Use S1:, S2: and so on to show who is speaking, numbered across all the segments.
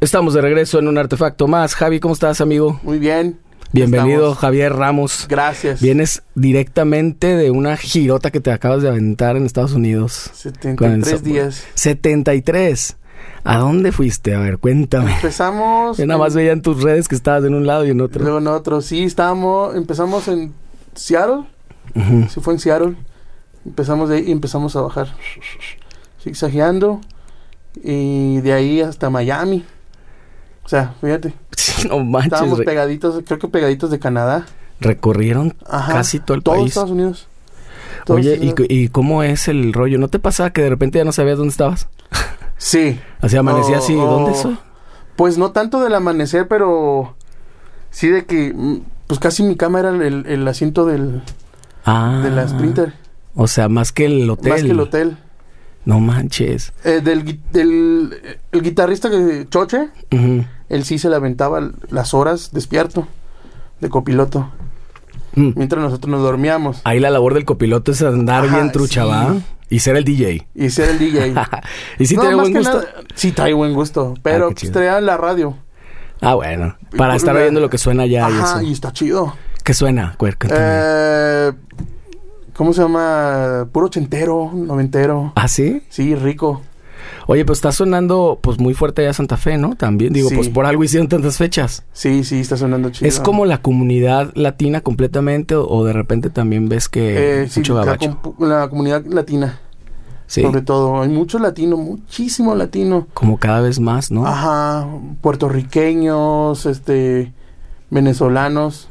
S1: Estamos de regreso en un artefacto más. Javi, ¿cómo estás, amigo?
S2: Muy bien.
S1: Bienvenido,
S2: Estamos-
S1: Javier Ramos.
S2: Gracias.
S1: Vienes directamente de una girota que te acabas de aventar en Estados Unidos. Con el
S2: 73
S1: softball.
S2: días.
S1: 73. ¿A dónde fuiste? A ver, cuéntame.
S2: Empezamos.
S1: Yo nada más
S2: en-
S1: veía en tus redes que estabas en un lado y en otro.
S2: Luego en otro. Sí, estábamos. Empezamos en Seattle.
S1: Ujú.
S2: Sí, fue en Seattle. Empezamos de ahí y empezamos a bajar. Zigzagueando. Y de ahí hasta Miami. O sea, fíjate.
S1: No manches,
S2: Estábamos
S1: re-
S2: pegaditos, creo que pegaditos de Canadá.
S1: recorrieron
S2: Ajá.
S1: casi todo el
S2: Todos
S1: país.
S2: Estados Unidos. Todos
S1: Oye, ¿y,
S2: Estados
S1: cu- ¿y cómo es el rollo? ¿No te pasaba que de repente ya no sabías dónde estabas?
S2: Unidos. Sí.
S1: Así amanecía
S2: Oh,
S1: así,
S2: oh.
S1: ¿dónde soy?
S2: Pues no tanto del amanecer, pero sí de que, mm, pues casi mi cama era el, el asiento del,
S1: Ah.
S2: de la Sprinter,
S1: O sea, más que el hotel.
S2: más que el hotel.
S1: No manches.
S2: Eh, del, gui- del eh, el guitarrista que Choche,
S1: Ujú.
S2: él sí se lamentaba las horas despierto de copiloto,
S1: Mm.
S2: mientras nosotros nos dormíamos
S1: Ahí la labor del copiloto es andar
S2: Ajá,
S1: bien trucha,
S2: sí.
S1: ¿va? Y ser el DJ.
S2: y ser el DJ.
S1: y si
S2: No,
S1: te
S2: más
S1: buen
S2: que
S1: gusto. Ah,
S2: nada- sí trae buen gusto, pero
S1: qué
S2: pues,
S1: chido.
S2: traía la radio.
S1: Ah, bueno.
S2: Y
S1: Para
S2: por
S1: estar
S2: una-
S1: oyendo lo que suena ya
S2: Ajá,
S1: y
S2: y
S1: eso.
S2: está chido.
S1: ¿Qué suena? Cuer- cuéntame.
S2: Eh, ¿Cómo se llama? Puro ochentero, noventero.
S1: ¿Ah, sí?
S2: Sí, rico.
S1: Oye, pues está sonando pues muy fuerte allá Santa Fe, ¿no? También digo,
S2: Sí.
S1: pues por algo hicieron tantas fechas.
S2: Sí, sí, está sonando chido.
S1: ¿Es como la comunidad latina completamente o, o de repente también ves que
S2: Eh, sí,
S1: mucho
S2: la,
S1: gabacho?
S2: compu- la comunidad latina,
S1: Sí,
S2: sobre todo. Hay mucho latino, muchísimo latino.
S1: como cada vez más, ¿no?
S2: Ajá, puertorriqueños, este, venezolanos.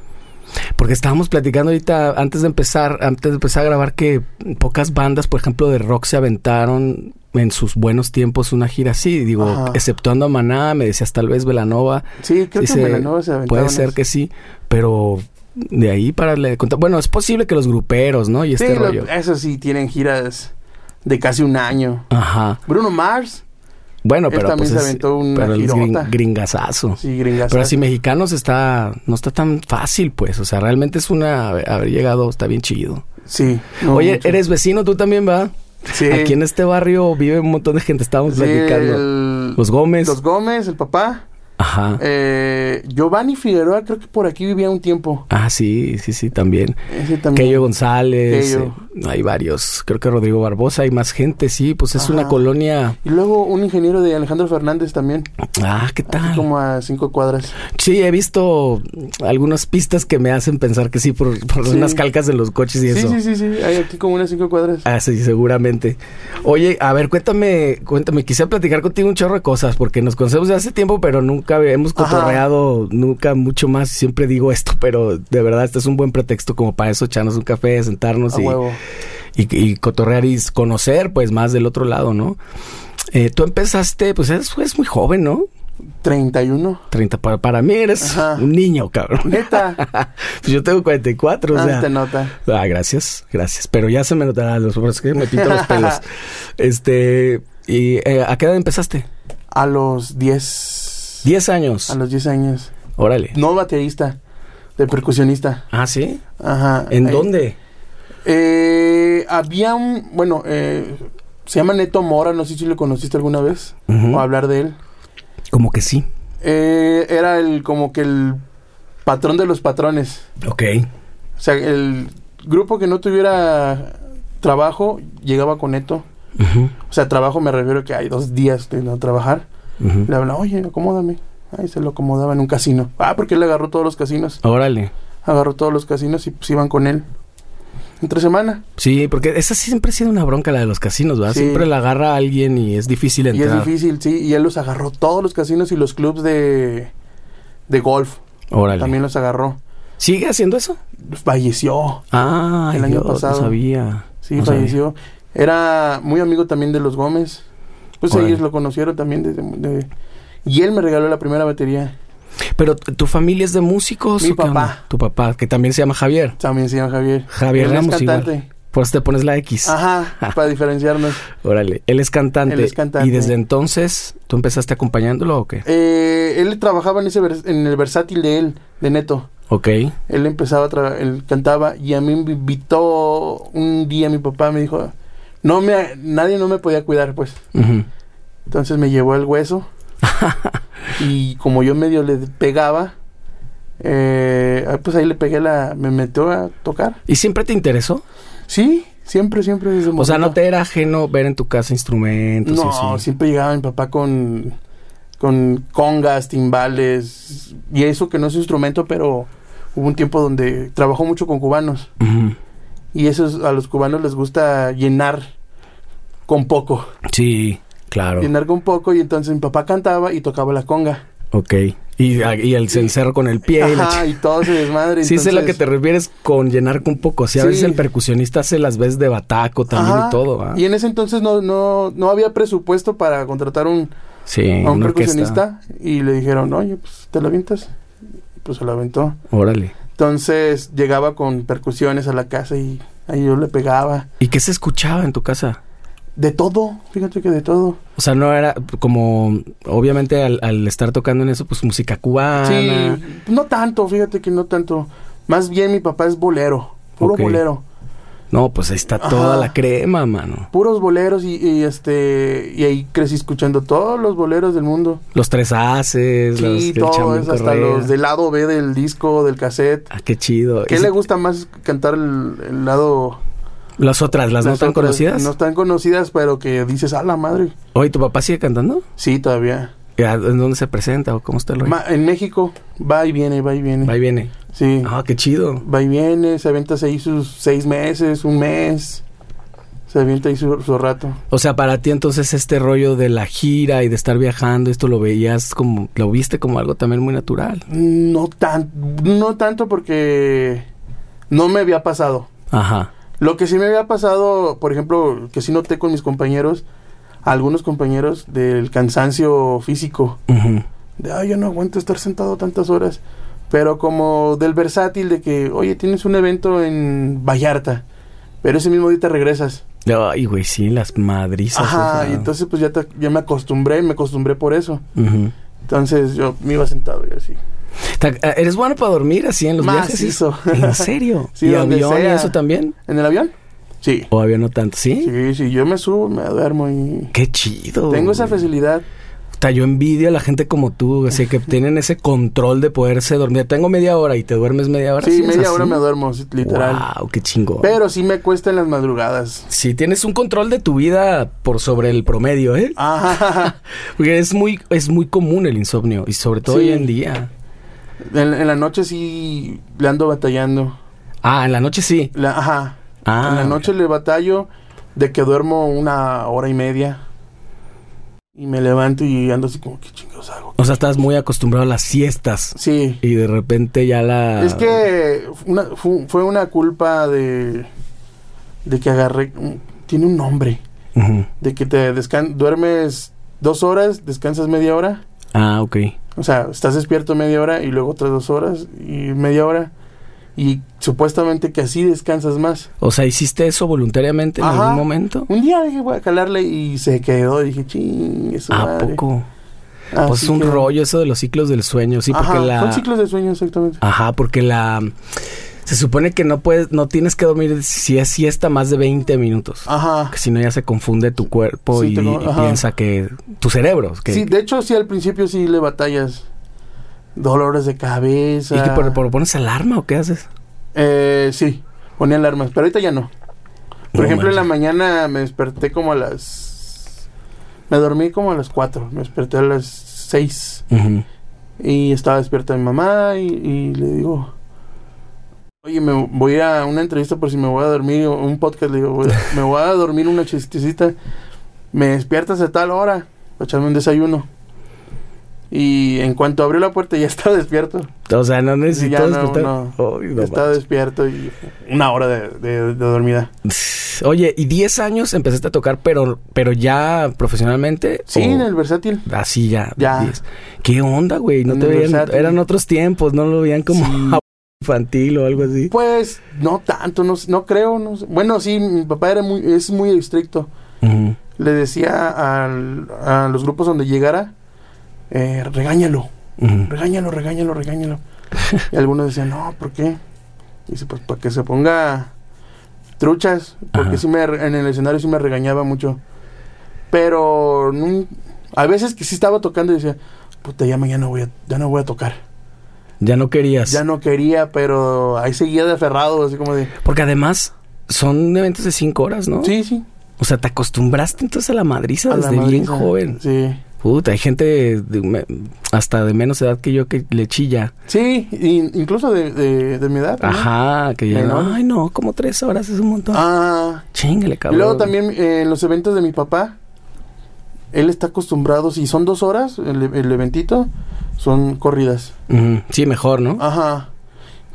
S1: Porque estábamos platicando ahorita antes de empezar, antes de empezar a grabar que pocas bandas, por ejemplo, de rock se aventaron en sus buenos tiempos una gira así, digo,
S2: Ajá.
S1: exceptuando a Maná, me decías tal vez Velanova,
S2: Sí, creo
S1: Dice,
S2: que en Velanova se aventaron
S1: puede ser
S2: eso.
S1: que sí, pero de ahí para le contar, bueno, es posible que los gruperos, ¿no? Y este
S2: sí, lo-
S1: rollo.
S2: esos sí tienen giras de casi un año.
S1: Ajá.
S2: Bruno Mars,
S1: Bueno,
S2: Él
S1: pero pues
S2: también se
S1: es-
S2: aventó una
S1: pero el gring-
S2: girota.
S1: gringazazo.
S2: sí, gringas.
S1: Pero así mexicanos está no está tan fácil, pues, o sea, realmente es una haber llegado está bien chido.
S2: Sí. no
S1: Oye,
S2: mucho.
S1: eres vecino tú también, ¿va?
S2: Sí.
S1: Aquí en este barrio vive un montón de gente, estábamos
S2: Sí,
S1: platicando.
S2: el-
S1: Los Gómez.
S2: Los Gómez, el papá.
S1: Ajá.
S2: Eh, Giovanni Figueroa, creo que por aquí vivía un tiempo.
S1: ah, sí, sí, sí, también.
S2: Ese también.
S1: Keyo González.
S2: Keyo.
S1: eh, hay varios. Creo que Rodrigo Barbosa. Hay más gente, sí. Pues es una
S2: Ajá.
S1: colonia.
S2: Y luego un ingeniero de Alejandro Fernández también,
S1: Ah, ¿qué
S2: aquí
S1: tal?
S2: como a cinco cuadras.
S1: Sí, he visto algunas pistas que me hacen pensar que sí, por, por
S2: Sí.
S1: unas calcas de los coches y
S2: Sí,
S1: eso.
S2: sí, sí, sí, hay aquí como unas cinco cuadras.
S1: Ah, sí, seguramente. Oye, a ver, cuéntame, cuéntame, quisiera platicar contigo un chorro de cosas, porque nos conocemos de hace tiempo, pero nunca hemos
S2: Ajá.
S1: cotorreado, nunca mucho más, siempre digo esto, pero de verdad este es un buen pretexto como para eso, echarnos un café, sentarnos
S2: a
S1: y,
S2: huevo.
S1: y, y cotorrear y conocer pues más del otro lado, ¿no? Eh, tú empezaste, pues eres, eres muy joven, ¿no?
S2: 31.
S1: 30, para, para mí eres
S2: Ajá.
S1: un niño, cabrón.
S2: Neta.
S1: Pues yo tengo 44, o sea.
S2: Ah, te nota.
S1: Ah, gracias, gracias. Pero ya se me notará los es que me pinto los pelos. Este, ¿y eh, a qué edad empezaste?
S2: A los 10.
S1: 10 años.
S2: A los 10 años.
S1: Órale.
S2: Ah, No baterista, de percusionista.
S1: Ah, ¿sí?
S2: Ajá.
S1: ¿En
S2: Ahí.
S1: dónde?
S2: Eh, había un. Bueno, eh, se llama Neto Mora, no sé si lo conociste alguna vez.
S1: Ujú.
S2: O hablar de él.
S1: Como que sí.
S2: Eh, era el como que el patrón de los patrones.
S1: Ok.
S2: O sea, el grupo que no tuviera trabajo llegaba con Neto.
S1: Ujú,
S2: O sea, trabajo me refiero que hay dos días de no trabajar.
S1: ujú.
S2: Le hablaba, oye, acomódame. Ahí se lo acomodaba en un casino. Ah, porque él agarró todos los casinos.
S1: Órale.
S2: Agarró todos los casinos y pues iban con él. Entre semana.
S1: Sí, porque esa sí siempre ha sido una bronca la de los casinos, ¿verdad?
S2: Sí.
S1: Siempre la agarra alguien y es difícil
S2: Y es
S1: entrar.
S2: difícil, sí. Y él los agarró todos los casinos y los clubs de, de golf.
S1: Órale.
S2: También los agarró.
S1: ¿Sigue haciendo eso?
S2: Falleció.
S1: Ah,
S2: El año
S1: yo
S2: pasado.
S1: No sabía.
S2: Sí,
S1: No sabía.
S2: falleció. Era muy amigo también de los Gómez. Pues
S1: Órale.
S2: ellos lo conocieron también desde... de- y él me regaló la primera batería.
S1: Pero tu tu familia es de músicos.
S2: Mi
S1: o qué onda?
S2: papá.
S1: Tu papá, que también se llama Javier.
S2: También se llama Javier.
S1: Javier
S2: Él es
S1: Ramos, igual.
S2: cantante.
S1: Por eso te pones la X.
S2: Ajá, para diferenciarnos.
S1: Órale, él es cantante.
S2: Él es cantante.
S1: Y desde entonces, ¿tú empezaste acompañándolo o qué?
S2: Eh, él trabajaba en, ese vers- en el versátil de él, de Neto.
S1: Ok.
S2: Él empezaba a tra- él cantaba y a mí me invitó un día mi papá, me dijo, no me, nadie no me podía cuidar, pues.
S1: Ujú.
S2: Entonces me llevó el hueso Y como yo medio le pegaba, eh, ah, pues ahí le pegué la. Me metió a tocar.
S1: ¿Y siempre te interesó?
S2: Sí, siempre, siempre. Desde
S1: O sea,
S2: morrito.
S1: no te era ajeno ver en tu casa instrumentos y
S2: No,
S1: eso.
S2: siempre llegaba mi papá con, con congas, timbales, y eso que no es instrumento, pero hubo un tiempo donde trabajó mucho con cubanos,
S1: Ujú.
S2: y eso es- a los cubanos les gusta llenar con poco,
S1: Sí, claro.
S2: llenar con poco, y entonces mi papá cantaba y tocaba la conga.
S1: Ok. Y, ah, y el cencerro con el pie. y la
S2: Ajá,
S1: ch-
S2: y todo se desmadre.
S1: Sí, sé a lo que
S2: entonces-
S1: te refieres con llenar con poco. Sí, a veces
S2: Sí.
S1: el percusionista hace las veces de bataco también
S2: Ajá,
S1: y todo. ¿va?
S2: Y en ese entonces no, no, no había presupuesto para contratar un,
S1: sí,
S2: a un
S1: una orquesta.
S2: percusionista, y le dijeron, oye, pues te la avientas. Pues se la aventó.
S1: Órale.
S2: Entonces llegaba con percusiones a la casa y ahí yo le pegaba.
S1: ¿Y qué se escuchaba en tu casa?
S2: De todo, fíjate que de todo.
S1: O sea, no era como, obviamente al, al estar tocando en eso, pues música cubana.
S2: Sí, no tanto, fíjate que no tanto. Más bien mi papá es bolero, puro
S1: Ok.
S2: bolero.
S1: No, pues ahí está toda
S2: Ajá.
S1: la crema, mano.
S2: Puros boleros y, y, este y ahí crecí escuchando todos los boleros del mundo.
S1: Los tres haces, los
S2: Sí,
S1: del
S2: todo
S1: Chambín
S2: eso, hasta
S1: Correa.
S2: los del lado B del disco, del cassette.
S1: Ah, qué chido.
S2: ¿Qué
S1: ¿Y
S2: le
S1: si-
S2: gusta más cantar el, el lado?
S1: Las otras, las, no tan
S2: otras?
S1: conocidas.
S2: No tan conocidas, pero que dices, a la madre.
S1: Oye, ¿tu papá sigue cantando?
S2: Sí, todavía.
S1: ¿Y a- ¿En dónde se presenta o cómo está lo
S2: Ma- en México, va y viene, va y viene.
S1: Ahí viene.
S2: Sí.
S1: Ah, qué chido.
S2: Va y viene, se avienta ahí sus seis meses, un mes. Se avienta ahí su, su rato.
S1: O sea, para ti entonces este rollo de la gira y de estar viajando, esto lo veías como, lo viste como algo también muy natural.
S2: No, tan, no tanto porque no me había pasado.
S1: Ajá.
S2: Lo que sí me había pasado, por ejemplo, que sí noté con mis compañeros, algunos compañeros, del cansancio físico.
S1: Ujú.
S2: De, ay, yo no aguanto estar sentado tantas horas. Pero como del versátil de que, oye, tienes un evento en Vallarta, pero ese mismo día te regresas.
S1: Ay, güey, sí, las madrizas. o
S2: Ajá,
S1: sea.
S2: y entonces pues ya, te- ya me acostumbré, me acostumbré por eso.
S1: Ujú.
S2: Entonces yo me iba sentado y así.
S1: Ta- ah, ¿Eres bueno para dormir así en los viajes?
S2: Macizo.
S1: ¿En serio?
S2: Sí,
S1: ¿Y
S2: donde
S1: avión y
S2: sea.
S1: eso también?
S2: ¿En el avión? Sí.
S1: ¿O avión no tanto? ¿Sí?
S2: Sí, sí, yo me subo, me duermo y...
S1: Qué chido.
S2: Tengo esa
S1: güey.
S2: facilidad.
S1: Puta, yo envidio a la gente como tú, así que tienen ese control de poderse dormir. Tengo media hora y te duermes media hora.
S2: sí,
S1: es
S2: media
S1: así?
S2: hora me duermo, sí, literal.
S1: Wow, qué chingón.
S2: Pero sí me cuesta en las madrugadas.
S1: Sí, tienes un control de tu vida por sobre el promedio, ¿eh?
S2: Ajá.
S1: Porque es muy, es muy común el insomnio y sobre todo
S2: Sí.
S1: hoy en día.
S2: En, en la noche sí le ando batallando.
S1: Ah, en la noche sí.
S2: La- ajá.
S1: Ah,
S2: en la noche le batallo de que duermo una hora y media. Y me levanto y ando así como, ¿qué chingados hago?
S1: O sea, estás muy acostumbrado a las siestas
S2: Sí.
S1: y de repente ya la.
S2: Es que una- fu- fue una culpa de, de que agarré... mm, Tiene un nombre.
S1: Ujú.
S2: De que te descan duermes dos horas, descansas media hora.
S1: Ah, ok.
S2: O sea, estás despierto media hora y luego otras dos horas y media hora. Y supuestamente que así descansas más.
S1: O sea, ¿hiciste eso voluntariamente en
S2: Ajá.
S1: algún momento?
S2: Un día dije, voy a calarle y se quedó. Y dije, ching, eso
S1: ¿A poco?
S2: Ah,
S1: pues es un rollo eso de los ciclos del sueño, sí, porque la.
S2: Son ciclos de sueño, exactamente.
S1: Ajá, porque la. Se supone que no puedes, no tienes que dormir si es siesta más de 20 minutos.
S2: Ajá.
S1: Porque si no ya se confunde tu cuerpo
S2: Ah. Sí,
S1: y,
S2: tengo-
S1: y
S2: ajá.
S1: piensa que tu cerebro. Que,
S2: Sí, de hecho, sí, al principio sí le batallas. Dolores de cabeza.
S1: ¿Y que por, por- pones alarma o qué haces?
S2: Eh, sí, ponía alarmas, pero ahorita ya no. Por
S1: No
S2: ejemplo, en la
S1: manches.
S2: mañana me desperté como a las... Me dormí como a las 4, me desperté a las 6
S1: Ujú.
S2: y estaba despierta mi mamá y, y le digo, oye, me voy a una entrevista por si me voy a dormir, o un podcast, le digo, voy a- me voy a dormir una chistecita, me despiertas a tal hora para echarme un desayuno. Y en cuanto abrió la puerta ya estaba despierto.
S1: O sea, no
S2: Sí,
S1: necesito
S2: ya no,
S1: despertar.
S2: no.
S1: Ay, no
S2: estaba
S1: manches.
S2: despierto y una hora de- de- de dormida.
S1: Oye, ¿y 10 años empezaste a tocar, pero, pero ya profesionalmente?
S2: Sí,
S1: o-
S2: en el versátil.
S1: Así ya.
S2: Ya.
S1: 10? ¿Qué onda, güey? No
S2: En
S1: te
S2: el
S1: veían.
S2: versátil.
S1: Eran otros tiempos, no lo veían como
S2: Sí.
S1: infantil o algo así.
S2: Pues no tanto, no, s- no creo. No sé. Bueno, sí, mi papá era muy, es muy estricto.
S1: Ujú.
S2: Le decía al- a los grupos donde llegara, eh, regáñalo,
S1: Ujú.
S2: regáñalo, regáñalo, regáñalo. y algunos decían, no, ¿por qué? Dice, pues para que se ponga truchas,
S1: Ajá.
S2: porque sí me, re- en el escenario sí me regañaba mucho. Pero nun- a veces que sí estaba tocando y decía, puta, ya mañana voy a, ya no voy a tocar.
S1: Ya no querías.
S2: Ya no quería, pero ahí seguía de aferrado, así como de...
S1: Porque además son eventos de cinco horas, ¿no?
S2: Sí, sí.
S1: O sea, te acostumbraste entonces a la madriza
S2: a
S1: desde
S2: la
S1: bien
S2: madriza.
S1: joven.
S2: Sí.
S1: Puta, hay gente de- de- me- hasta de menos edad que yo que le chilla.
S2: Sí, y- incluso de, de, de mi edad. ¿no?
S1: Ajá, que ya.
S2: Ah. Menor.
S1: Ay, no, como tres horas es un montón.
S2: Ah,
S1: Chingale,
S2: y
S1: cabrón.
S2: luego también eh, en los eventos de mi papá, él está acostumbrado, si son dos horas, el, e-, el eventito, son corridas.
S1: Ujú, Sí, mejor, ¿no?
S2: Ajá.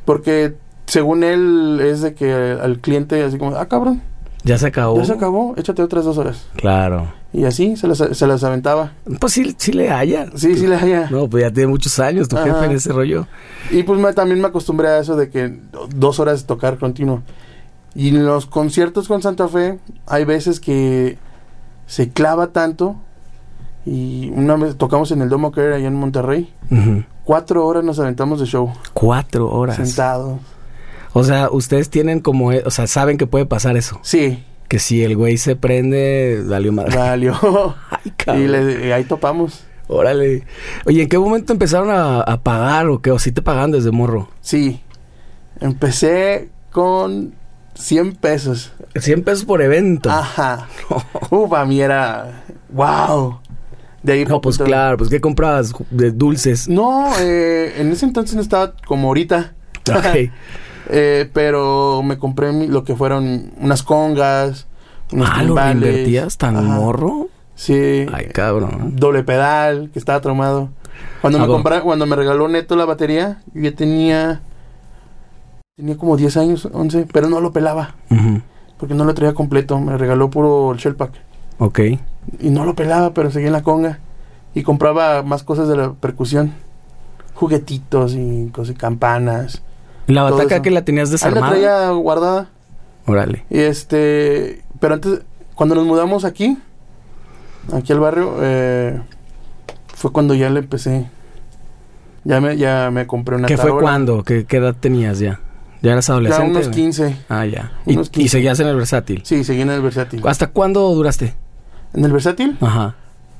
S2: Porque según él es de que al cliente así como, ah, cabrón,
S1: Ya se acabó.
S2: ya se acabó, échate otras dos horas.
S1: Claro.
S2: Y así se las, se las aventaba.
S1: Pues sí, sí le haya.
S2: Sí, sí, la ya.
S1: No, pues ya tiene muchos años tu
S2: Ajá.
S1: jefe en ese rollo.
S2: Y pues me- también me acostumbré a eso de que do- dos horas de tocar continuo. Y en los conciertos con Santa Fe hay veces que se clava tanto. Y una vez tocamos en el Domo que era allá en Monterrey.
S1: Ujú.
S2: Cuatro horas nos aventamos de show.
S1: Cuatro horas.
S2: Sentado.
S1: O sea, ustedes tienen como, e- o sea, saben que puede pasar eso.
S2: Sí,
S1: Que si el güey se prende, valió madre.
S2: valió.
S1: Ay, cabrón.
S2: y, le- y ahí topamos.
S1: Órale. Oye, ¿en qué momento empezaron a, a pagar o qué? ¿O si te pagaban desde morro?
S2: Sí. Empecé con 100 pesos.
S1: 100 pesos por evento.
S2: Ajá. Uh, para mí era. ¡Wow! De ahí
S1: No, pues
S2: poquito-
S1: claro, pues ¿qué comprabas? De dulces.
S2: No, eh, en ese entonces no estaba como ahorita.
S1: Ok.
S2: Eh, pero me compré mi- lo que fueron unas congas, unos
S1: Ah, lo
S2: timbales.
S1: reinvertías tan
S2: Ajá.
S1: morro.
S2: Sí.
S1: Ay, cabrón.
S2: Doble pedal, que estaba traumado. Cuando
S1: Ah,
S2: me
S1: bueno.
S2: compra- cuando me regaló Neto la batería, yo ya tenía tenía como 10 años, 11, pero no lo pelaba,
S1: Ujú.
S2: porque no lo traía completo, me regaló puro el shell pack
S1: Ok.
S2: y no lo pelaba, pero seguía en la conga y compraba más cosas de la percusión. Juguetitos y cosas, campanas.
S1: La
S2: Todo
S1: bataca
S2: eso.
S1: que la tenías
S2: Ahí la
S1: desarmada.
S2: traía guardada.
S1: Órale.
S2: Y este, pero antes, cuando nos mudamos aquí, aquí al barrio, eh, fue cuando ya le empecé. Ya me, ya me compré una
S1: ¿Qué fue
S2: tarola.
S1: cuándo? ¿Qué, qué edad tenías ya? ¿Ya eras
S2: Ya
S1: adolescente?
S2: unos 15.
S1: Ah, ya. Y,
S2: unos
S1: y
S2: 15.
S1: seguías en el versátil.
S2: Sí, seguí en el versátil.
S1: ¿Hasta cuándo duraste?
S2: En el versátil
S1: Ajá.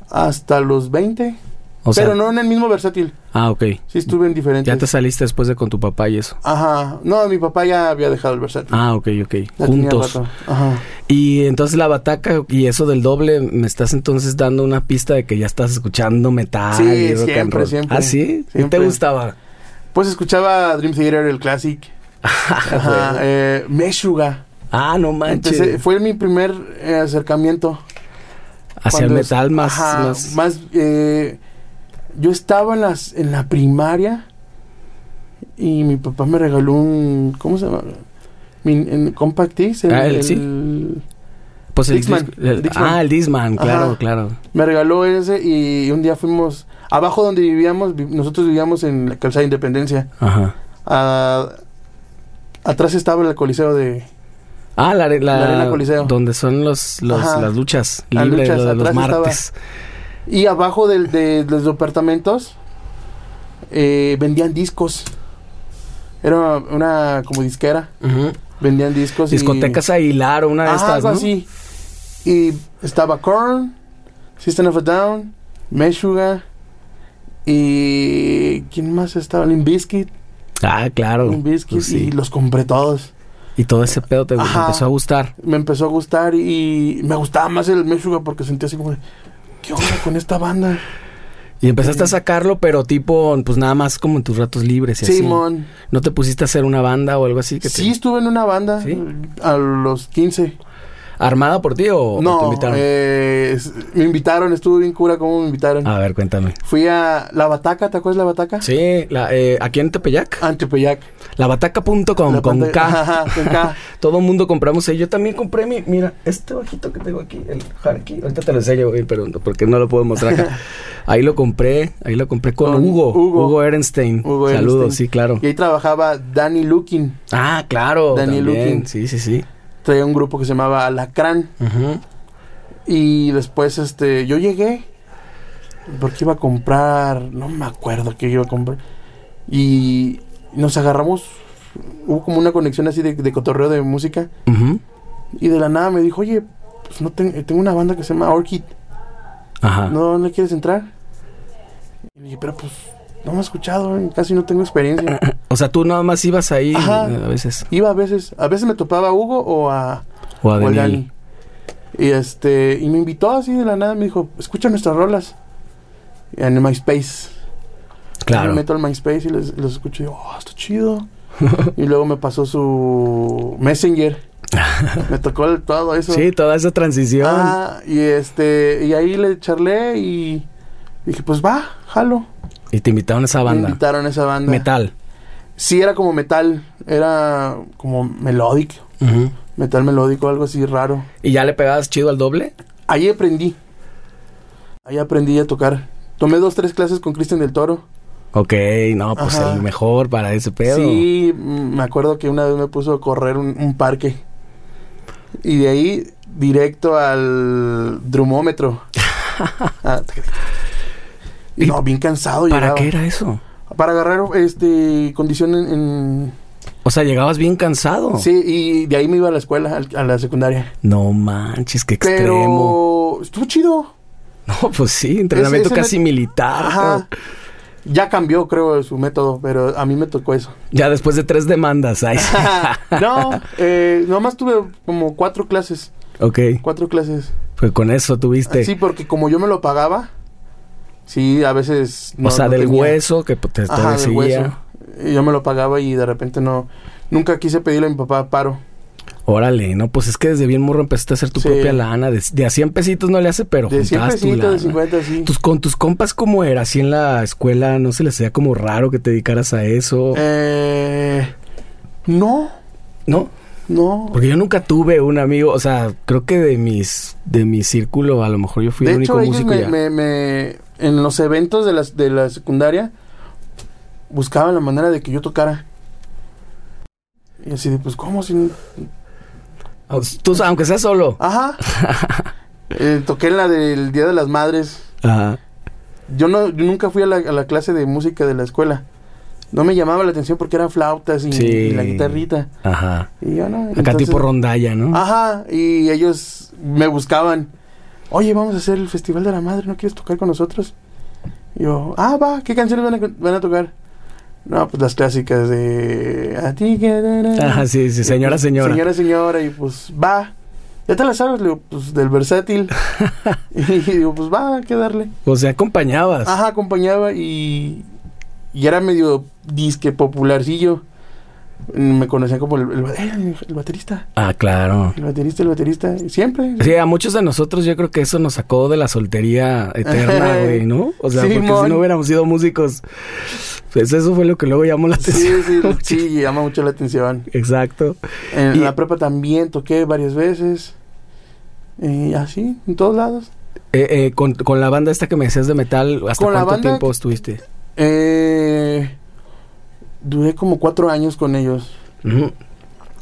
S2: hasta los 20.
S1: O sea,
S2: pero no en el mismo versátil.
S1: ah, ok.
S2: Sí estuve en diferentes.
S1: Ya te saliste después de con tu papá y eso.
S2: Ajá. No, mi papá ya había dejado el versátil.
S1: Ah, ok, ok.
S2: Ya tenía
S1: Juntos.
S2: rato. Ajá.
S1: Y entonces la bataca y eso del doble, me estás entonces dando una pista de que ya estás escuchando metal.
S2: Sí,
S1: y rock and
S2: siempre,
S1: roll.
S2: siempre.
S1: ¿Ah, sí? ¿Y te
S2: Siempre.
S1: gustaba?
S2: Pues escuchaba Dream Theater, el classic. Ajá. eh, Meshuga.
S1: ah, no manches.
S2: Empecé- fue mi primer eh, acercamiento.
S1: Hacia el
S2: Cuando es-
S1: metal más...
S2: ajá,
S1: más-
S2: más, eh, yo estaba en, las, en la primaria y mi papá me regaló un. ¿Cómo se llama? Mi, en Compact Disc. el-
S1: Ah, el-
S2: el-
S1: pues el
S2: Dixman,
S1: disc- el-
S2: Dixman.
S1: Ah, el Disman, claro,
S2: Ajá.
S1: claro.
S2: Me regaló ese y un día fuimos. Abajo donde vivíamos, vi- nosotros vivíamos en la calzada Independencia.
S1: Ajá.
S2: Ah, atrás estaba el coliseo de.
S1: Ah, la, are- la-
S2: La Arena Coliseo.
S1: Donde son los, los-
S2: Ajá.
S1: las luchas
S2: Las
S1: libres
S2: luchas,
S1: lo de los
S2: atrás estaba.
S1: martes.
S2: Y abajo del, de, de los departamentos eh, vendían discos. Era una como disquera.
S1: Ujú.
S2: Vendían discos. y-
S1: Discotecas a hilar o una de
S2: Ajá,
S1: estas,
S2: Ah, algo
S1: ¿no?
S2: así. Y estaba Korn, System of a Down, Meshuga y... ¿Quién más estaba? Limp Bizkit.
S1: Ah, claro.
S2: Limp Bizkit,
S1: Pues sí.
S2: Y los compré todos.
S1: Y todo ese pedo te te
S2: Ajá.
S1: empezó a gustar.
S2: Me empezó a gustar y me gustaba más el Meshuga porque sentía así como... de, ¿Qué onda con esta banda?
S1: Y empezaste a
S2: Sí.
S1: sacarlo, pero tipo, pues nada más como en tus ratos libres y así.
S2: Simón.
S1: ¿No te pusiste a hacer una banda o algo así? Que te-
S2: Sí, estuve en una banda
S1: ¿Sí?
S2: a los 15.
S1: ¿Armada por ti o, o te
S2: no,
S1: invitaron?
S2: eh, es- me invitaron, estuve bien cura cómo me invitaron.
S1: A ver, cuéntame.
S2: Fui a La Bataca, ¿te acuerdas de La Bataca?
S1: Ah. Sí, la, eh, aquí en Tepeyac.
S2: Antepeyac.
S1: Labataca.com
S2: Ah. La
S1: con
S2: pantalla-
S1: K.
S2: Ajá, con K.
S1: Todo el mundo compramos. eh, Yo también compré mi. Mira, este bajito que tengo aquí, el Harky. Ahorita te lo enseño, güey, pero no- porque no lo puedo mostrar acá. Ahí lo compré. Ahí lo compré con,
S2: Con
S1: Hugo.
S2: Hugo.
S1: Hugo Ehrenstein.
S2: Hugo
S1: Saludos,
S2: Ehrenstein.
S1: sí, claro.
S2: Y ahí trabajaba Danny Lukin.
S1: Ah, claro.
S2: Daniel
S1: también.
S2: Lukin.
S1: Sí, sí, sí.
S2: Traía un grupo que se llamaba Alacrán.
S1: Ujú.
S2: Y después, este, yo llegué. Porque iba a comprar. No me acuerdo qué iba a comprar. Y nos agarramos. Hubo como una conexión así de, de cotorreo de música.
S1: Ujú.
S2: Y de la nada me dijo, oye, pues
S1: Ah.
S2: no ten- tengo una banda que se llama Orchid.
S1: Ajá.
S2: ¿No le quieres entrar? Y Y le dije, pero pues no me he escuchado, güey, casi no tengo experiencia.
S1: O sea, tú nada más ibas ahí
S2: Ajá.
S1: eh, a veces.
S2: Iba a veces, a veces me topaba a Hugo o a,
S1: O a
S2: o al
S1: Daniel.
S2: Dani. Y este, y me invitó así de la nada, me dijo, escucha nuestras rolas. En el MySpace. Yo
S1: Claro.
S2: me meto al MySpace y les- los escucho y digo, oh, está chido. y luego me pasó su Messenger. me tocó el- todo eso.
S1: Sí, toda esa transición.
S2: Ah, y este, y ahí le charlé y dije, pues va, jalo.
S1: Y te invitaron a esa
S2: Me
S1: banda.
S2: invitaron a esa banda.
S1: Metal.
S2: Sí, era como metal, era como melódico,
S1: Ujú.
S2: metal melódico, algo así raro.
S1: ¿Y ya le pegabas chido al doble?
S2: Ahí aprendí. Ahí aprendí a tocar. Tomé dos, tres clases con Cristian del Toro.
S1: Ok, no, pues
S2: Ajá.
S1: el mejor para ese pedo.
S2: Sí, mm, me acuerdo que una vez me puso a correr un, un parque. Y de ahí directo al drumómetro. Ah, y no, bien cansado
S1: ¿Para
S2: llegaba.
S1: qué era eso?
S2: Para agarrar este condición en, en-
S1: O sea, llegabas bien cansado.
S2: sí y de ahí me iba a la escuela al- a la secundaria.
S1: No manches, qué extremo.
S2: Pero estuvo chido.
S1: No, pues sí, entrenamiento
S2: ese
S1: casi militar.
S2: Ajá. Ya cambió creo su método, pero a mí me tocó eso.
S1: Ya después de tres demandas. Ay, sí.
S2: no, eh, nomás tuve como cuatro clases,
S1: ok,
S2: cuatro clases.
S1: pues con eso tuviste.
S2: Sí, porque como yo me lo pagaba, sí, a veces
S1: o sea,
S2: no
S1: del
S2: tenía.
S1: hueso que pues, te, te
S2: Ajá, del
S1: decía.
S2: hueso. Y Yo me lo pagaba y de repente no nunca quise pedirle a mi papá paro.
S1: Órale, no, pues es que desde bien morro empezaste a hacer tu
S2: Sí.
S1: propia lana. De, de a 100 pesitos no le hace, pero
S2: De 100
S1: juntabas tu
S2: pesitos, de
S1: lana.
S2: 50, sí.
S1: Tus, con tus compas, ¿cómo era? Así en la escuela, ¿no se les hacía como raro que te dedicaras a eso?
S2: Eh, no,
S1: ¿No?
S2: no.
S1: Porque yo nunca tuve un amigo, o sea, creo que de mis de mi círculo, a lo mejor yo fui
S2: De
S1: el único
S2: hecho, ellos
S1: músico
S2: me,
S1: ya.
S2: me- me- en los eventos de la, de la secundaria buscaban la manera de que yo tocara. Y así de, pues, ¿cómo? Si no-
S1: Tú, aunque sea solo.
S2: Ajá. Eh, toqué en la del Día de las Madres.
S1: Ajá.
S2: Yo, no, yo nunca fui a la, a la clase de música de la escuela. No me llamaba la atención porque eran flautas y,
S1: Sí.
S2: y la guitarrita.
S1: Ajá.
S2: Y yo no.
S1: Acá
S2: entonces- Ah.
S1: tipo rondalla, ¿no?
S2: Ajá, y ellos me buscaban. Oye, vamos a hacer el Festival de la Madre, ¿no quieres tocar con nosotros? Y yo, ah, va, ¿qué canciones van a, van a tocar? No, pues las clásicas de... A ti que...
S1: Ajá, sí, sí, señora, señora.
S2: pues, Señora, señora, y pues va. Ya te la sabes, le digo, pues del versátil. y digo, pues va, ¿qué darle?
S1: O sea, acompañabas.
S2: Ajá, acompañaba y, y era medio disque popularcillo. Mm, Me conocían como el, el ba- eh, el baterista,
S1: Ah, claro.
S2: el baterista, el baterista. y Siempre.
S1: Sí, a muchos de nosotros yo creo que eso nos sacó de la soltería eterna, güey, ¿no? O sea, porque
S2: Simón.
S1: si no hubiéramos sido músicos, pues eso fue lo que luego llamó la atención.
S2: Sí, sí, sí, llama mucho la atención.
S1: Exacto.
S2: En
S1: Y-
S2: la prepa también toqué varias veces. Y así, en todos lados.
S1: Eh, eh, con, con la banda esta que me decías de metal, ¿hasta
S2: Con la
S1: cuánto
S2: banda
S1: tiempo
S2: que-
S1: estuviste?
S2: Eh, duré como cuatro años con ellos,
S1: Ujú.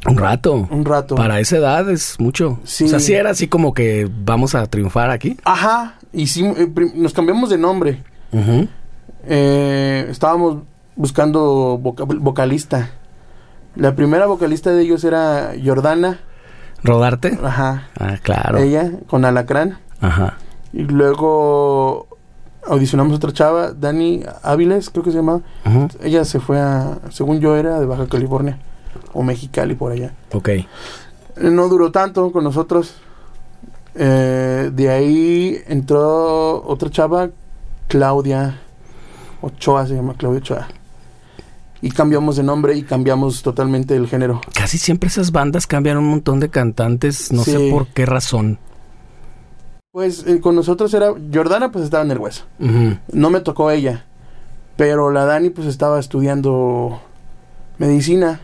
S1: Un rato.
S2: un rato.
S1: Para esa edad es mucho.
S2: Sí.
S1: O sea, sí era así como que vamos a triunfar aquí.
S2: Ajá, hicimos, eh, prim- nos cambiamos de nombre.
S1: Ujú.
S2: Eh, estábamos buscando voca- vocalista. La primera vocalista de ellos era Jordana,
S1: ¿Rodarte?
S2: ajá,
S1: Ah, claro.
S2: ella con Alacrán.
S1: Ajá.
S2: Y luego audicionamos otra chava, Dani Áviles, creo que se llamaba.
S1: Ujú.
S2: Ella se fue a, según yo era de Baja California o Mexicali por allá.
S1: Ok.
S2: Eh, No duró tanto con nosotros. Eh, de ahí entró otra chava, Claudia Ochoa, se llama Claudia Ochoa. Y cambiamos de nombre y cambiamos totalmente el género.
S1: Casi siempre esas bandas cambian un montón de cantantes, no sé
S2: Sí.
S1: por qué razón.
S2: Pues eh, con nosotros era, Jordana pues estaba en el hueso.
S1: Ujú.
S2: No me tocó ella. Pero la Dani pues estaba estudiando medicina.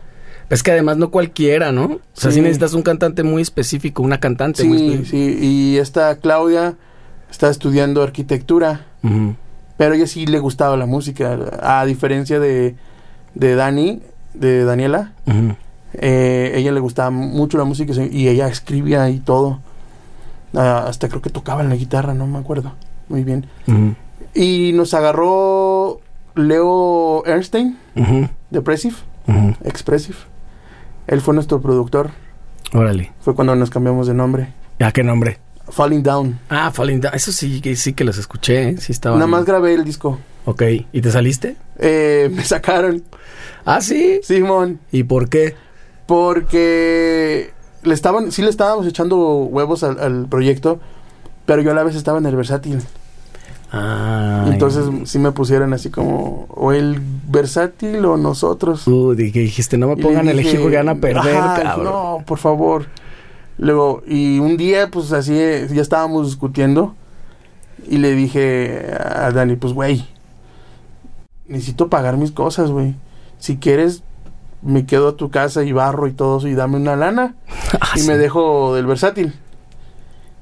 S1: Es que además no cualquiera, ¿no? O sea, sí.
S2: Sí.
S1: necesitas un cantante muy específico, una cantante muy
S2: Sí,
S1: específica.
S2: sí. Y esta Claudia está estudiando arquitectura.
S1: Ujú.
S2: Pero a ella sí le gustaba la música. A diferencia de, de Dani, de Daniela,
S1: Ujú.
S2: eh, ella le gustaba mucho la música se- y ella escribía y todo. Ah, hasta creo que tocaba en la guitarra, no me acuerdo. Muy bien.
S1: Ujú.
S2: Y nos agarró Leo Ernstein,
S1: Ujú.
S2: Depressive,
S1: Ujú.
S2: Expressive. Él fue nuestro productor.
S1: Órale.
S2: Fue cuando nos cambiamos de nombre.
S1: ¿A qué nombre?
S2: Falling Down.
S1: Ah, Falling Down. Eso sí, que- sí que los escuché, ¿eh? Sí estaban.
S2: Nada más grabé el disco.
S1: Ok, ¿y te saliste?
S2: Eh, me sacaron,
S1: Ah, sí.
S2: Simón,
S1: ¿Y por qué?
S2: porque le estaban, sí le estábamos echando huevos al, al proyecto, pero yo a la vez estaba en el versátil.
S1: Ah.
S2: Entonces sí me pusieron así como, o el versátil o nosotros.
S1: Tú di- que dijiste, no me
S2: Y le
S1: pongan a
S2: dije,
S1: elegir porque van a perder,
S2: "Ajá", pues,
S1: cabrón.
S2: No, por favor. Luego, y un día, pues así, eh, ya estábamos discutiendo. Y le dije a Dani, pues, güey, necesito pagar mis cosas, güey. Si quieres, me quedo a tu casa y barro y todo eso y dame una lana.
S1: Ah,
S2: y
S1: sí.
S2: me dejo del versátil.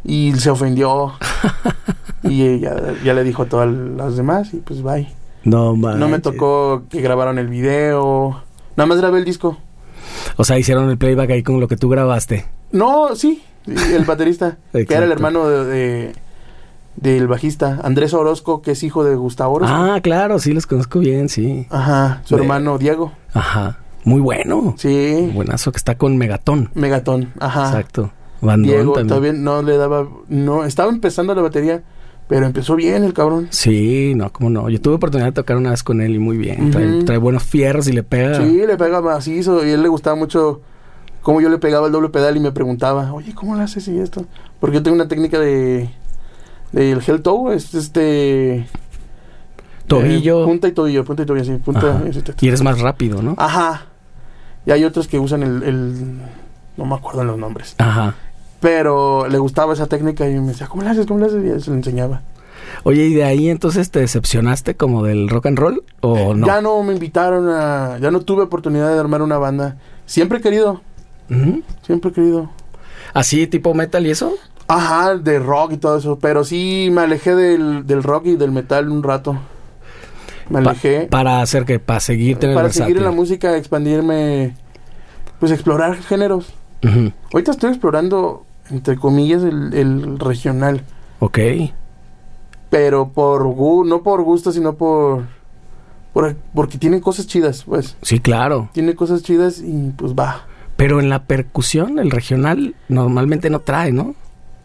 S2: Y se ofendió. y ella ya le dijo a todas las demás y pues, bye.
S1: No, man.
S2: No me tocó que grabaron el video. Nada más grabé el disco.
S1: O sea, hicieron el playback ahí con lo que tú grabaste.
S2: No, sí, el baterista, que era el
S1: Exacto.
S2: hermano de, de- del bajista, Andrés Orozco, que es hijo de Gustavo Orozco.
S1: Ah, claro, sí, los conozco bien, sí.
S2: Ajá, su
S1: De-
S2: hermano Diego.
S1: Ajá. Muy bueno.
S2: Sí,
S1: Buenazo que está con Megatón.
S2: Megatón, ajá.
S1: Exacto. Bandón
S2: Diego
S1: también.
S2: todavía no le daba, no, estaba empezando la batería, pero empezó bien el cabrón.
S1: Sí, no, cómo no. Yo tuve oportunidad de tocar una vez con él y muy bien.
S2: Ujú.
S1: trae, trae buenos fierros y le pega.
S2: Sí, le pega macizo y a él le gustaba mucho cómo yo le pegaba el doble pedal y me preguntaba, oye, ¿cómo lo haces y esto? Porque yo tengo una técnica de, del heel toe, es este...
S1: Tobillo.
S2: Eh, Ah. punta y tobillo, punta y tobillo, sí. Punta,
S1: Ajá.
S2: ese, ta, ta.
S1: Y eres más rápido, ¿no?
S2: Ajá. Y hay otros que usan el, el- No me acuerdo los nombres.
S1: Ajá.
S2: Pero le gustaba esa técnica y me decía, ¿cómo la haces? ¿Cómo la haces? Y ya se lo enseñaba.
S1: Oye, ¿y de ahí entonces te decepcionaste como del rock and roll o no?
S2: Eh, Ya no me invitaron a... Ya no tuve oportunidad de armar una banda. Siempre he querido,
S1: Ujú.
S2: siempre he querido.
S1: ¿Así tipo metal y eso?
S2: Ajá, de rock y todo eso. Pero sí me alejé del, del rock y del metal un rato. Me
S1: Pa-
S2: alejé.
S1: para hacer que, para seguirte en el
S2: para
S1: versátil.
S2: seguir en la música, expandirme... Pues explorar géneros.
S1: Ujú.
S2: Ahorita estoy explorando, entre comillas, el, el regional.
S1: Ok.
S2: Pero por gu- no por gusto, sino por, por- Porque tienen cosas chidas, pues.
S1: Sí, claro.
S2: Tiene cosas chidas y pues va.
S1: Pero en la percusión, el regional normalmente no trae, ¿no?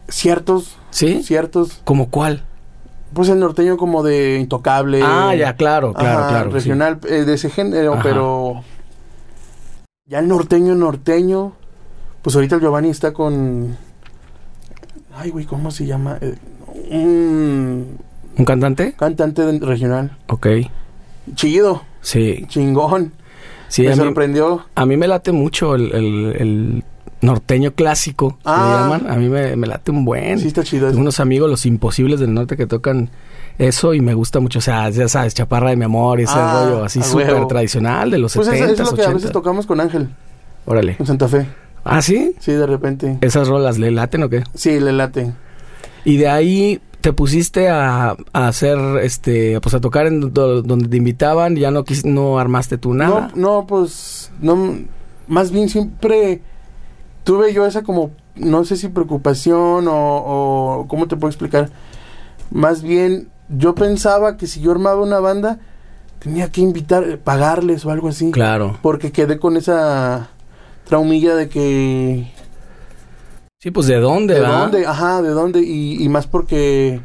S2: Ciertos,
S1: ¿Sí?
S2: ciertos.
S1: ¿Como cuál?
S2: Pues el norteño como de intocable.
S1: ah, ya, claro, claro,
S2: Eh, Ajá,
S1: claro. sí.
S2: Regional, eh, de ese género,
S1: Ajá.
S2: pero. Ya el norteño, norteño. Pues ahorita el Giovanni está con. Ay, güey, ¿cómo se llama? Eh, un
S1: ¿Un cantante?
S2: cantante de- regional.
S1: Ok.
S2: Chido,
S1: Sí.
S2: chingón.
S1: Sí,
S2: me
S1: a mí,
S2: sorprendió.
S1: a mí me late mucho el, el- el norteño clásico, que le
S2: Ah.
S1: llaman. A mí me, me late un buen.
S2: Sí, está chido.
S1: Tengo unos amigos, los imposibles del norte, que tocan eso y me gusta mucho. O sea, ya sabes, chaparra de mi amor y ese
S2: Ah,
S1: rollo así
S2: a
S1: súper
S2: huevo.
S1: tradicional de los
S2: Pues eso
S1: 70s,
S2: es lo que a
S1: 80s.
S2: veces tocamos con Ángel
S1: Órale.
S2: en Santa Fe.
S1: ¿Ah, sí?
S2: Sí, de repente.
S1: ¿Esas rolas le laten o qué?
S2: Sí, le late.
S1: Y de ahí te pusiste a, a hacer, este, pues a tocar en do- donde te invitaban y ya no, quis- no armaste tú nada.
S2: No, no, pues no más bien siempre tuve yo esa como no sé si preocupación o, o cómo te puedo explicar. Más bien yo pensaba que si yo armaba una banda tenía que invitar, pagarles o algo así.
S1: Claro.
S2: Porque quedé con esa traumilla de que
S1: Sí, pues de dónde,
S2: ¿De
S1: va?
S2: dónde? Ajá, ¿de dónde? Y, y más porque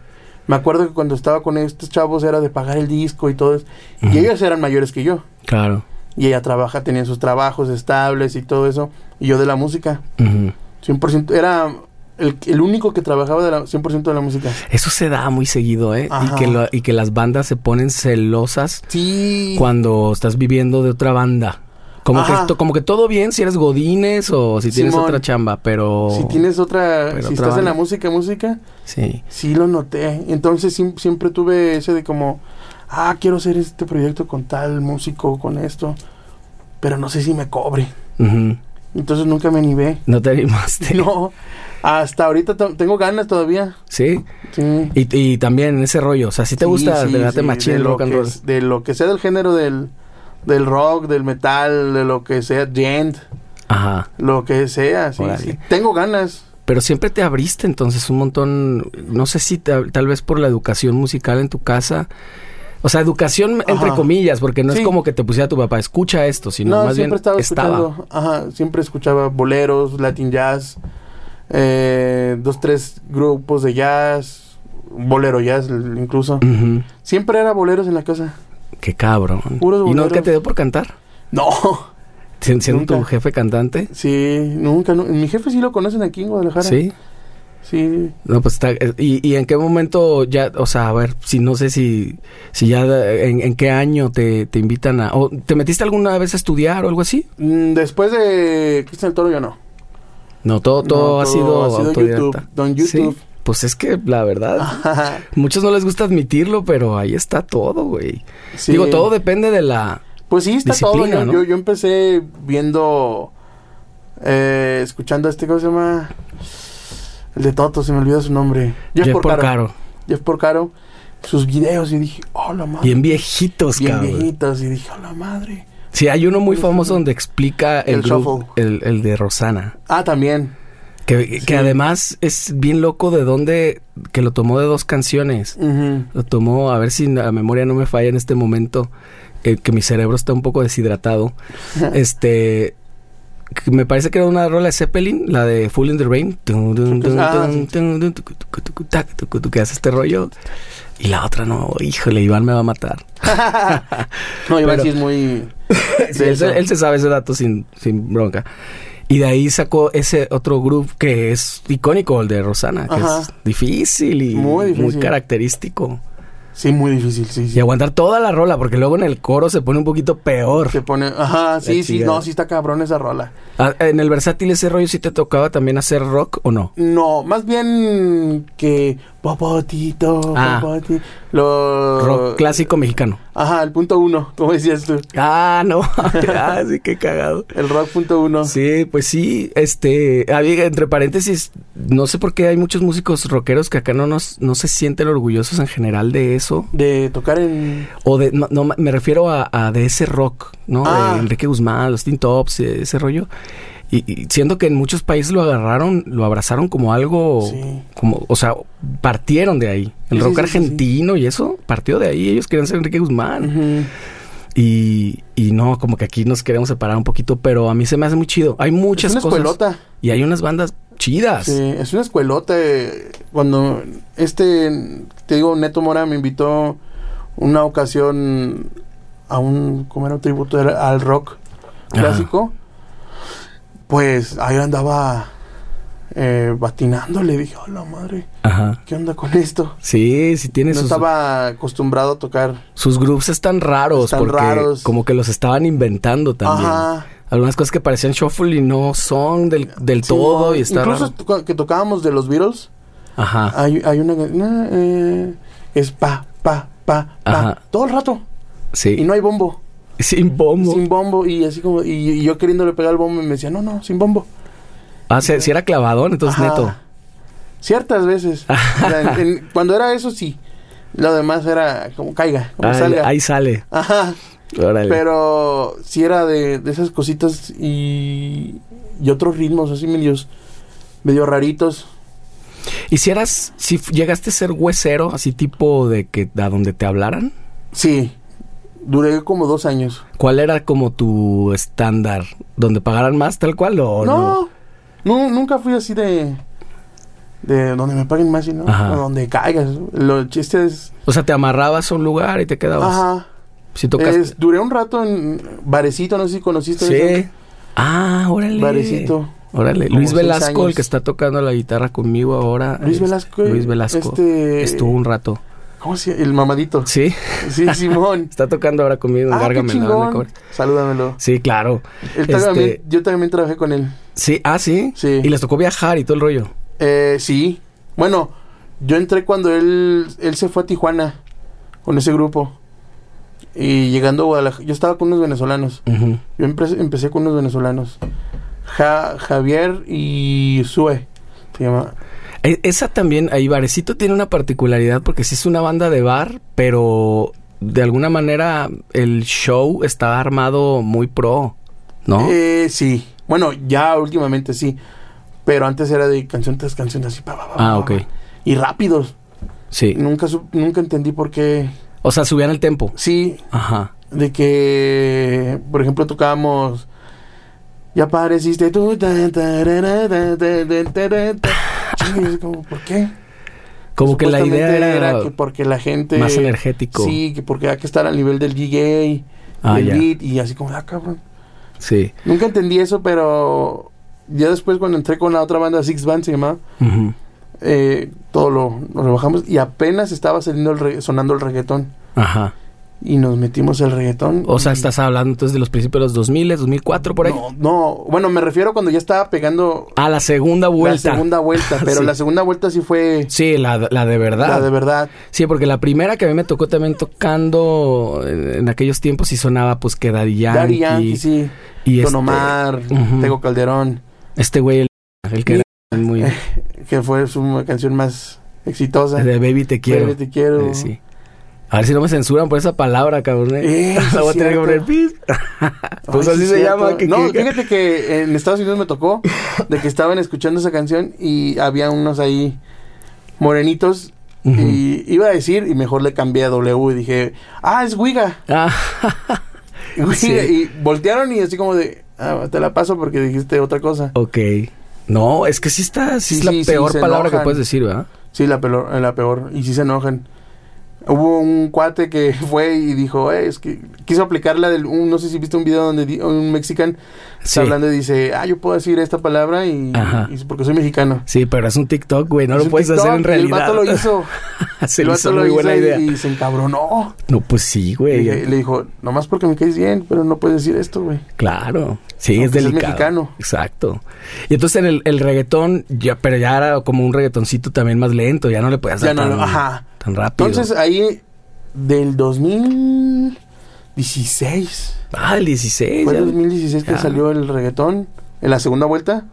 S2: me acuerdo que cuando estaba con estos chavos era de pagar el disco y todo eso.
S1: Ujú.
S2: Y ellos eran mayores que yo.
S1: Claro.
S2: Y ella trabaja, tenía sus trabajos estables y todo eso. Y yo de la música.
S1: Ujú.
S2: 100%. Era el, el único que trabajaba de la, 100% de la música.
S1: Eso se da muy seguido, ¿eh?
S2: Ajá.
S1: Y que, lo- y que las bandas se ponen celosas
S2: Sí.
S1: cuando estás viviendo de otra banda. Como que,
S2: Ajá.
S1: esto- como que todo bien si eres godines o si tienes
S2: Simón.
S1: otra chamba, pero...
S2: Si tienes otra...
S1: Pero otra
S2: si estás en la
S1: banda.
S2: música, música,
S1: Sí.
S2: sí lo noté. Entonces sim- siempre tuve ese de como... Ah, quiero hacer este proyecto con tal músico, con esto. Pero no sé si me cobre.
S1: Ujú.
S2: Entonces nunca me animé.
S1: No te animaste.
S2: No, hasta ahorita to- tengo ganas todavía.
S1: Sí.
S2: Sí.
S1: Y, y también ese rollo. O sea, si te
S2: Sí,
S1: gusta,
S2: sí,
S1: te late
S2: sí,
S1: machín
S2: de
S1: el
S2: lo
S1: rock and
S2: que
S1: roll.
S2: es- De lo que sea del género del, del rock, del metal, de lo que sea, gent,
S1: Ajá.
S2: lo que sea. sí,
S1: Órale.
S2: sí. Tengo ganas.
S1: Pero siempre te abriste entonces un montón, no sé si ta- tal vez por la educación musical en tu casa. O sea, educación entre
S2: Ajá.
S1: comillas, porque no
S2: Sí.
S1: es como que te pusiera tu papá, escucha esto, sino
S2: No,
S1: más bien
S2: siempre estaba
S1: estaba.
S2: escuchando. Ajá, siempre escuchaba boleros, latin jazz, eh, dos, tres grupos de jazz, bolero jazz l- incluso.
S1: Ujú.
S2: Siempre era boleros en la casa.
S1: Qué cabrón.
S2: Puros
S1: ¿Y nunca
S2: boleros.
S1: te dio por cantar?
S2: No,
S1: Sien- Siendo tu
S2: Nunca.
S1: jefe cantante.
S2: sí, nunca. nu- Mi jefe sí lo conocen aquí en Guadalajara.
S1: Sí.
S2: Sí.
S1: No, pues está. eh, ¿Y, y en qué momento ya, o sea, a ver, si no sé si, si ya, eh, en, en qué año te, te invitan a. O, ¿Te metiste alguna vez a estudiar o algo así?
S2: Mm, Después de Cristian el Toro yo no.
S1: No, todo,
S2: No,
S1: todo ha
S2: todo
S1: sido,
S2: ha sido en
S1: autodidacta.
S2: YouTube, no en
S1: Sí,
S2: YouTube. Ah.
S1: pues es que la verdad, muchos no les gusta admitirlo, pero ahí está todo, güey.
S2: Sí.
S1: Digo, todo depende de la.
S2: Pues sí, está todo.
S1: Disciplina,
S2: Yo,
S1: ¿no?
S2: yo, yo empecé viendo, eh, escuchando a este, ¿cómo se llama? El de Toto, se me olvida su nombre.
S1: Yo
S2: Jeff,
S1: por
S2: Porcaro.
S1: caro.
S2: Jeff Porcaro. Sus videos y dije, oh la madre.
S1: Bien eh. viejitos,
S2: Bien
S1: cabrón.
S2: viejitos. Y dije, oh la madre.
S1: Sí, hay uno muy famoso donde explica el,
S2: El
S1: groove,
S2: shuffle.
S1: el, el de Rosana.
S2: Ah, también.
S1: Que, que
S2: Sí.
S1: además es bien loco de dónde. que lo tomó de dos canciones.
S2: Ujú.
S1: Lo tomó, a ver si la memoria no me falla en este momento, eh, que mi cerebro está un poco deshidratado. este. que Me parece que era una rola de Zeppelin, la de Full in the Rain. Tun, tun, tun,
S2: Ah,
S1: tun,
S2: sí.
S1: tun, tun, tucu, tucu, tucu, tac, tucu, tucu, Que hace este rollo. Y la otra no, híjole, Iván me va a matar.
S2: no, Iván
S1: Pero-
S2: sí es muy...
S1: Sí, él,
S2: denso.
S1: se- él se sabe ese dato sin, sin bronca. Y de ahí sacó ese otro groove que es icónico, el de Rosana, que
S2: Ajá.
S1: es difícil y
S2: Muy difícil.
S1: característico.
S2: Sí, muy difícil, sí,
S1: Y
S2: sí.
S1: aguantar toda la rola, porque luego en el coro se pone un poquito peor.
S2: Se pone... Ajá, sí, sí.
S1: chingada.
S2: No, sí está cabrón esa rola.
S1: Ah, En el versátil ese rollo sí te tocaba también hacer rock o no.
S2: No, más bien que popotito,
S1: Ah.
S2: popoti, lo
S1: Rock clásico mexicano.
S2: Ajá, el punto uno, como decías tú,
S1: Ah, no. ah, sí, qué cagado.
S2: el rock punto uno.
S1: Sí, pues sí, este, había, entre paréntesis, no sé por qué hay muchos músicos rockeros que acá no nos, no se sienten orgullosos en general de eso,
S2: De tocar en
S1: o de, no, no, me refiero a, a de ese rock, ¿no?
S2: Ah.
S1: De Enrique Guzmán, los Teen Tops, eh, ese rollo, y, y siendo que en muchos países lo agarraron, lo abrazaron como algo,
S2: Sí.
S1: como, o sea, partieron de ahí, el
S2: Sí,
S1: rock
S2: sí, sí, sí, sí.
S1: argentino y eso partió de ahí, ellos querían ser Enrique Guzmán,
S2: Ujú.
S1: y, y no, como que aquí nos queremos separar un poquito, pero a mí se me hace muy chido. Hay muchas
S2: es una
S1: cosas.
S2: escuelota.
S1: Y hay unas bandas chidas.
S2: Sí, es una escuelota. eh, Cuando este, te digo, Neto Mora me invitó una ocasión a un, ¿cómo era? Un tributo era al rock
S1: Ajá.
S2: clásico. Pues ahí andaba eh, batinando, le dije, oh la madre,
S1: Ajá.
S2: ¿qué onda con esto?
S1: Sí, sí tiene
S2: No
S1: sus,
S2: estaba acostumbrado a tocar.
S1: sus grooves están raros
S2: Están
S1: porque
S2: raros.
S1: como que los estaban inventando también.
S2: Ajá.
S1: Algunas cosas que parecían shuffle y no son del, del
S2: Sí,
S1: todo
S2: no,
S1: y está
S2: Incluso ah,
S1: raro. Ah.
S2: to- que tocábamos de los Beatles,
S1: Ajá.
S2: hay, hay una que na, eh, es pa, pa, pa, pa,
S1: Ajá.
S2: todo el rato. Y
S1: Sí.
S2: no hay bombo.
S1: Sin bombo.
S2: Sin bombo. Y así como, y, y yo queriéndole pegar el bombo y me decía, no, no, sin bombo.
S1: Ah, si, si era clavadón, entonces
S2: Ajá.
S1: neto.
S2: Ciertas veces. O sea, en- en- cuando era eso sí. Lo demás era como caiga, como
S1: Ah,
S2: salga.
S1: ahí sale.
S2: Ajá.
S1: Órale.
S2: pues Pero sí era de, de esas cositas y, y otros ritmos así medios, medio raritos.
S1: ¿Y si eras, si f- llegaste a ser huesero, así tipo de que a donde te hablaran?
S2: Sí, duré como dos años.
S1: ¿Cuál era como tu estándar? ¿Donde pagaran más tal cual o
S2: no, nu- nunca fui así de de donde me paguen más, sino
S1: Ajá.
S2: a donde caigas. Lo chiste es,
S1: O sea, te amarrabas a un lugar y te quedabas.
S2: ajá,
S1: Si tocaste.
S2: es- duré un rato en barecito, no sé si conociste.
S1: sí.
S2: ese
S1: Ah, órale.
S2: Barecito.
S1: Órale.
S2: Como
S1: Luis
S2: seis
S1: Velasco, el
S2: años.
S1: que está tocando la guitarra conmigo ahora.
S2: Luis
S1: es-
S2: Velasco.
S1: Luis Velasco.
S2: Este,
S1: Estuvo un rato.
S2: ¿Cómo se llama? El mamadito. Sí,
S1: Sí.
S2: Simón.
S1: Está tocando ahora conmigo en
S2: ah, qué
S1: Gárgamela, ¿no?
S2: chingón. Salúdamelo.
S1: Sí, claro.
S2: Él
S1: Este-
S2: también- yo también trabajé con él.
S1: Sí, ah, sí.
S2: Sí.
S1: Y les tocó viajar y todo el rollo.
S2: Eh, sí. Bueno, yo entré cuando él, él se fue a Tijuana con ese grupo. Y llegando a Guadalajara, yo estaba con unos venezolanos.
S1: Ujú.
S2: Yo empecé, empecé con unos venezolanos. Ja- Javier y Sue. Se llama.
S1: E- Esa también, ahí Varecito tiene una particularidad porque sí es una banda de bar, pero de alguna manera el show está armado muy pro, ¿no?
S2: Eh, sí. Bueno, ya últimamente sí. Pero antes era de canción tras canción así. pa, pa, pa,
S1: ah,
S2: pa,
S1: ok.
S2: pa. Y rápidos.
S1: Sí.
S2: Nunca, sup- nunca entendí por qué.
S1: O sea, subían el tempo.
S2: Sí,
S1: Ajá.
S2: de que, por ejemplo, tocábamos. Ya apareciste tú. ta, ta, ra, ra, ta, ta, ta, ta, ra, ta". Chinga, y es como, ¿Por qué?
S1: Como que la idea
S2: Supuestamente
S1: era,
S2: que porque la gente
S1: más energético. Sí.
S2: sí, que porque hay que estar al nivel del DJ y
S1: Ah,
S2: el
S1: ya.
S2: lead y así como, ah, cabrón. Nunca entendí eso, pero ya después cuando entré con la otra banda, Six Band se llamaba,
S1: Ujú.
S2: eh, todo lo, lo rebajamos y apenas estaba saliendo el re- sonando el reggaetón.
S1: Ajá.
S2: Y nos metimos el reggaetón.
S1: O sea,
S2: y-
S1: estás hablando entonces de los principios de los 2000, 2004, por ahí.
S2: No, no, bueno, me refiero cuando ya estaba pegando
S1: A la segunda vuelta.
S2: la segunda vuelta, pero
S1: Sí.
S2: la segunda vuelta sí fue
S1: Sí, la, la de verdad.
S2: la de verdad.
S1: Sí, porque la primera que a mí me tocó también tocando eh, en, en aquellos tiempos sí sonaba pues que Daddy Yankee.
S2: Daddy Yankee, sí.
S1: Y
S2: Don
S1: este,
S2: Omar,
S1: ujú.
S2: Tego Calderón,
S1: este güey, el, el que era muy...
S2: que fue su canción más exitosa.
S1: De Baby Te Quiero.
S2: Baby, te quiero.
S1: Eh, sí. A ver si no me censuran por esa palabra, cabrón. eh.
S2: Eh, sí,
S1: La voy a tener que
S2: cierto.
S1: poner pip. pues
S2: Ay,
S1: así
S2: sí,
S1: se
S2: cierto.
S1: llama. que-
S2: no,
S1: que-
S2: fíjate que en Estados Unidos me tocó de que estaban escuchando esa canción y había unos ahí morenitos
S1: Ujú.
S2: y iba a decir y mejor le cambié a W y dije, ah, es Wiga.
S1: Ah,
S2: Wiga,
S1: Sí.
S2: Y voltearon y así como de, ah, te la paso porque dijiste otra cosa.
S1: ok. No, es que sí está... Sí,
S2: Sí,
S1: es la
S2: sí, sí,
S1: peor
S2: se
S1: palabra que
S2: enojan.
S1: puedes decir, ¿verdad?
S2: Sí, la peor, la peor. Y sí se enojan. Hubo un cuate que fue y dijo, "Eh, es que quiso aplicar la del, un- no sé si viste un video donde di- un mexicano
S1: Sí.
S2: está hablando y dice, ah, yo puedo decir esta palabra y,
S1: Ajá.
S2: y- porque soy mexicano.
S1: Sí, pero es un TikTok, güey. No
S2: Es
S1: lo
S2: un
S1: puedes
S2: TikTok,
S1: hacer en
S2: y El
S1: realidad.
S2: vato lo hizo.
S1: Se
S2: el
S1: le
S2: vato
S1: hizo
S2: lo
S1: muy buena
S2: hizo y-
S1: idea.
S2: Y, se encabronó.
S1: No, pues sí,
S2: Y
S1: güey.
S2: le, le dijo, nomás porque me caes bien, pero no puedes decir esto, güey.
S1: Claro. Sí,
S2: No,
S1: es
S2: pues es
S1: delicado.
S2: mexicano.
S1: Exacto. Y entonces en el, el reggaetón, ya, pero ya era como un reggaetoncito también más lento. Ya no le podías
S2: Ya
S1: dar
S2: no,
S1: tan,
S2: lo- ajá.
S1: tan rápido.
S2: Entonces ahí, del 2016,
S1: ah, el 16.
S2: fue
S1: ya.
S2: el 2016 que
S1: Ya.
S2: salió el reggaetón, en la segunda vuelta,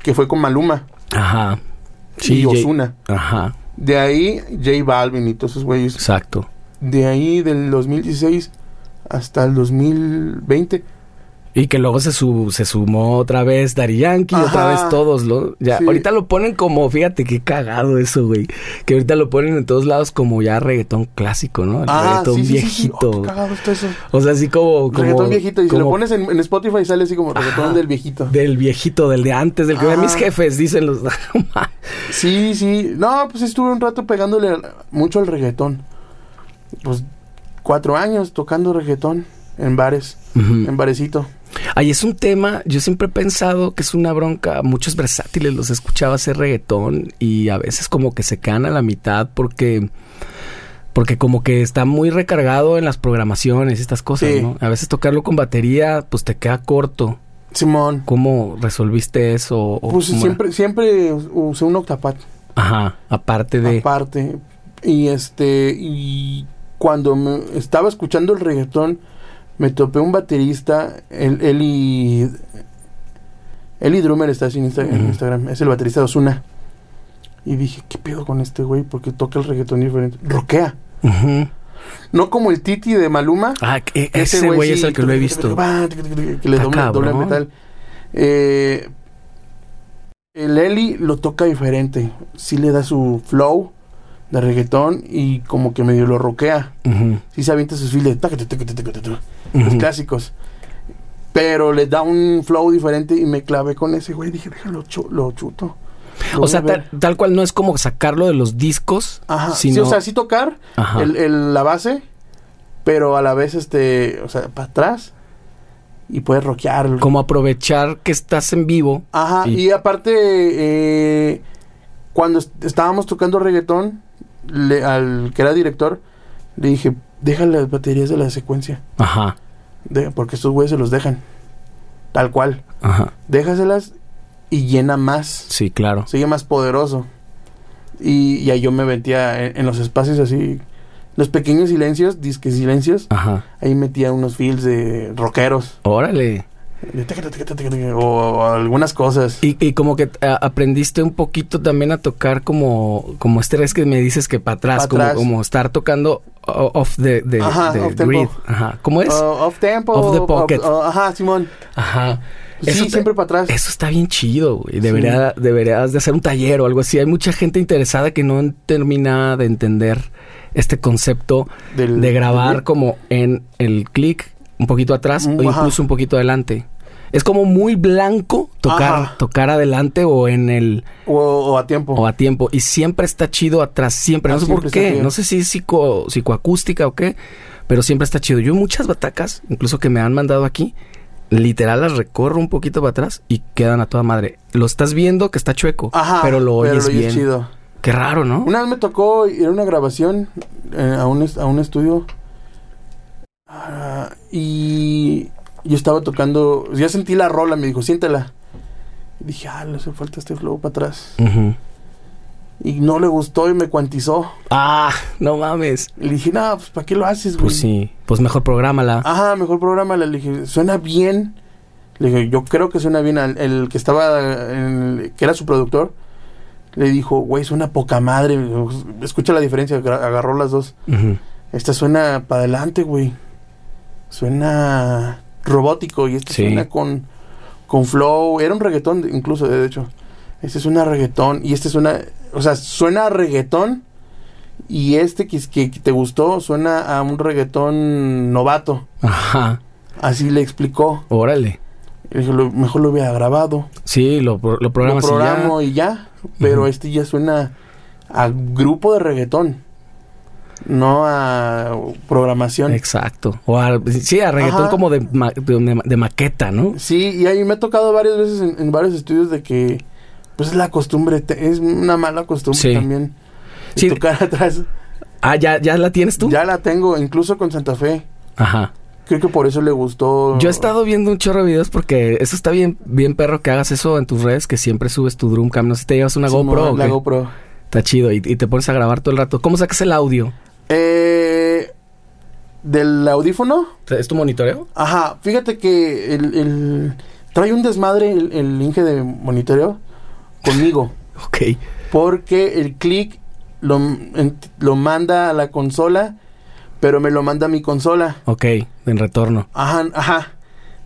S2: que fue con Maluma
S1: Ajá.
S2: y
S1: J-
S2: Ozuna.
S1: Ajá,
S2: De ahí, J Balvin y todos esos güeyes.
S1: exacto.
S2: De ahí, del 2016 hasta el 2020,
S1: Y que luego se, su- se sumó otra vez Dari Yankee, y otra
S2: Ajá.
S1: vez todos, ¿no? Ya,
S2: Sí.
S1: ahorita lo ponen como, fíjate qué cagado eso, güey. Que ahorita lo ponen en todos lados como ya reggaetón clásico, ¿no?
S2: Ah,
S1: El reggaetón viejito.
S2: Oh, qué cagado está eso.
S1: o sea, así como. como
S2: reggaetón viejito. Y si lo
S1: como
S2: pones en, en Spotify sale así como reggaetón
S1: Ajá.
S2: del viejito.
S1: Del viejito, del de antes, del que ven
S2: Ajá.
S1: mis jefes, dicen los.
S2: Sí, sí. No, pues estuve un rato pegándole al- mucho al reggaetón. Pues cuatro años tocando reggaetón en bares,
S1: Ujú.
S2: en barecito.
S1: Ahí es un tema, yo siempre he pensado que es una bronca. Muchos versátiles los escuchaba hacer reggaetón y a veces como que se quedan a la mitad porque porque como que está muy recargado en las programaciones y estas cosas,
S2: Sí.
S1: ¿no? A veces tocarlo con batería pues te queda corto.
S2: Simón.
S1: ¿Cómo resolviste eso? ¿O
S2: Pues
S1: Oh, cómo era?
S2: siempre, siempre usé un octapad
S1: Ajá, aparte de
S2: aparte. Y este, y cuando me estaba escuchando el reggaetón, me topé un baterista, el Eli. Eli Drummer está así en, Insta- en
S1: Ujú.
S2: Instagram, es el baterista de Osuna. Y dije, ¿qué pedo con este güey? Porque toca el reggaetón diferente. Roquea.
S1: Ujú.
S2: No como el Titi de Maluma.
S1: Ah, e- ese güey es
S2: sí,
S1: el que lo he visto.
S2: Que le
S1: Está
S2: doble, doble
S1: cabrón.
S2: metal. Eh, el Eli lo toca diferente. Sí le da su flow de reggaetón y como que medio lo roquea.
S1: Ujú,
S2: Sí se avienta sus files. taca, taca, taca, taca, taca, Los
S1: ujú.
S2: clásicos. Pero le da un flow diferente y me clavé con ese güey. Dije, déjalo, chu- lo chuto.
S1: O
S2: Lo voy a
S1: sea,
S2: ver".
S1: tal, tal cual no es como sacarlo de los discos,
S2: Ajá.
S1: sino
S2: Sí, o sea, sí tocar
S1: Ajá.
S2: el, el- la base, pero a la vez, este, o sea, para atrás y puedes rockear.
S1: como aprovechar que estás en vivo.
S2: Ajá,
S1: Y-
S2: y, aparte, eh, cuando est- estábamos tocando reggaetón, le- al que era director, le dije, deja las baterías de la secuencia,
S1: Ajá,
S2: de- porque estos güeyes se los dejan, tal cual,
S1: ajá.
S2: déjaselas y llena más,
S1: Sí, claro.
S2: sigue más poderoso. Y, y ahí yo me metía en, en los espacios así, los pequeños silencios, disque silencios,
S1: Ajá.
S2: ahí metía unos feels de rockeros,
S1: Órale.
S2: de taca, taca, taca, taca, taca, o, o algunas cosas.
S1: Y, y como que a- aprendiste un poquito también a tocar como, como este es que me dices que para atrás,
S2: Pa'
S1: como,
S2: atrás.
S1: como estar tocando o- off the, the-
S2: Ajá,
S1: the
S2: off tempo.
S1: grid. Ajá. ¿Cómo es?
S2: Oh, off tempo.
S1: Pues, Off the pocket.
S2: oh, ajá, Simón. Pues
S1: Ajá.
S2: Sí,
S1: Eso te-
S2: siempre para atrás.
S1: Eso está bien chido, güey. Debería- Deberías de hacer un taller o algo así. Hay mucha gente interesada que no termina de entender este concepto
S2: Del-
S1: de grabar
S2: del-
S1: como en el clic un poquito atrás
S2: Mm,
S1: o
S2: ajá.
S1: incluso un poquito adelante. Es como muy blanco tocar,
S2: Ajá.
S1: tocar adelante o en el
S2: O, o a tiempo.
S1: o a tiempo. Y siempre está chido atrás, siempre.
S2: Ah,
S1: No sé
S2: siempre
S1: por
S2: está
S1: qué.
S2: chido.
S1: No sé si es psico, psicoacústica o qué, pero siempre está chido. Yo muchas batacas, incluso que me han mandado aquí, literal las recorro un poquito para atrás y quedan a toda madre. Lo estás viendo que está chueco,
S2: Ajá.
S1: pero lo oyes bien.
S2: chido.
S1: Qué raro, ¿no?
S2: Ah. Una vez me tocó ir a una grabación eh, a, un, es- a un estudio ah, y yo estaba tocando, yo sentí la rola, me dijo, siéntela. Y dije, ah, le hace falta este flow para atrás.
S1: Ujú.
S2: Y no le gustó y me cuantizó.
S1: Ah, no mames.
S2: Y le dije, no, pues Ah. ¿para qué lo haces, güey?
S1: Pues sí, pues mejor prográmala.
S2: Ajá, mejor programa. Le dije, suena bien. Le dije, yo creo que suena bien. Al- El, que estaba, en- que era su productor, le dijo, güey, suena poca madre. Escucha la diferencia, agra- agarró las dos.
S1: Ujú.
S2: Esta suena para adelante, güey. Suena robótico y esta
S1: Sí.
S2: suena con, con flow. Era un reggaetón, de- incluso, de hecho. Este suena a reggaetón y este suena. O sea, suena a reggaetón. Y este que, que te gustó suena a un reggaetón novato.
S1: Ajá,
S2: Así le explicó.
S1: órale.
S2: Le dije, "Lo- mejor lo hubiera grabado.
S1: Sí, lo, pro- lo
S2: Lo
S1: programas y ya.
S2: programo y ya. Pero
S1: Ujú.
S2: este ya suena a grupo de reggaetón. No a programación.
S1: Exacto. O a- sí, a reggaetón
S2: Ajá.
S1: como de, ma- de- de ma- de maqueta, ¿no?
S2: Sí, y ahí me ha tocado varias veces en, en varios estudios de que pues es la costumbre, te- es una mala costumbre
S1: Sí.
S2: también. de
S1: Sí.
S2: Tocar atrás.
S1: Ah, ¿ya, ya la tienes tú.
S2: Ya la tengo, incluso con Santa Fe.
S1: Ajá.
S2: Creo que por eso le gustó.
S1: Yo he estado viendo un chorro de videos porque eso está bien, bien perro que hagas eso en tus redes, que siempre subes tu drumcam. No sé si te llevas una
S2: Sí,
S1: GoPro. o
S2: La
S1: qué.
S2: GoPro.
S1: Está chido y, y te pones a grabar todo el rato. ¿Cómo sacas el audio?
S2: Eh, Del audífono.
S1: ¿Es tu monitoreo?
S2: Ajá, fíjate que el, el- trae un desmadre el, el Inge de monitoreo conmigo.
S1: Ok.
S2: Porque el click lo, en- lo manda a la consola, pero me lo manda a mi consola.
S1: Ok, en retorno.
S2: Ajá, ajá.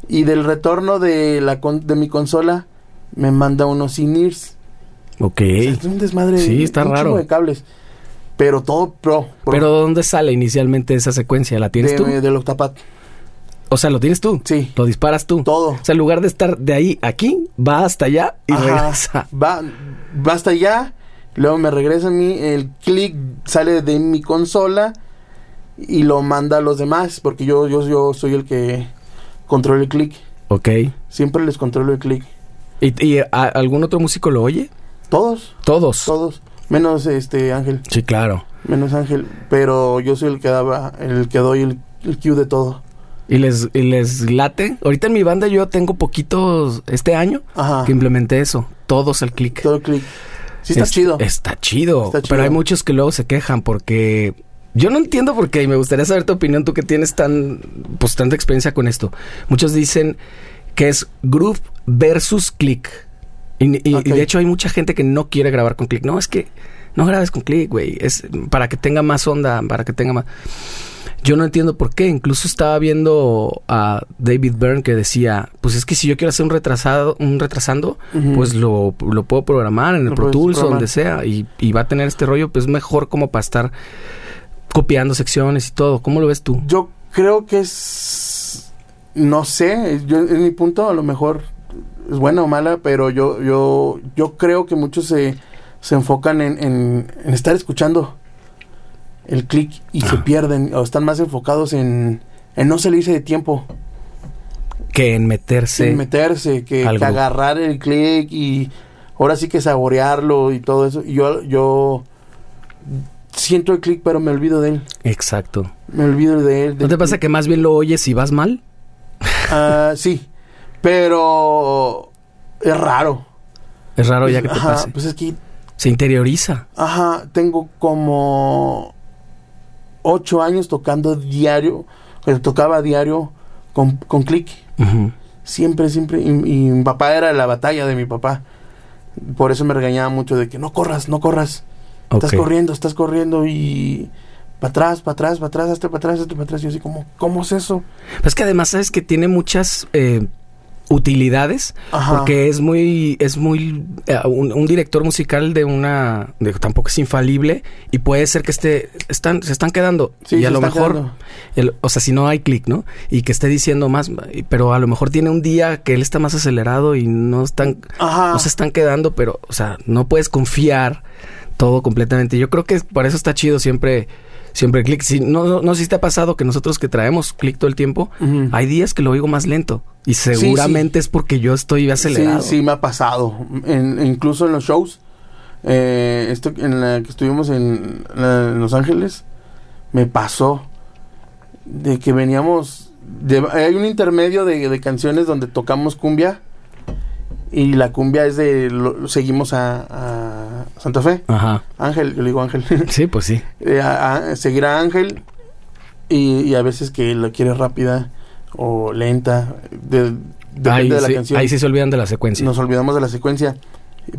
S2: Y del retorno de la con- de mi consola me manda unos in-ears.
S1: Ok.
S2: O sea, es un desmadre.
S1: Sí, está
S2: un chingo
S1: raro.
S2: de cables. Pero todo pro. pro.
S1: Pero ¿dónde sale inicialmente esa secuencia? ¿La tienes
S2: de,
S1: tú?
S2: Del octapad.
S1: O sea, ¿lo tienes tú?
S2: Sí.
S1: ¿Lo disparas tú?
S2: Todo.
S1: O sea, en lugar de estar de ahí a aquí, va hasta allá y
S2: Ajá.
S1: regresa.
S2: Va, va hasta allá. Luego me regresa a mí. El click sale de mi consola. Y lo manda a los demás. Porque yo, yo, yo soy el que controla el click.
S1: Ok.
S2: Siempre les controlo el click.
S1: ¿Y, y, a- algún otro músico lo oye?
S2: Todos,
S1: Todos.
S2: todos. Menos este Ángel.
S1: Sí, claro.
S2: Menos Ángel, pero yo soy el que daba, el que doy el, el cue de todo.
S1: ¿Y les, y les late? Ahorita en mi banda yo tengo poquitos este año
S2: Ajá.
S1: que implementé eso. Todos al clic.
S2: Todo el clic. Sí está
S1: Es-
S2: chido.
S1: Está chido.
S2: Está chido.
S1: Pero hay muchos que luego se quejan porque... Yo no entiendo por qué y me gustaría saber tu opinión, tú que tienes tan, pues, tanta experiencia con esto. Muchos dicen que es groove versus click. Y, y- y
S2: Ok.
S1: de hecho hay mucha gente que no quiere grabar con click. No, es que no grabes con click, güey. Es para que tenga más onda, para que tenga más... Yo no entiendo por qué. Incluso estaba viendo a David Byrne que decía, pues es que si yo quiero hacer un retrasado, un retrasando,
S2: Ujú.
S1: pues lo, lo puedo programar en el
S2: Mm. Lo
S1: Pro
S2: puedes
S1: Tools o
S2: programar.
S1: donde sea y, y va a tener este rollo, pues mejor como para estar copiando secciones y todo. ¿Cómo lo ves tú?
S2: Yo creo que es. No sé, yo, en mi punto a lo mejor es buena o mala, pero yo, yo, yo creo que muchos se, se enfocan en, en- en estar escuchando el clic y se
S1: Ah.
S2: pierden, o están más enfocados en, en no salirse de tiempo.
S1: Que en meterse.
S2: sin meterse, que,
S1: Algo.
S2: que agarrar el click y ahora sí que saborearlo y todo eso. Y yo, yo siento el click, pero me olvido de él.
S1: Exacto.
S2: Me olvido de él.
S1: ¿No te pasa que más bien lo oyes y vas mal?
S2: Ah, sí, pero es raro.
S1: Es raro ya que te
S2: Ajá,
S1: pase.
S2: Pues es que,
S1: Se interioriza.
S2: ajá, tengo como ocho años tocando diario, eh, tocaba diario con, con click.
S1: Ujú.
S2: Siempre, siempre. Y, y mi papá era la batalla de mi papá. Por eso me regañaba mucho de que no corras, no corras. Estás
S1: Ok.
S2: corriendo, estás corriendo y... Para atrás, para atrás, para atrás, hazte para atrás, hazte para atrás. Yo así como, ¿cómo es eso?
S1: Pues que además sabes que tiene muchas eh, utilidades
S2: Ajá.
S1: porque es muy es muy eh, un, un director musical de una de- tampoco es infalible y puede ser que esté están se están quedando
S2: Sí,
S1: y a
S2: se
S1: lo
S2: está
S1: mejor
S2: quedando.
S1: el- o sea si no hay clic no y que esté diciendo más y- pero a lo mejor tiene un día que él está más acelerado y no están
S2: Ajá.
S1: no se están quedando pero o sea no puedes confiar todo completamente yo creo que para eso está chido siempre siempre clic si no no, no sé si te ha pasado que nosotros que traemos clic todo el tiempo
S2: Ujú.
S1: hay días que lo oigo más lento y seguramente es porque yo estoy acelerado.
S2: Sí, sí, me ha pasado. En- incluso en los shows. eh, esto en la que estuvimos en, la- en Los Ángeles. Me pasó. De que veníamos. de- hay un intermedio de, de canciones donde tocamos cumbia. Y la cumbia es de. lo- seguimos a, a Santa Fe.
S1: Ajá.
S2: Ángel, yo le digo Ángel.
S1: Sí, pues sí.
S2: eh, a- a seguir a Ángel y, y a veces que la quiere rápida o lenta, de, depende
S1: Ahí,
S2: de la
S1: sí
S2: canción.
S1: ahí sí se olvidan de la secuencia.
S2: Nos olvidamos de la secuencia.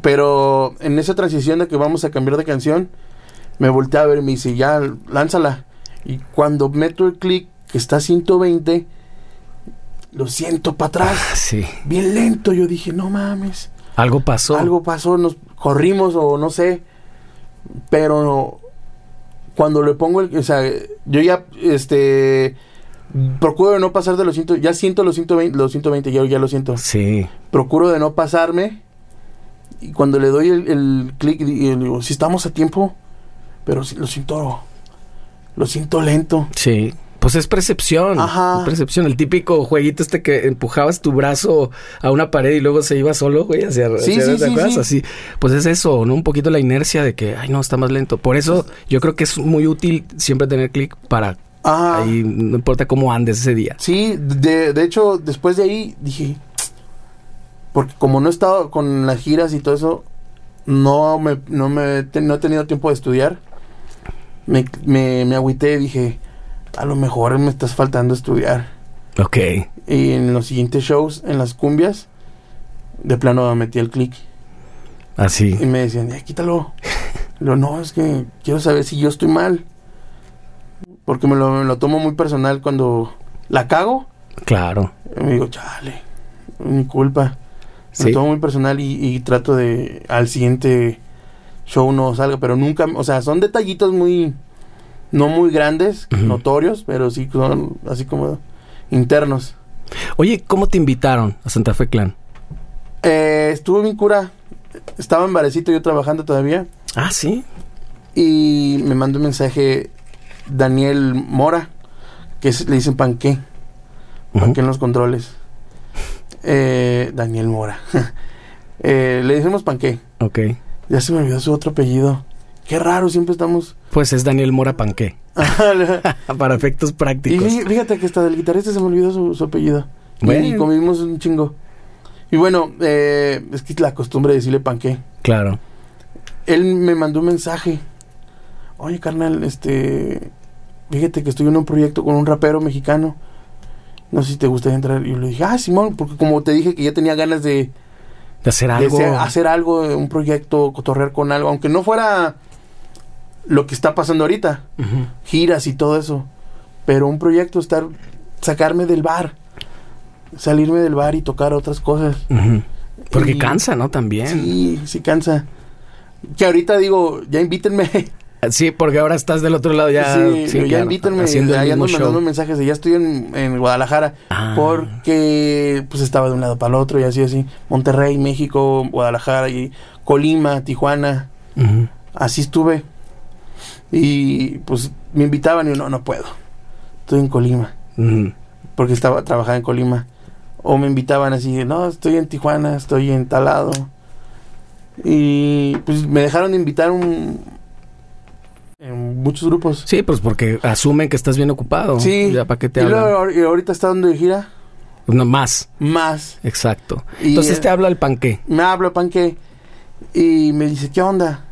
S2: Pero en esa transición de que vamos a cambiar de canción, me volteé a ver y me dice, ya, lánzala. Y cuando meto el clic, que está a 120, lo siento para atrás,
S1: Sí.
S2: bien lento. Yo dije, no mames.
S1: Algo pasó.
S2: Algo pasó, nos corrimos o no sé. Pero cuando le pongo el. O sea, yo ya. Este. Procuro de no pasar de los 100. Ya siento los 120. Los 120 ya, ya lo siento.
S1: Sí.
S2: Procuro de no pasarme. Y cuando le doy el, el clic, y y digo, si estamos a tiempo. Pero sí, lo siento. Lo siento lento.
S1: Sí. Pues es percepción.
S2: Ajá.
S1: Es percepción. El típico jueguito este que empujabas tu brazo a una pared y luego se iba solo, güey, hacia,
S2: Sí,
S1: hacia-
S2: sí,
S1: ¿te
S2: sí,
S1: acuerdas?
S2: sí.
S1: Así. Pues es eso, ¿no? Un poquito la inercia de que, ay, no, está más lento. Por eso yo creo que es muy útil siempre tener clic para
S2: Ah.
S1: ahí, no importa cómo andes ese día.
S2: Sí, de, de hecho, después de ahí dije, porque como no he estado con las giras y todo eso, no me, no me he ten- no he tenido tiempo de estudiar. Me, me, me agüité y dije, a lo mejor me estás faltando estudiar.
S1: Ok.
S2: Y en los siguientes shows, en las cumbias, de plano metí el clic.
S1: Así.
S2: Y me decían, ya quítalo. Lo no, es que quiero saber si yo estoy mal. Porque me lo, me lo tomo muy personal cuando la cago.
S1: Claro.
S2: Y me digo, chale, mi culpa. Me
S1: Sí.
S2: Lo tomo muy personal y, y trato de al siguiente show no salga, pero nunca, o sea, son detallitos muy, no muy grandes,
S1: Ujú.
S2: notorios, pero sí son así como internos.
S1: Oye, ¿cómo te invitaron a Santa Fe Clan?
S2: Eh, estuve bien cura, estaba en Varecito yo trabajando todavía
S1: Ah, sí.
S2: y me mandó un mensaje Daniel Mora, que es- le dicen panqué.
S1: Ujú.
S2: aquí en los controles. Eh, Daniel Mora. Eh, le decimos Panqué.
S1: Ok.
S2: Ya se me olvidó su otro apellido. Qué raro, siempre estamos.
S1: Pues es Daniel Mora Panqué. Para efectos
S2: y
S1: prácticos.
S2: fí- fíjate que hasta del guitarrista se me olvidó su, su apellido. Y-
S1: Bueno.
S2: Y comimos un chingo. Y bueno, eh, es que la costumbre de decirle Panqué.
S1: Claro.
S2: Él me mandó un mensaje. Oye, carnal, este. Fíjate que estoy en un proyecto con un rapero mexicano. No sé si te gustaría entrar. Y yo le dije, ah, Simón, porque como te dije que ya tenía ganas de,
S1: De hacer
S2: de
S1: algo.
S2: ser- hacer algo, eh, un proyecto, cotorrear con algo, aunque no fuera lo que está pasando ahorita,
S1: Ujú.
S2: giras y todo eso, pero un proyecto estar sacarme del bar, salirme del bar y tocar otras cosas.
S1: Ujú. Porque
S2: Y-
S1: cansa, ¿no? También.
S2: Sí, sí cansa. Que ahorita digo, ya invítenme.
S1: Sí. porque ahora estás del otro lado ya.
S2: sí,
S1: sí,
S2: ya
S1: claro,
S2: invítenme.
S1: Haciendo el
S2: Ahí
S1: mismo
S2: ando
S1: show.
S2: mandando mensajes de ya estoy en, en Guadalajara.
S1: Ah.
S2: Porque pues estaba de un lado para el otro y así, así. Monterrey, México, Guadalajara y Colima, Tijuana.
S1: Ujú.
S2: Así estuve. Y pues me invitaban y yo, no, no puedo. Estoy en Colima.
S1: Ujú.
S2: Porque estaba trabajando en Colima. O me invitaban así, no, estoy en Tijuana, estoy en Talado. Y pues me dejaron de invitar un- en muchos grupos.
S1: Sí, pues porque asumen que estás bien ocupado.
S2: Sí.
S1: Ya para qué te
S2: y luego
S1: hablan.
S2: ahor- y ahorita está dando de gira
S1: No, más.
S2: más.
S1: Exacto.
S2: Y,
S1: Entonces
S2: eh,
S1: te habla el panqué.
S2: me habla Panque y me dice, ¿qué onda?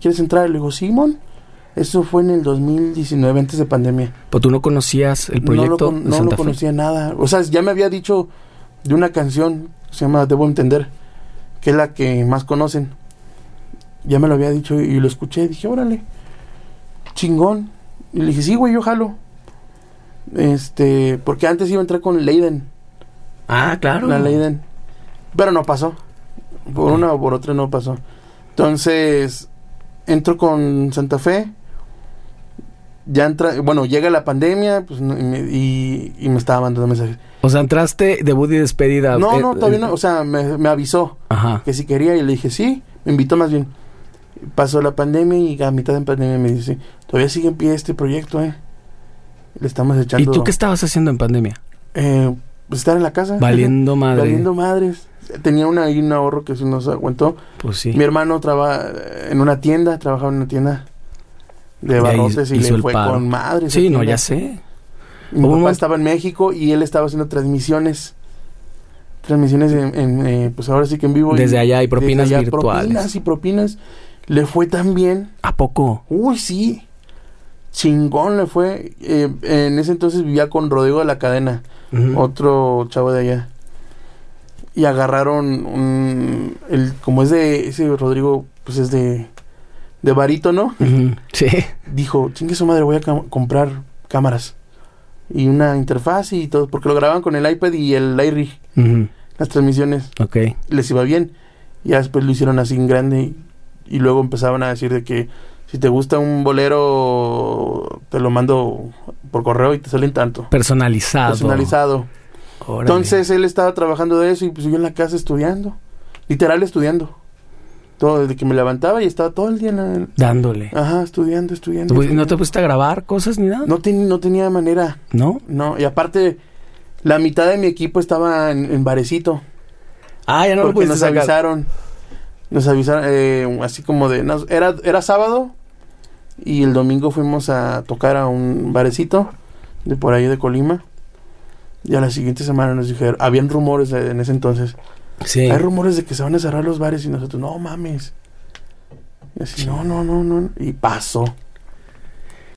S2: ¿Quieres entrar? Le digo, Simón. Eso fue en el 2019, antes de pandemia.
S1: Pues tú no conocías el
S2: no lo,
S1: proyecto
S2: con-
S1: de
S2: no
S1: Santa
S2: lo
S1: Fe.
S2: conocía nada. O sea, ya me había dicho de una canción que se llama Debo Entender, que es la que más conocen. Ya me lo había dicho y, y lo escuché. Dije, órale, chingón. Y le dije, sí, güey, yo jalo. Este, porque antes iba a entrar con Leiden.
S1: Ah, claro.
S2: La Leiden. Pero no pasó. Por
S1: Ok.
S2: una o por otra no pasó. Entonces, entro con Santa Fe. Ya entra, bueno, llega la pandemia pues, no- y, me, y- y me estaba mandando mensajes.
S1: O sea, entraste debut y despedida.
S2: no,
S1: eh,
S2: no, todavía
S1: eh,
S2: no. O sea, me, me avisó
S1: Ajá.
S2: que si quería y le dije sí. Me invitó más bien. Pasó la pandemia y a mitad de pandemia me dice, todavía sigue en pie este proyecto, ¿eh? Le estamos
S1: ¿Y
S2: echando...
S1: tú qué estabas haciendo en pandemia?
S2: Eh, pues, estar en la casa.
S1: Valiendo madre.
S2: Valiendo madres. Tenía una, ahí un ahorro que sí nos aguantó.
S1: Pues sí.
S2: Mi hermano trabaja en una tienda, trabajaba en una tienda
S1: Y
S2: de
S1: ahí
S2: barrotes y,
S1: hizo
S2: le
S1: el
S2: fue
S1: paro.
S2: con madre. esa
S1: Sí, no,
S2: tienda.
S1: ya sé.
S2: Mi
S1: Hubo
S2: papá
S1: un mom-
S2: estaba en México y él estaba haciendo transmisiones. Transmisiones en, en, eh, pues ahora sí que en vivo. y
S1: Desde allá hay propinas
S2: desde allá
S1: virtuales.
S2: Propinas y propinas. Le fue tan bien.
S1: ¿A poco?
S2: Uy, sí. Chingón le fue. Eh, en ese entonces vivía con Rodrigo de la Cadena
S1: Ujú.
S2: otro chavo de allá. Y agarraron un. El, como es de. Ese Rodrigo, pues es de. De barito, ¿no?
S1: Ujú. Sí.
S2: Dijo: chingue su madre, voy a cam- comprar cámaras. Y una interfaz y todo. Porque lo grababan con el iPad y el iRig.
S1: Ujú.
S2: Las transmisiones.
S1: Ok.
S2: Les iba bien. Ya después lo hicieron así en grande. Y, y luego empezaban a decir de que. Si te gusta un bolero, te lo mando por correo y te salen tanto.
S1: Personalizado.
S2: Personalizado.
S1: Órale.
S2: Entonces él estaba trabajando de eso y pues yo en la casa estudiando, literal estudiando. Todo desde que me levantaba y estaba todo el día en la-
S1: Dándole.
S2: ajá, estudiando,
S1: ¿Tú-
S2: estudiando.
S1: ¿No te
S2: estudiando.
S1: pusiste a grabar cosas ni nada?
S2: No ten- no tenía manera,
S1: ¿No?
S2: no, y aparte la mitad de mi equipo estaba en, en barecito
S1: Ah, ya no lo
S2: porque
S1: pudiste
S2: nos
S1: sacar.
S2: avisaron. Nos avisaron eh, así como de nos- era era sábado y el domingo fuimos a tocar a un barecito de por ahí de Colima. Y a la siguiente semana nos dijeron, habían rumores eh, en ese entonces
S1: Sí.
S2: Hay rumores de que se van a cerrar los bares y nosotros, no mames. Y así, no, no, no, no. Y pasó.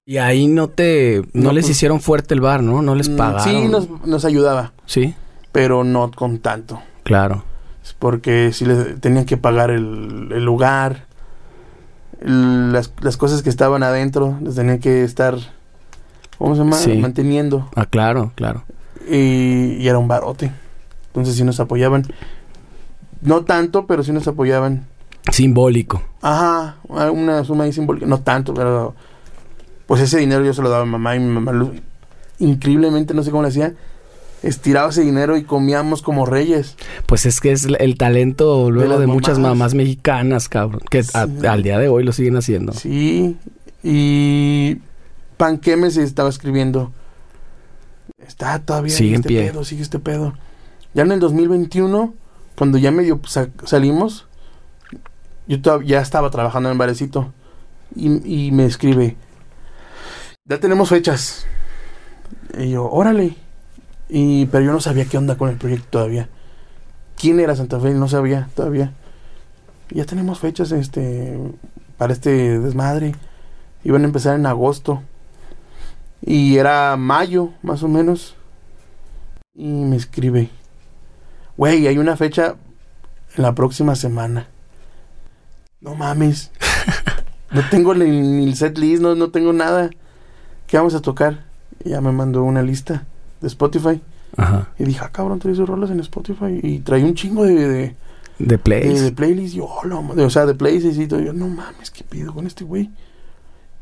S1: Y ahí no te... No,
S2: No,
S1: les
S2: pues-
S1: hicieron fuerte el bar, ¿no? No les
S2: Mm,
S1: pagaron.
S2: Sí, nos, nos ayudaba,
S1: Sí,
S2: pero no con tanto.
S1: claro.
S2: Es Porque sí les tenían que pagar el, el lugar, el- las, las cosas que estaban adentro, les tenían que estar, ¿cómo se llama?
S1: Sí.
S2: Manteniendo.
S1: Ah, claro, claro.
S2: Y, y era un barote. Entonces sí nos apoyaban. No tanto, pero sí nos apoyaban.
S1: Simbólico.
S2: Ajá, una suma ahí simbólica, no tanto, pero pues ese dinero yo se lo daba a mi mamá y mi mamá lo- increíblemente, no sé cómo lo hacía, estiraba ese dinero y comíamos como reyes.
S1: Pues es que es el- el talento luego
S2: las
S1: de, muchas
S2: mamás.
S1: mamás mexicanas, cabrón. Que a-
S2: Sí.
S1: al día de hoy lo siguen haciendo.
S2: Sí, y Panquemes estaba escribiendo. Está todavía
S1: Sigue en
S2: este
S1: pie.
S2: pedo, sigue este pedo. Ya en el 2021, cuando ya medio sa- salimos, yo to- ya estaba trabajando en barecito y, y me escribe, ya tenemos fechas. Y yo, órale. Y, pero yo no sabía qué onda con el proyecto todavía. ¿Quién era Santa Fe? No sabía todavía. Ya tenemos fechas este, para este desmadre. Iban a empezar en agosto. Y era mayo, más o menos. Y me escribe. Güey, hay una fecha en la próxima semana. No mames. no tengo ni, ni el set list, no, no tengo nada. ¿Qué vamos a tocar? Y ya me mandó una lista de Spotify.
S1: Ajá.
S2: Y dije, ah, cabrón, trae sus rolas en Spotify. Y trae un chingo de, de,
S1: De plays.
S2: de, de playlist, yo, "Hola, madre", o sea, de playlist y todo. Yo, no mames, ¿qué pido con este güey?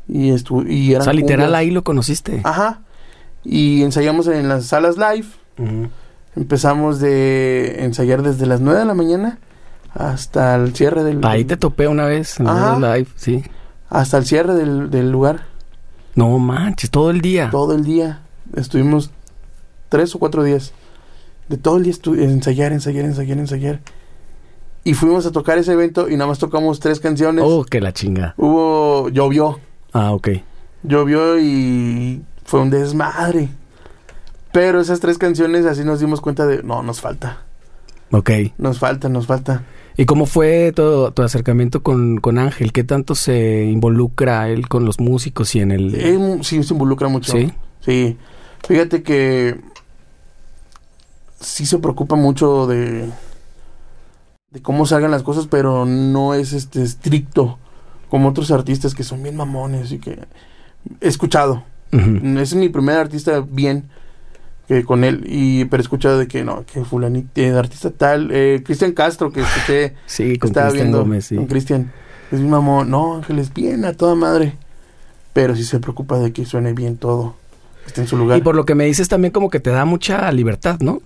S2: Y, estu y
S1: o
S2: eran
S1: sea, literal
S2: cumbias.
S1: ahí lo conociste.
S2: Ajá. Y ensayamos en las salas live. Ah.
S1: Ujú.
S2: Empezamos de ensayar desde las 9 de la mañana hasta el cierre del...
S1: Ahí te topé una vez en
S2: Ajá.
S1: los live, sí.
S2: Hasta el cierre del, del lugar.
S1: No manches, todo el día.
S2: Todo el día. Estuvimos tres o cuatro días. De todo el día estu- ensayar, ensayar, ensayar, ensayar. Y fuimos a tocar ese evento y nada más tocamos tres canciones.
S1: Oh, que la chinga.
S2: Hubo... Llovió.
S1: Ah, ok.
S2: Llovió y fue un desmadre. Pero esas tres canciones así nos dimos cuenta de, no, nos falta,
S1: Ok.
S2: nos falta, nos falta.
S1: ¿Y cómo fue todo tu acercamiento con, con Ángel? ¿Qué tanto se involucra él con los músicos y en el...
S2: Él mu- sí se involucra mucho.
S1: sí,
S2: Sí. Fíjate que sí se preocupa mucho de, de cómo salgan las cosas, pero no es este estricto como otros artistas que son bien mamones y que he escuchado.
S1: Ujú.
S2: Es mi primer artista bien que con él y pero he escuchado de que no que fulanito eh, artista tal eh, Cristian Castro que escuché
S1: Sí, con
S2: estaba
S1: Cristian
S2: viendo
S1: Gómez, sí.
S2: con Cristian es un mamón no Ángeles bien a toda madre pero sí se preocupa de que suene bien todo que esté en su lugar
S1: Y por lo que me dices también como que te da mucha libertad, ¿no?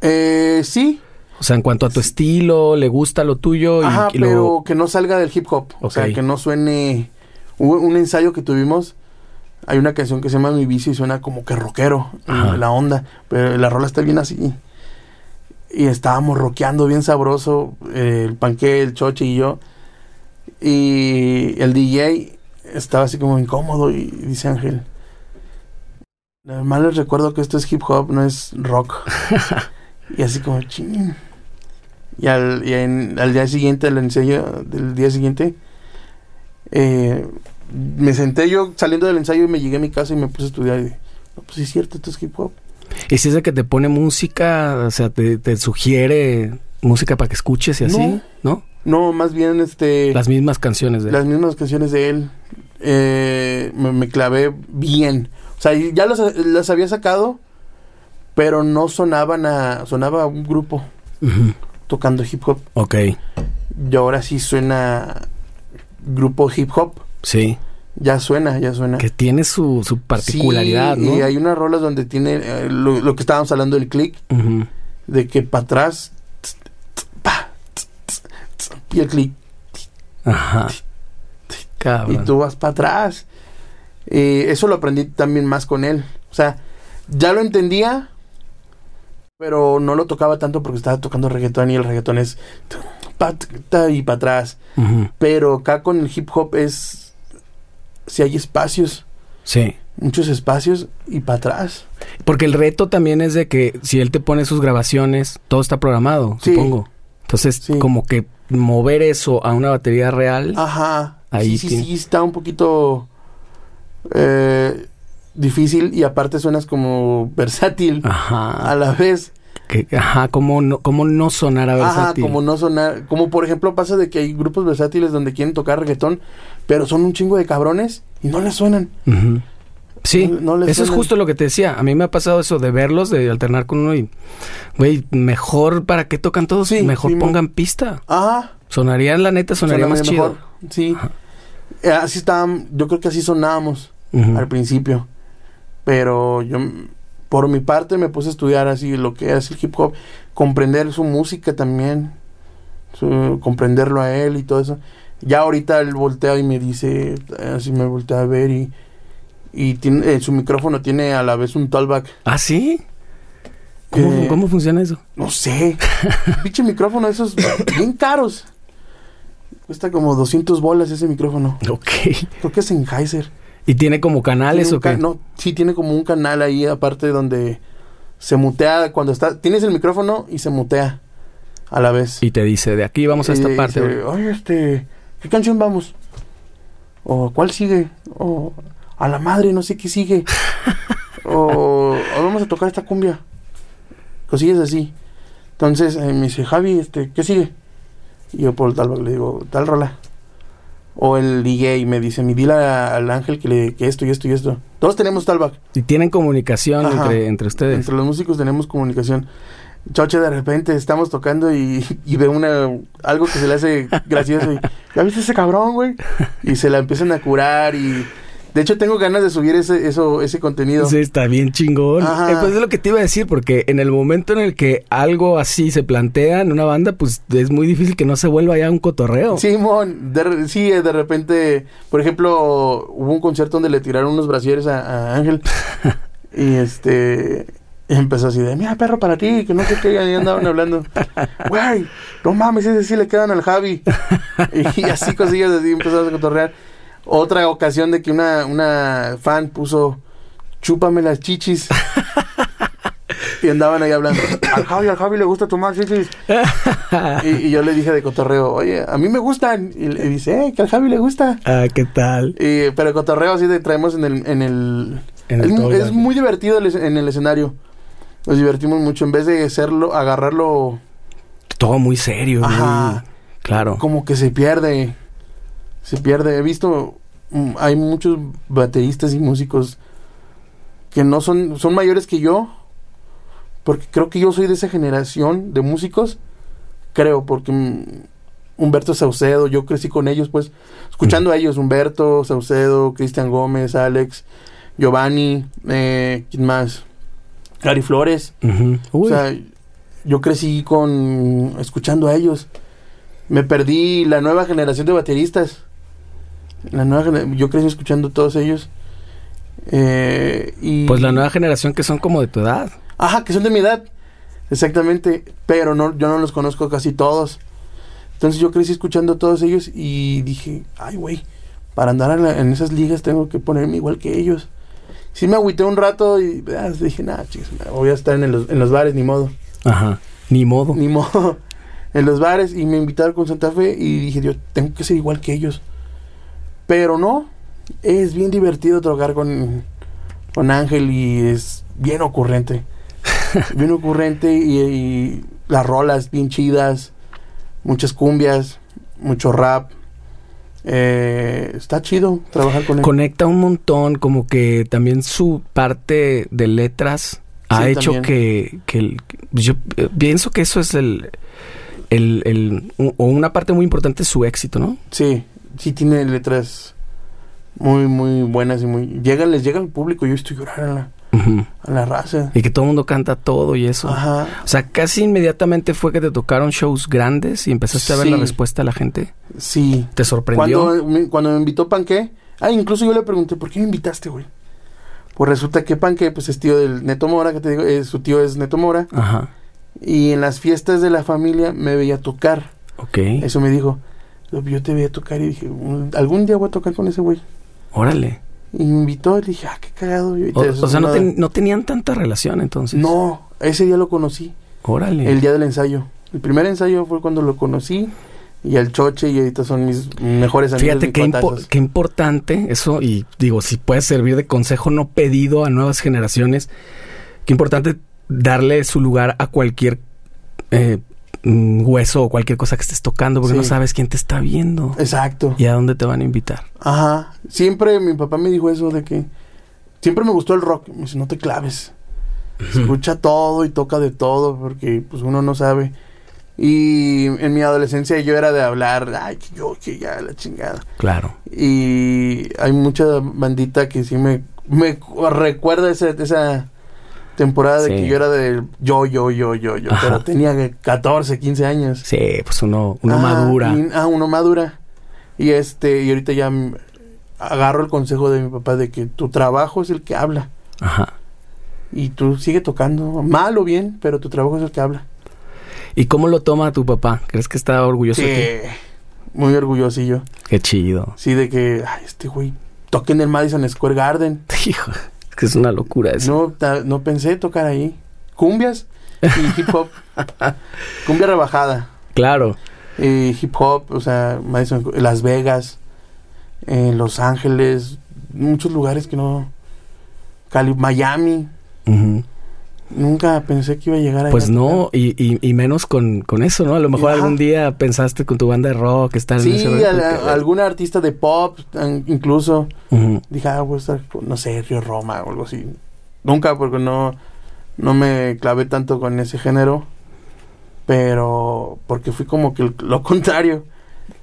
S2: eh, sí
S1: O sea, en cuanto a tu estilo, le gusta lo tuyo y,
S2: Ajá,
S1: y
S2: pero
S1: lo...
S2: que no salga del hip hop. O sea,
S1: Ok.
S2: que no suene. Hubo un ensayo que tuvimos. Hay una canción que se llama Mi bici y suena como que rockero,
S1: Ajá.
S2: la onda. Pero la rola está bien así. Y estábamos rockeando bien sabroso, eh, el panque, el choche y yo. Y el DJ estaba así como incómodo y dice Ángel. Nada más les recuerdo que esto es hip hop, no es rock. y así como, ching. Y al, y en- al día siguiente, al ensayo del día siguiente, eh, me senté yo saliendo del ensayo y me llegué a mi casa y me puse a estudiar. Y dije, "No, pues sí es cierto, esto es hip hop.
S1: Y si es de que te pone música, o sea, te, te sugiere música para que escuches y así,
S2: No.
S1: ¿no?
S2: No, más bien este las,
S1: Las mismas canciones de...
S2: mismas canciones de él eh, me, me clavé bien. O sea, y ya las, las había sacado, pero no sonaban a... Sonaba un grupo
S1: Ujú.
S2: tocando hip hop.
S1: Ok,
S2: Y ahora sí suena grupo hip hop.
S1: sí.
S2: Ya suena, ya suena.
S1: Que tiene su, su particularidad,
S2: Sí,
S1: ¿no?
S2: Y hay unas rolas donde tiene eh, lo, lo que estábamos hablando del click,
S1: Ujú.
S2: de que para atrás tss, tss, pa, tss, tss, tss, y el click,
S1: Ajá. Cabrón.
S2: y tú vas para atrás. Eh, eso lo aprendí también más con él. O sea, ya lo entendía, pero no lo tocaba tanto porque estaba tocando reggaetón y el reggaetón es tu, pa, tu, ta, y para atrás.
S1: Ujú.
S2: Pero acá con el hip hop es si hay espacios,
S1: Sí.
S2: muchos espacios y para atrás.
S1: Porque el reto también es de que si él te pone sus grabaciones, todo está programado,
S2: Sí.
S1: supongo. Entonces,
S2: Sí. Ah.
S1: como que mover eso a una batería real.
S2: Ajá.
S1: Ahí
S2: sí, sí,
S1: tiene-
S2: sí, está un poquito eh, difícil y aparte suenas como versátil a
S1: Ajá.
S2: la vez.
S1: que- ajá, cómo no, cómo no sonar a
S2: Ajá,
S1: versátil.
S2: como no sonar. Como por ejemplo pasa de que hay grupos versátiles donde quieren tocar reggaetón, pero son un chingo de cabrones y no les suenan.
S1: Ujú. Sí,
S2: No- no Mm, le
S1: eso es
S2: suena.
S1: justo lo que te decía. A mí me ha pasado eso de verlos, de alternar con uno y, güey, mejor para qué tocan todos,
S2: Sí,
S1: mejor
S2: sí, mo-
S1: pongan pista.
S2: Ajá.
S1: Sonaría, la neta, sonaría
S2: sonaría
S1: más chido.
S2: Sí.
S1: Ajá.
S2: Eh, Así estaban, yo creo que así sonábamos
S1: Ujú.
S2: al principio. Pero yo, m- por mi parte, me puse a estudiar así lo que es el hip hop, comprender su música también, su- comprenderlo a él y todo eso. Ya ahorita él voltea y me dice, eh, así me voltea a ver y, y tiene, eh, su micrófono tiene a la vez un talkback.
S1: ¿Ah, sí? ¿Cómo,
S2: Eh,
S1: cómo funciona eso?
S2: No sé, pinche micrófono, esos bien caros. Cuesta como 200 bolas ese micrófono.
S1: Ok.
S2: Creo que es Sennheiser.
S1: ¿Y tiene como canales
S2: Tiene
S1: o
S2: un ca-
S1: qué?
S2: No, sí, tiene como un canal ahí aparte donde se mutea cuando está. Tienes el micrófono y se mutea a la vez.
S1: Y te dice, de aquí vamos a esta
S2: Y
S1: parte.
S2: Eh, dice, Oye, este. ¿Qué canción vamos? ¿O cuál sigue? ¿O a la madre, no sé qué sigue? o, "O vamos a tocar esta cumbia? Cosillas así. Entonces eh, me dice, Javi, este, ¿qué sigue? Y yo por el tal le digo, tal rola. O el DJ me dice, mi dile a- al ángel que, le, que esto y esto y esto. Todos tenemos talback.
S1: Y tienen comunicación
S2: Ajá.
S1: entre, entre ustedes.
S2: Entre los músicos tenemos comunicación. Choche, de repente estamos tocando y, y ve una, algo que se le hace gracioso. Y, ¿Ya viste ese cabrón, güey? Y se la empiezan a curar. Y de hecho, tengo ganas de subir ese, eso, ese contenido.
S1: Sí, está bien chingón.
S2: Ajá.
S1: Eh, pues es lo que te iba a decir, porque en el momento en el que algo así se plantea en una banda, pues es muy difícil que no se vuelva ya un cotorreo.
S2: Simón, de re- sí, eh, de repente, por ejemplo, hubo un concierto donde le tiraron unos brasieres a, a Ángel y este y empezó así de, mira perro para ti, que no sé qué, y ahí andaban hablando, güey, no mames, ese sí le quedan al Javi. Y así cosillas así empezamos a cotorrear. Otra ocasión de que una, una fan puso, chúpame las chichis. Y andaban ahí hablando, al Javi, al Javi le gusta tomar chichis.
S1: Ah,
S2: Y, y yo le dije de cotorreo, oye, a mí me gustan. Y le dice, eh, que al Javi le gusta.
S1: Ah, ¿qué tal?
S2: Y, pero cotorreo así de traemos en el... En el,
S1: En el
S2: es, mu-
S1: todo
S2: es
S1: grande.
S2: muy divertido el es- en el escenario. Nos divertimos mucho. En vez de hacerlo, agarrarlo
S1: Todo muy serio. muy-
S2: Ajá.
S1: Claro.
S2: como que se pierde. Se pierde. He visto... mm, Hay muchos bateristas y músicos que no son... Son mayores que yo. Porque creo que yo soy de esa generación de músicos, creo, porque mm, Humberto Saucedo, yo crecí con ellos, pues, escuchando a ellos, Humberto, Saucedo, Cristian Gómez, Alex, Giovanni, eh, ¿quién más? Gary Flores.
S1: Ujú. Uy.
S2: O sea, yo crecí con escuchando a ellos. Me perdí la nueva generación de bateristas. La nueva gener- yo crecí escuchando todos ellos. Eh, y
S1: pues la nueva generación que son como de tu edad.
S2: Ajá, que son de mi edad. Exactamente. Pero no, yo no los conozco casi todos. Entonces yo crecí escuchando a todos ellos y dije, ay, güey, para andar en, la- en esas ligas tengo que ponerme igual que ellos. Sí me agüité un rato y ah, dije, nada, chicos, voy a estar en los- en los bares, ni modo.
S1: Ajá. Ni modo.
S2: Ni modo. En los bares y me invitaron con Santa Fe y dije, yo tengo que ser igual que ellos. Pero no, es bien divertido tocar con, con Ángel y es bien ocurrente. bien ocurrente y, y las rolas bien chidas, muchas cumbias, mucho rap. Eh, está chido trabajar con él.
S1: Conecta un montón, como que también su parte de letras ha
S2: Sí,
S1: hecho
S2: también.
S1: que, que el- yo eh, pienso que eso es el, el, el- u- o una parte muy importante de su éxito, ¿no?
S2: Sí, sí tiene letras muy, muy buenas y muy... Llegan, les llega al público, yo estoy llorando a la,
S1: Ujú.
S2: a la raza.
S1: Y que todo el mundo canta todo y eso.
S2: Ajá.
S1: O sea, casi inmediatamente fue que te tocaron shows grandes y empezaste a ver
S2: Sí.
S1: la respuesta de la gente.
S2: Sí.
S1: ¿Te sorprendió?
S2: Cuando me, cuando me invitó Panqué, ah, incluso yo le pregunté, ¿por qué me invitaste, güey? Pues resulta que Panqué, pues es tío del Neto Mora, que te digo, eh, su tío es Neto Mora,
S1: Ajá.
S2: y en las fiestas de la familia me veía tocar.
S1: Ok.
S2: Eso me dijo, yo te veía tocar y dije, "Mm, algún día voy a tocar con ese güey.
S1: Órale.
S2: Y me invitó y le dije, ah, qué cagado. y ahorita
S1: O,
S2: eso
S1: o sea,
S2: es
S1: no,
S2: una-
S1: ten- no tenían tanta relación entonces.
S2: No, ese día lo conocí,
S1: Órale.
S2: el día del ensayo. El primer ensayo fue cuando lo conocí, y al Choche, y ahorita son mis mejores amigos.
S1: Fíjate
S2: mis
S1: qué, impo-
S2: cuatazos.
S1: qué importante eso, y digo, si puede servir de consejo no pedido a nuevas generaciones, qué importante darle su lugar a cualquier eh, mm, hueso o cualquier cosa que estés tocando, porque
S2: Sí.
S1: no sabes quién te está viendo
S2: Exacto.
S1: y a dónde te van a invitar.
S2: Ajá. Siempre mi papá me dijo eso de que siempre me gustó el rock. Me dice, no te claves. Escucha todo y toca de todo porque pues uno no sabe. Y en mi adolescencia yo era de hablar, ay, que yo, que ya, la chingada.
S1: Claro.
S2: Y hay mucha bandita que sí me, me cu- recuerda esa, esa temporada de
S1: Sí.
S2: que yo era del yo, yo, yo, yo, yo.
S1: Ajá.
S2: Pero tenía 14, 15 años.
S1: Sí, pues uno, uno
S2: Ah,
S1: madura.
S2: y- ah, uno madura. Y este, y ahorita ya mm, agarro el consejo de mi papá de que tu trabajo es el que habla.
S1: Ajá.
S2: Y tú sigue tocando, mal o bien, pero tu trabajo es el que habla.
S1: ¿Y cómo lo toma tu papá? ¿Crees que está orgulloso
S2: Sí,
S1: de
S2: muy orgullosillo.
S1: ti? Qué chido.
S2: Sí, de que, ay, este güey, toqué en el Madison Square Garden.
S1: Hijo, es que es una locura eso.
S2: No, ta- no pensé tocar ahí. Cumbias y hip hop. Cumbia rebajada.
S1: Claro.
S2: eh, hip hop, o sea, Madison, Las Vegas, eh, Los Ángeles, muchos lugares que no. Cali, Miami,
S1: Ujú.
S2: nunca pensé que iba a llegar a
S1: Pues no, y, y- y menos con, con eso, ¿no? A lo mejor
S2: Ajá.
S1: algún día pensaste con tu banda de rock estar en
S2: Sí,
S1: ese
S2: a
S1: evento,
S2: la-
S1: que-
S2: alguna artista de pop, an- incluso.
S1: Ujú.
S2: Dije, ah, voy a estar, con, no sé, Río Roma o algo así. Nunca, porque no, no me clavé tanto con ese género. Pero, porque fui como que el- lo contrario.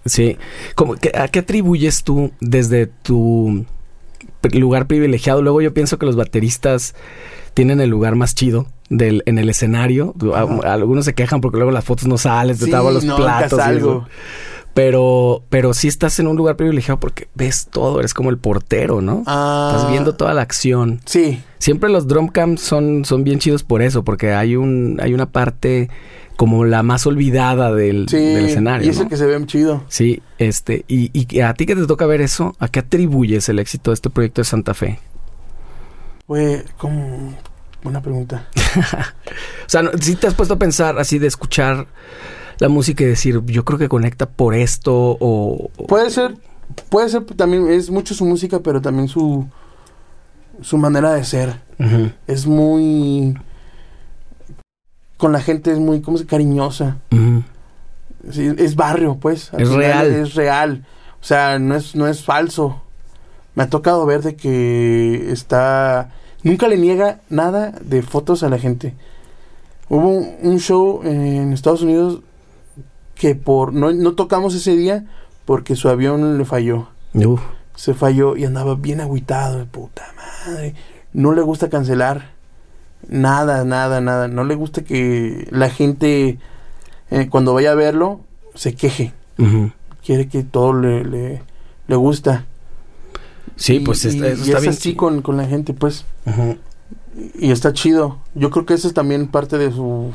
S1: Sí. Como que- ¿A qué atribuyes tú desde tu pri- lugar privilegiado? Luego yo pienso que los bateristas tienen el lugar más chido del, en el escenario. A-
S2: Ajá.
S1: algunos se quejan porque luego las fotos no salen, te
S2: Sí,
S1: tapan los
S2: no, nunca
S1: platos. y
S2: salgo.
S1: eso. Pero, pero sí estás en un lugar privilegiado porque ves todo, eres como el portero, ¿no?
S2: Ah,
S1: Estás viendo toda la acción.
S2: Sí,
S1: Siempre los drum camps son, son bien chidos por eso, porque hay un, hay una parte como la más olvidada del,
S2: sí.
S1: del escenario.
S2: y eso
S1: ¿no?
S2: que se ve chido.
S1: Sí, este, y, y a ti que te toca ver eso, ¿a qué atribuyes el éxito de este proyecto de Santa Fe?
S2: Güey, como buena pregunta.
S1: O sea, si te has puesto a pensar así de escuchar la música y decir, yo creo que conecta por esto, o, o-
S2: Puede ser, puede ser también, es mucho su música, pero también su su manera de ser.
S1: Ujú,
S2: Es muy con la gente es muy, ¿cómo se cariñosa?
S1: ujú.
S2: Sí, es barrio, pues. Al
S1: Es
S2: final
S1: real.
S2: Es real. O sea, no es, no es falso. Me ha tocado ver de que está. Nunca le niega nada de fotos a la gente. Hubo un, un show en Estados Unidos que por no, no tocamos ese día porque su avión le falló.
S1: Uf.
S2: Se falló y andaba bien agüitado. Puta madre. No le gusta cancelar. Nada, nada, nada. No le gusta que la gente eh, cuando vaya a verlo se queje.
S1: Ujú.
S2: Quiere que todo le, le, le gusta.
S1: Sí,
S2: Y-
S1: pues
S2: y-
S1: está, eso
S2: y
S1: está
S2: es
S1: bien.
S2: así con, con la gente, pues.
S1: Ujú.
S2: Y está chido. Yo creo que eso es también parte de su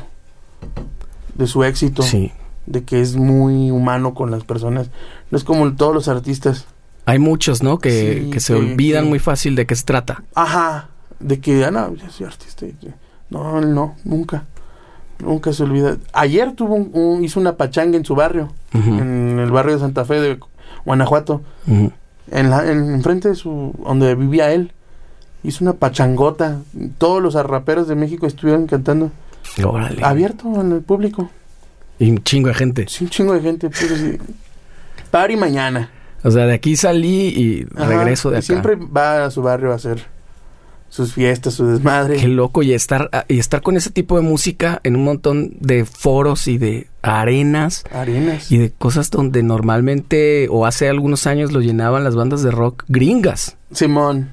S2: de su éxito,
S1: Sí.
S2: de que es muy humano con las personas. No es como todos los artistas.
S1: Hay muchos, ¿no? Que,
S2: Sí,
S1: que se
S2: que-
S1: olvidan
S2: que-
S1: muy fácil de qué se trata.
S2: Ajá, de que ah, no, yo soy artista. y- No, él no, nunca. Nunca se olvida. Ayer tuvo un- un- hizo una pachanga en su barrio,
S1: Ujú,
S2: en el barrio de Santa Fe de Guanajuato,
S1: ujú.
S2: en la en, enfrente de su donde vivía él. Hizo una pachangota. Todos los raperos de México estuvieron cantando
S1: Órale.
S2: abierto al público.
S1: Y un chingo de gente.
S2: Sí, un chingo de gente. pues, Pero sí. Party mañana.
S1: O sea, de aquí salí y
S2: Ajá.
S1: regreso de
S2: Y
S1: acá.
S2: siempre va a su barrio a hacer sus fiestas, su desmadre.
S1: Qué loco. Y estar, ah, y estar con ese tipo de música en un montón de foros y de arenas
S2: Arenas.
S1: y de cosas donde normalmente o hace algunos años lo llenaban las bandas de rock gringas.
S2: Simón.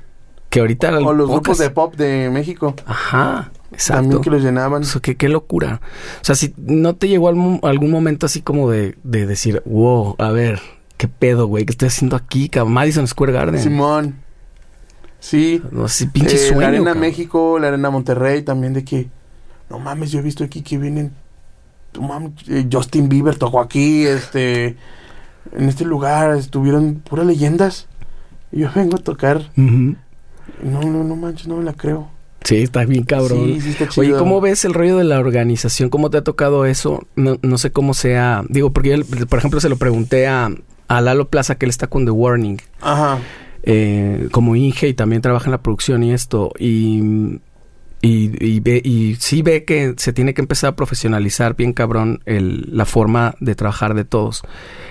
S1: Que ahorita
S2: O los grupos
S1: pocas.
S2: de pop de México.
S1: Ajá.
S2: También
S1: Exacto.
S2: que los llenaban.
S1: O sea, qué, qué locura. O sea, si no te llegó al mo- algún momento así como de, de decir, wow, a ver, qué pedo, güey, qué estoy haciendo aquí, cabrón? Madison Square Garden.
S2: Simón. Sí.
S1: no, así pinche
S2: Eh,
S1: sueño.
S2: La Arena
S1: cabrón.
S2: México, la Arena Monterrey también de que... No mames, yo he visto aquí que vienen... no mames, eh, Justin Bieber tocó aquí, este... En este lugar estuvieron puras leyendas. Y yo vengo a tocar
S1: Ujú.
S2: No, no, no manches, no me la creo.
S1: Sí, está bien cabrón.
S2: Sí, sí está chido.
S1: Oye, ¿cómo ves el rollo de la organización? ¿Cómo te ha tocado eso? No, no sé cómo sea. Digo, porque yo, por ejemplo, se lo pregunté a, a Lalo Plaza, que él está con The Warning,
S2: Ajá.
S1: eh, como Inge, y también trabaja en la producción y esto. Y, y, y ve, y sí ve que se tiene que empezar a profesionalizar bien cabrón el- la forma de trabajar de todos.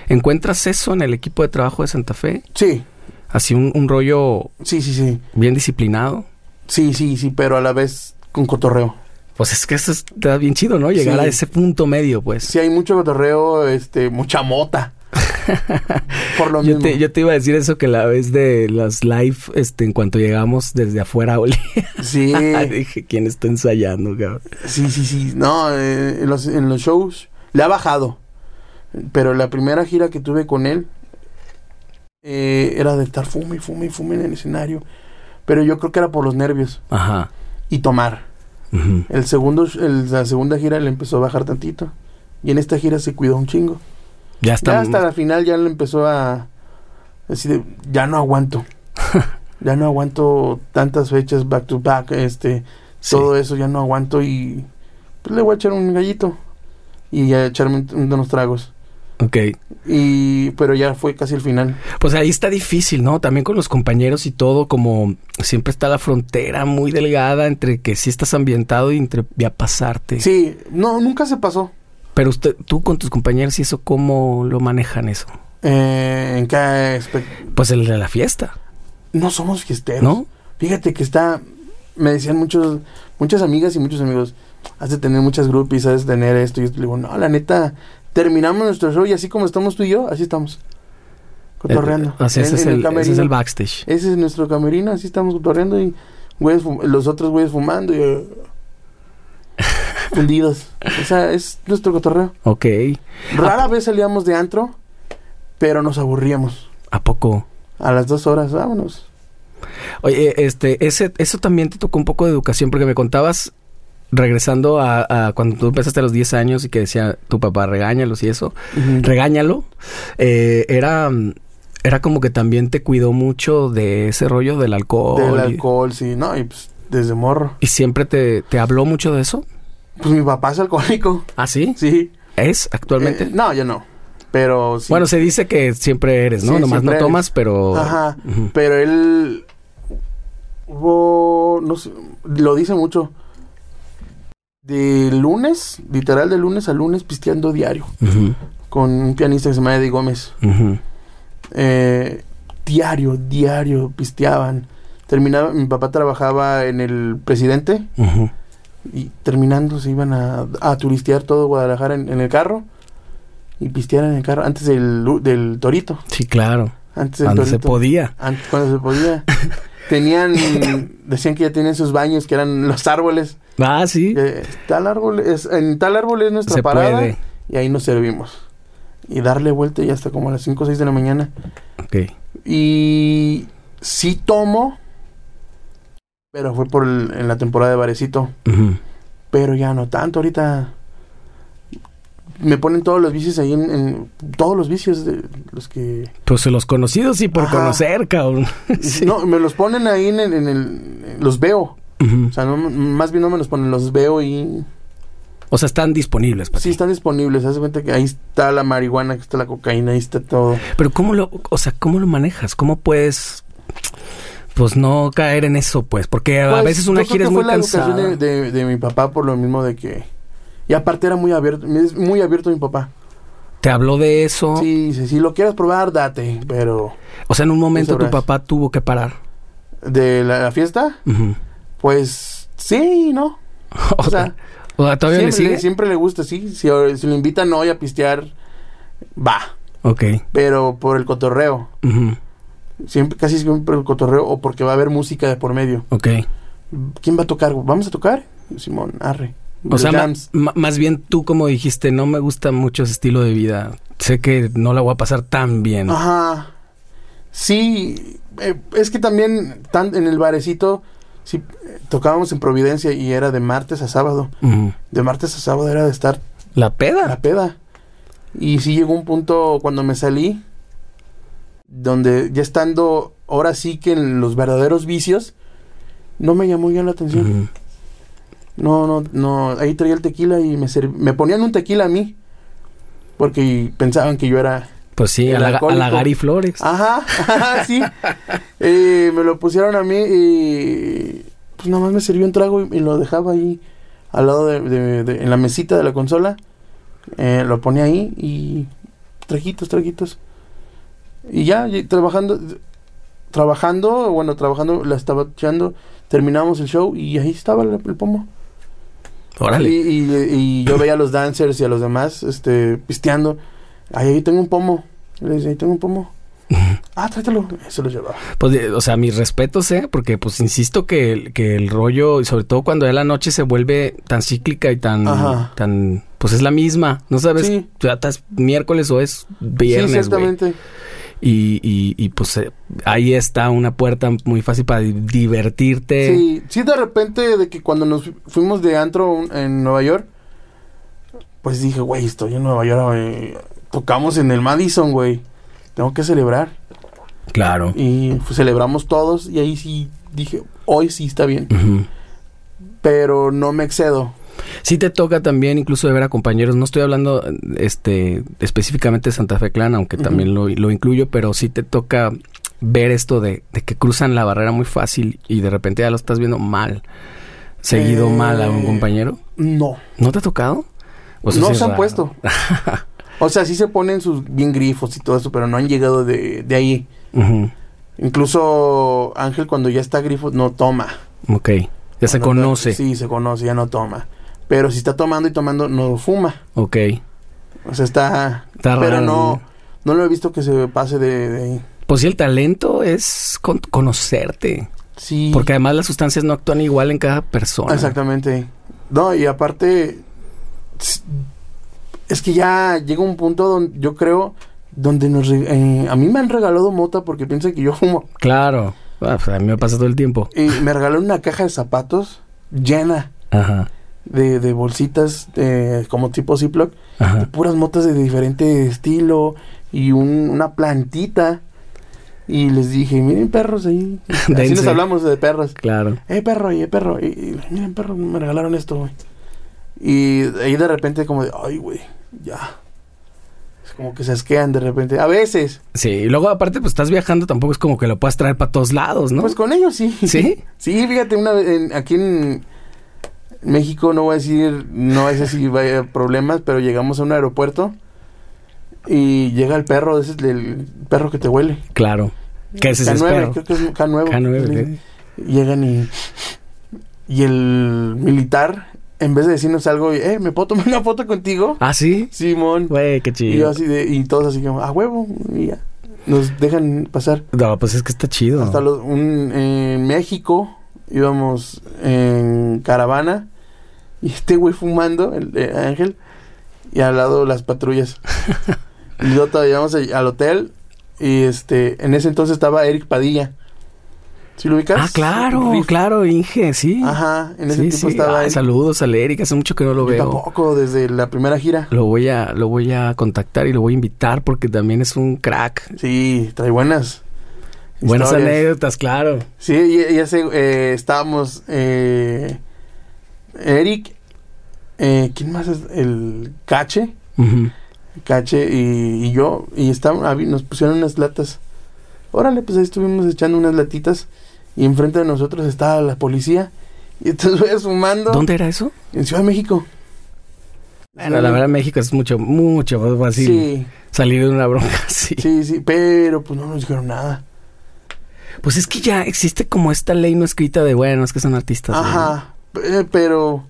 S1: ¿Encuentras eso en el equipo de trabajo de Santa Fe?
S2: Sí,
S1: Así un, un rollo
S2: sí, sí, sí.
S1: bien disciplinado.
S2: Sí, sí, sí, pero a la vez con cotorreo.
S1: Pues es que eso está bien chido, ¿no? Llegar
S2: Sí.
S1: a ese punto medio, pues.
S2: Sí, hay mucho cotorreo, este, mucha mota. Por lo
S1: Yo
S2: mismo.
S1: te, yo te iba a decir eso que la vez de las live, este, en cuanto llegamos desde afuera, olía.
S2: Sí,
S1: Dije, ¿quién está ensayando, cabrón?
S2: sí, sí, sí. No, eh, en, los, en los shows le ha bajado. Pero la primera gira que tuve con él eh, era de estar fume, y fume, y fume en el escenario. Pero yo creo que era por los nervios
S1: Ajá.
S2: y tomar.
S1: Ujú.
S2: El segundo, sh- el- la segunda gira le empezó a bajar tantito. Y en esta gira se cuidó un chingo.
S1: Ya
S2: ya
S1: está.
S2: hasta la final ya le empezó a decir, ya no aguanto. ya no aguanto tantas fechas back to back, este,
S1: Sí.
S2: todo eso ya no aguanto y pues, le voy a echar un gallito y a echarme un- unos tragos.
S1: Ok.
S2: Y pero ya fue casi el final.
S1: Pues ahí está difícil, ¿no? También con los compañeros y todo, como siempre está la frontera muy delgada entre que sí estás ambientado y entre ya pasarte.
S2: Sí, no nunca se pasó.
S1: Pero usted, tú con tus compañeros y eso, ¿cómo lo manejan eso?
S2: Eh, en cada espe-
S1: Pues el de la fiesta,
S2: no somos fiesteros.
S1: ¿no?
S2: Fíjate que está. Me decían muchos, muchas amigas y muchos amigos: has de tener muchas groupies, has de tener esto. Y yo le digo: no, la neta, terminamos nuestro show y así como estamos tú y yo, así estamos. Cotorreando.
S1: Eh, así, ese,
S2: En-
S1: es
S2: en
S1: el, ese es
S2: camerino.
S1: el backstage.
S2: Ese es nuestro camerino, así estamos cotorreando y güeyes fu- los otros güeyes fumando y. eh, fundidos. O sea, es nuestro cotorreo.
S1: Ok. Ah, pues.
S2: Rara vez salíamos de antro, pero nos aburríamos.
S1: ¿A poco?
S2: A las dos horas, vámonos.
S1: Oye, este, ese, eso también te tocó un poco de educación, porque me contabas regresando a, a cuando tú empezaste a los 10 años y que decía tu papá, regáñalos y eso, regáñalo. Eh, era, mm, era como que también te cuidó mucho de ese rollo del alcohol.
S2: Del
S1: y-
S2: alcohol, sí, no, y pues desde morro.
S1: Y, siempre te, te habló mucho de eso.
S2: Pues mi papá es alcohólico,
S1: ¿Ah, sí?
S2: sí.
S1: ¿Es actualmente?
S2: Eh, no, yo no. Pero sí.
S1: Bueno, se dice que siempre eres, ¿no?
S2: Sí,
S1: Nomás
S2: siempre
S1: no
S2: eres.
S1: tomas, pero...
S2: Ajá.
S1: Ujú.
S2: Pero él. Hubo. No sé, lo dice mucho. De lunes, literal de lunes a lunes, pisteando diario.
S1: Ujú,
S2: Con un pianista que se llama Eddie Gómez.
S1: ujú.
S2: Eh, diario, diario, pisteaban. Terminaba. Mi papá trabajaba en el presidente.
S1: Ujú.
S2: Y terminando se iban a, a turistear todo Guadalajara en, en el carro. Y pistear en el carro antes del, del torito.
S1: Sí, claro.
S2: Antes del
S1: Cuando se
S2: torito.
S1: podía.
S2: Antes, cuando se podía. Tenían, decían que ya tenían sus baños, que eran los árboles.
S1: Ah, sí.
S2: Eh, tal árbol es, en tal árbol es nuestra
S1: Se
S2: parada
S1: puede.
S2: y ahí nos servimos. Y darle vuelta y hasta como a las 5 o 6 de la mañana.
S1: Ok.
S2: Y sí tomo, pero fue por el- en la temporada de Varecito.
S1: Ujú.
S2: Pero ya no tanto, ahorita me ponen todos los vicios ahí en, en- todos los vicios de los que
S1: Pues los conocidos y por
S2: Ajá.
S1: conocer, cabrón. Sí.
S2: no me los ponen ahí en, el- en el los veo
S1: Ujú.
S2: o sea no- más bien no me los ponen los veo y
S1: O sea, están disponibles pues. para
S2: sí
S1: ti.
S2: están disponibles haz de cuenta que ahí está la marihuana que está la cocaína ahí está todo
S1: Pero cómo lo, o sea, cómo lo manejas, cómo puedes, pues no caer en eso, pues, porque a
S2: Pues,
S1: veces
S2: yo
S1: una
S2: creo
S1: gira
S2: que
S1: es muy
S2: fue la educación
S1: cansada.
S2: de, de- de mi papá por lo mismo de que y aparte era muy abierto es muy abierto mi papá
S1: Te habló de eso,
S2: sí dice, si lo quieres probar date pero
S1: o sea, en un momento tu
S2: sabrás.
S1: papá tuvo que parar.
S2: de la, la fiesta
S1: Ujú.
S2: pues sí no
S1: o,
S2: o
S1: sea,
S2: sea
S1: o sea, todavía
S2: siempre,
S1: le sigue.
S2: siempre le gusta sí si, si lo invitan hoy a pistear va
S1: Ok.
S2: pero por el cotorreo
S1: ujú,
S2: siempre casi siempre el cotorreo o porque va a haber música de por medio
S1: Ok.
S2: quién va a tocar vamos a tocar Simón arre
S1: O
S2: Los
S1: sea, ma-
S2: jams.
S1: ma- más bien tú como dijiste, no me gusta mucho ese estilo de vida. Sé que no la voy a pasar tan bien.
S2: Ah. Ajá. Sí, eh, es que también tan, en el barecito sí, eh, tocábamos en Providencia y era de martes a sábado.
S1: Ujú.
S2: De martes a sábado era de estar
S1: La
S2: a
S1: peda.
S2: la peda. Y sí llegó un punto cuando me salí, donde ya estando ahora sí que en los verdaderos vicios, no me llamó ya la atención.
S1: Ujú.
S2: No, no, no. Ahí traía el tequila y me, serv- me ponían un tequila a mí. Porque pensaban que yo era
S1: Pues sí,
S2: El
S1: a la, a la
S2: alcohólico. Ah,
S1: Gary Flores.
S2: Ajá, ajá, sí. Eh, me lo pusieron a mí y pues nada más me sirvió un trago y, y lo dejaba ahí al lado de, de- de- en la mesita de la consola. Eh, lo ponía ahí y traguitos, traguitos. Y ya y trabajando, trabajando, bueno, trabajando, la estaba echando. Terminamos el show y ahí estaba el, el pomo. Y,
S1: Órale.
S2: y- y yo veía a los dancers y a los demás este, pisteando. Ahí, ahí tengo un pomo. Y le decía, ahí tengo un pomo. Ah, tráetelo. Se lo llevaba.
S1: Pues, de- o sea, mis respetos, ¿eh? Porque, pues, insisto que, el- que el rollo, y sobre todo cuando ya la noche se vuelve tan cíclica y tan...
S2: Ajá.
S1: tan Pues es la misma, no sabes,
S2: Sí.
S1: ya estás miércoles o es
S2: sí,
S1: viernes, güey.
S2: exactamente.
S1: y, y, y, pues eh, ahí está una puerta muy fácil para di- divertirte.
S2: Sí, sí, de repente, de que cuando nos fu- fuimos de antro un- en Nueva York, pues dije, güey, estoy en Nueva York, güey. tocamos en el Madison, güey. Tengo que celebrar.
S1: Claro.
S2: Y pues, celebramos todos y ahí sí dije, hoy sí está bien.
S1: Ujú.
S2: Pero no me excedo.
S1: Sí te toca también incluso de ver a compañeros, no estoy hablando este específicamente de Santa Fe Clan, aunque también lo, lo incluyo, pero sí te toca ver esto de, de que cruzan la barrera muy fácil y de repente ya lo estás viendo mal, seguido
S2: Eh,
S1: mal a un compañero.
S2: No.
S1: ¿No te ha tocado? O sea,
S2: no
S1: sí
S2: se
S1: Pues es
S2: han
S1: raro.
S2: puesto. o sea, sí se ponen sus bien grifos y todo eso, pero no han llegado de, de ahí.
S1: Ujú,
S2: Incluso Ángel cuando ya está grifo no toma.
S1: Ok, ya se
S2: No, no,
S1: conoce.
S2: Sí, se conoce, ya no toma. Pero si está tomando y tomando, no fuma.
S1: Ok,
S2: O sea, está...
S1: está
S2: pero
S1: Ah, raro.
S2: no, no lo he visto que se pase de, de ahí.
S1: Pues sí, el talento es con- conocerte,
S2: Sí.
S1: porque además las sustancias no actúan igual en cada persona.
S2: Exactamente. No, y aparte... s- Es que ya llega un punto donde yo creo... Donde nos... re- eh, a mí me han regalado mota porque piensan que yo fumo.
S1: Claro, Ah, pues a mí me pasa todo el tiempo.
S2: Y me regalaron una caja de zapatos llena
S1: Ajá,
S2: de, de bolsitas eh, como tipo Ziploc.
S1: ajá.
S2: puras motas de diferente estilo y un- una plantita. Y les dije, miren perros ahí. Así
S1: Dense.
S2: nos hablamos de perros.
S1: Claro.
S2: Eh, perro, eh, perro. Y, y, miren, perro, me regalaron esto, güey. Y ahí de repente como de, ay, güey, ya. Es como que se asquean de repente. A veces.
S1: Sí, y luego aparte, pues estás viajando, tampoco es como que lo puedas traer para todos lados, ¿no?
S2: Pues con ellos sí.
S1: ¿Sí?
S2: Sí, fíjate, una vez en- aquí en México no voy a decir, no es así, vaya problemas, pero llegamos a un aeropuerto y llega el perro, ese es el perro que te huele.
S1: Claro. Que ese es el
S2: K9,
S1: perro.
S2: creo que es K9.
S1: K9, ¿qué?
S2: Llegan y, y el militar en vez de decirnos algo, eh, ¿me puedo tomar una foto contigo?
S1: ¿Ah, sí?
S2: Simón.
S1: Güey, qué
S2: Y yo
S1: chido.
S2: así de, y todos así como, a huevo, y ya. Nos dejan pasar.
S1: No, pues es que está chido.
S2: Hasta los- un, en México íbamos en caravana y este güey fumando, el, eh, Ángel, y al lado las patrullas. y luego todavía íbamos a- al hotel y este, en ese entonces estaba Eric Padilla. ¿Sí lo ubicas?
S1: Ah, claro,
S2: Riff.
S1: claro, Inge, sí.
S2: Ajá, en ese
S1: sí, sí.
S2: tiempo estaba
S1: Ay,
S2: Eric.
S1: saludos a Eric, hace mucho que no lo
S2: Yo
S1: veo.
S2: tampoco, desde la primera gira.
S1: Lo voy a, lo voy a contactar y lo voy a invitar porque también es un crack.
S2: Sí, trae buenas.
S1: Buenas
S2: historias.
S1: anécdotas, claro.
S2: Sí, ya, ya sé, eh, estábamos eh, Eric, eh, ¿quién más es? El Cache,
S1: Ujú.
S2: Cache y, y yo, y estábamos, habí- nos pusieron unas latas. Órale, pues ahí estuvimos echando unas latitas y enfrente de nosotros estaba la policía. Y entonces voy fumando
S1: ¿Dónde era eso?
S2: en Ciudad de México.
S1: Bueno, la verdad, México es mucho, mucho más fácil
S2: sí,
S1: salir de una bronca así.
S2: sí, sí, pero pues no nos dijeron nada.
S1: Pues es que ya existe como esta ley no escrita de, bueno, es que son artistas. ¿no?
S2: Ajá, eh, pero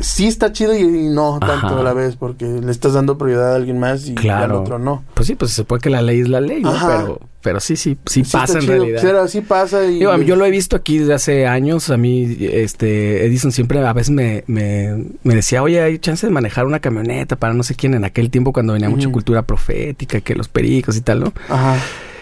S2: sí está chido y, y no tanto
S1: Ajá.
S2: a la vez porque le estás dando prioridad a alguien más y
S1: Claro.
S2: al otro no.
S1: Pues sí, pues se supone que la ley es la ley, ¿no?
S2: Ajá.
S1: Pero, pero sí, sí, sí,
S2: Sí
S1: pasa
S2: está
S1: en
S2: chido,
S1: realidad.
S2: sí era- sí pasa y
S1: Digo, a mí- yo lo he visto aquí desde hace años. A mí, este, Edison siempre a veces me, me, me decía, oye, hay chance de manejar una camioneta para no sé quién en aquel tiempo cuando venía mucha
S2: Ujú.
S1: cultura profética, que los pericos y tal, ¿no?
S2: Ajá.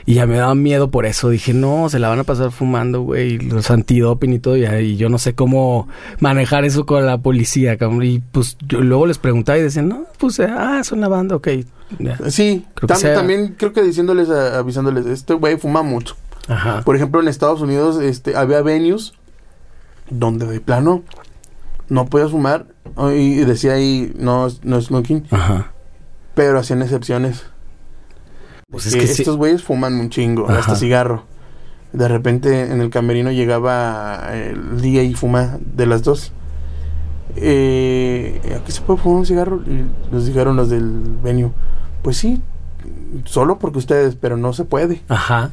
S1: Y ya me daba miedo por eso. Dije, no, se la van a pasar fumando, güey, los antidoping y todo. Y, y yo no sé cómo manejar eso con la policía, cabrón. Y pues yo luego les preguntaba y decían, no, pues, eh, ah, es una banda, ok. Ya.
S2: Sí,
S1: Creo que
S2: tam-
S1: sea-
S2: también creo que diciéndoles, a- avisándoles, este güey fuma mucho.
S1: Ajá.
S2: Por ejemplo, en Estados Unidos este, había venues donde de plano no podías fumar oh, y y decía ahí no, no smoking,
S1: Ajá.
S2: pero hacían excepciones.
S1: Pues es
S2: que
S1: que sí.
S2: estos güeyes fuman un chingo,
S1: Ajá.
S2: hasta cigarro. De repente en el camerino llegaba eh, el día y fuma de las dos. Eh, ¿Aquí se puede fumar un cigarro? Y nos dijeron los del venue. Pues sí, solo porque ustedes, pero no se puede.
S1: Ajá.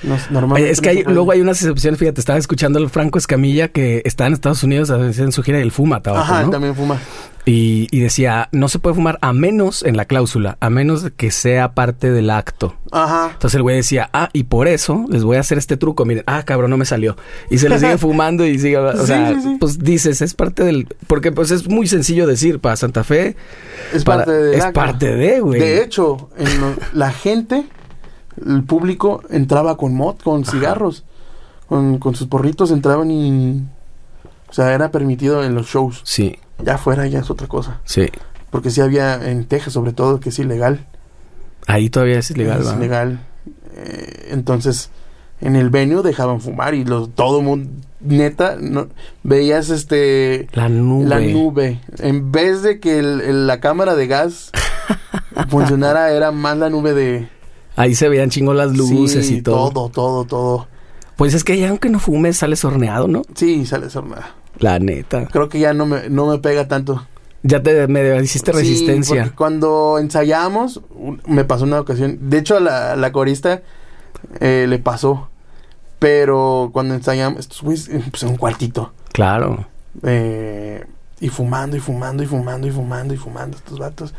S2: No, es- normalmente
S1: Oye, es que
S2: no se
S1: hay-
S2: puede.
S1: luego hay unas excepciones. Fíjate, estaba escuchando al Franco Escamilla que está en Estados Unidos en su gira y él fuma tabaco,
S2: Ajá,
S1: ¿no?
S2: también fuma.
S1: Y, y decía, no se puede fumar a menos en la cláusula, a menos de que sea parte del acto.
S2: Ajá.
S1: Entonces el güey decía, ah, y por eso les voy a hacer este truco. Miren, ah, cabrón, no me salió. Y se le sigue fumando y sigue. O
S2: Sí,
S1: sea,
S2: sí, sí.
S1: pues dices, es parte del. Porque pues es muy sencillo decir para Santa Fe.
S2: Es
S1: para-
S2: parte de...
S1: es parte de, güey.
S2: De hecho, en lo- la gente, el público entraba con mod, con cigarros, con, con sus porritos entraban y... O sea, era permitido en los shows.
S1: Sí,
S2: Ya fuera ya es otra cosa.
S1: sí.
S2: Porque sí había en Texas, sobre todo, que es ilegal.
S1: Ahí todavía es ilegal,
S2: es
S1: ¿va?
S2: ilegal. Eh, entonces, en el venue dejaban fumar y los, todo mundo, neta, no, veías este...
S1: La nube.
S2: La nube. En vez de que el- el- la cámara de gas funcionara, era más la nube de
S1: Ahí se veían chingos las luces
S2: Sí,
S1: y todo.
S2: Todo, todo, todo.
S1: Pues es que ya aunque no fumes, sales horneado, ¿no?
S2: Sí, sale ser nada.
S1: La neta.
S2: Creo que ya no me, no me pega tanto.
S1: Ya te medio hiciste
S2: Sí,
S1: resistencia.
S2: porque cuando ensayamos, un- me pasó una ocasión. De hecho, a la, a la corista eh, le pasó. Pero cuando ensayamos, estos güeyes eh, pues, en un cuartito.
S1: Claro.
S2: eh, y fumando, y fumando, y fumando, y fumando, y fumando, estos vatos.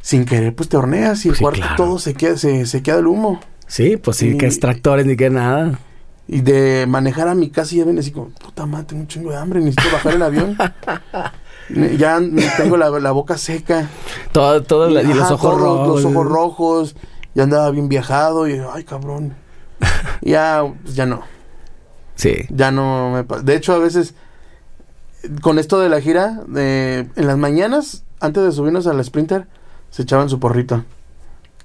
S2: Sin querer, pues te horneas y el
S1: Sí,
S2: cuarto
S1: claro.
S2: todo se queda, se, se queda el humo.
S1: Sí, pues sí,
S2: Y-
S1: que extractores ni que nada.
S2: Y de manejar a mi casa ya ven así como, puta madre, tengo un chingo de hambre, necesito bajar el avión. Ne- ya me- tengo la, la boca seca.
S1: Todo, todo la- y, los
S2: Ajá,
S1: ojos
S2: todos los-
S1: rojos.
S2: Los ojos rojos. Ya andaba bien viajado y, ay, cabrón. ya, pues, ya no.
S1: Sí.
S2: Ya no me pasa. De hecho, a veces, eh, con esto de la gira, de- en las mañanas, antes de subirnos a la Sprinter, se echaban su porrito.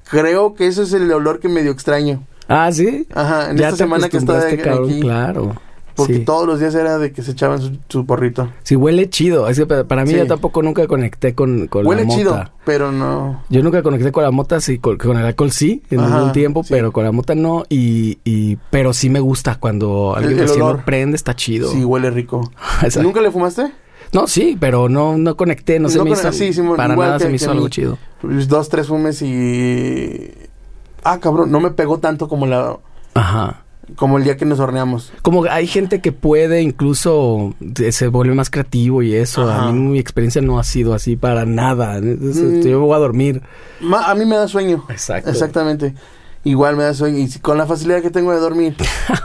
S2: Creo que ese es el olor que medio extraño.
S1: Ah, sí.
S2: Ajá, en
S1: ya
S2: esta
S1: te
S2: semana que está
S1: acostumbraste, cabrón,
S2: aquí.
S1: claro.
S2: Porque
S1: sí.
S2: todos los días era de que se echaban su, su porrito.
S1: Sí, huele chido. Es que pa- para mí
S2: Sí.
S1: yo tampoco nunca conecté con, con
S2: Huele
S1: la mota.
S2: chido, pero no.
S1: Yo nunca conecté con la mota, sí, con, con el alcohol sí, en
S2: Ajá,
S1: algún tiempo,
S2: sí.
S1: pero con la mota no. Y, y pero sí me gusta cuando
S2: El-
S1: alguien
S2: el
S1: recién lo
S2: olor.
S1: prende, está chido.
S2: Sí, huele rico.
S1: Exacto.
S2: ¿Nunca le fumaste?
S1: No, sí, pero no, no conecté, no, se
S2: No
S1: me
S2: con-
S1: hizo.
S2: sí, Simón,
S1: para
S2: igual
S1: nada
S2: que-
S1: se me
S2: que
S1: hizo
S2: a
S1: algo
S2: mí.
S1: chido.
S2: Pues Dos, tres fumes y. Ah, cabrón, no me pegó tanto como la.
S1: Ajá.
S2: Como el día que nos horneamos.
S1: Como hay gente que puede incluso eh, se vuelve más creativo y eso.
S2: Ajá.
S1: A mí mi experiencia no ha sido así para nada. Es- es-
S2: Mm.
S1: Yo voy a dormir.
S2: Ma- a mí me da sueño.
S1: Exacto.
S2: Exactamente. Igual me da sueño. Y si- con la facilidad que tengo de dormir.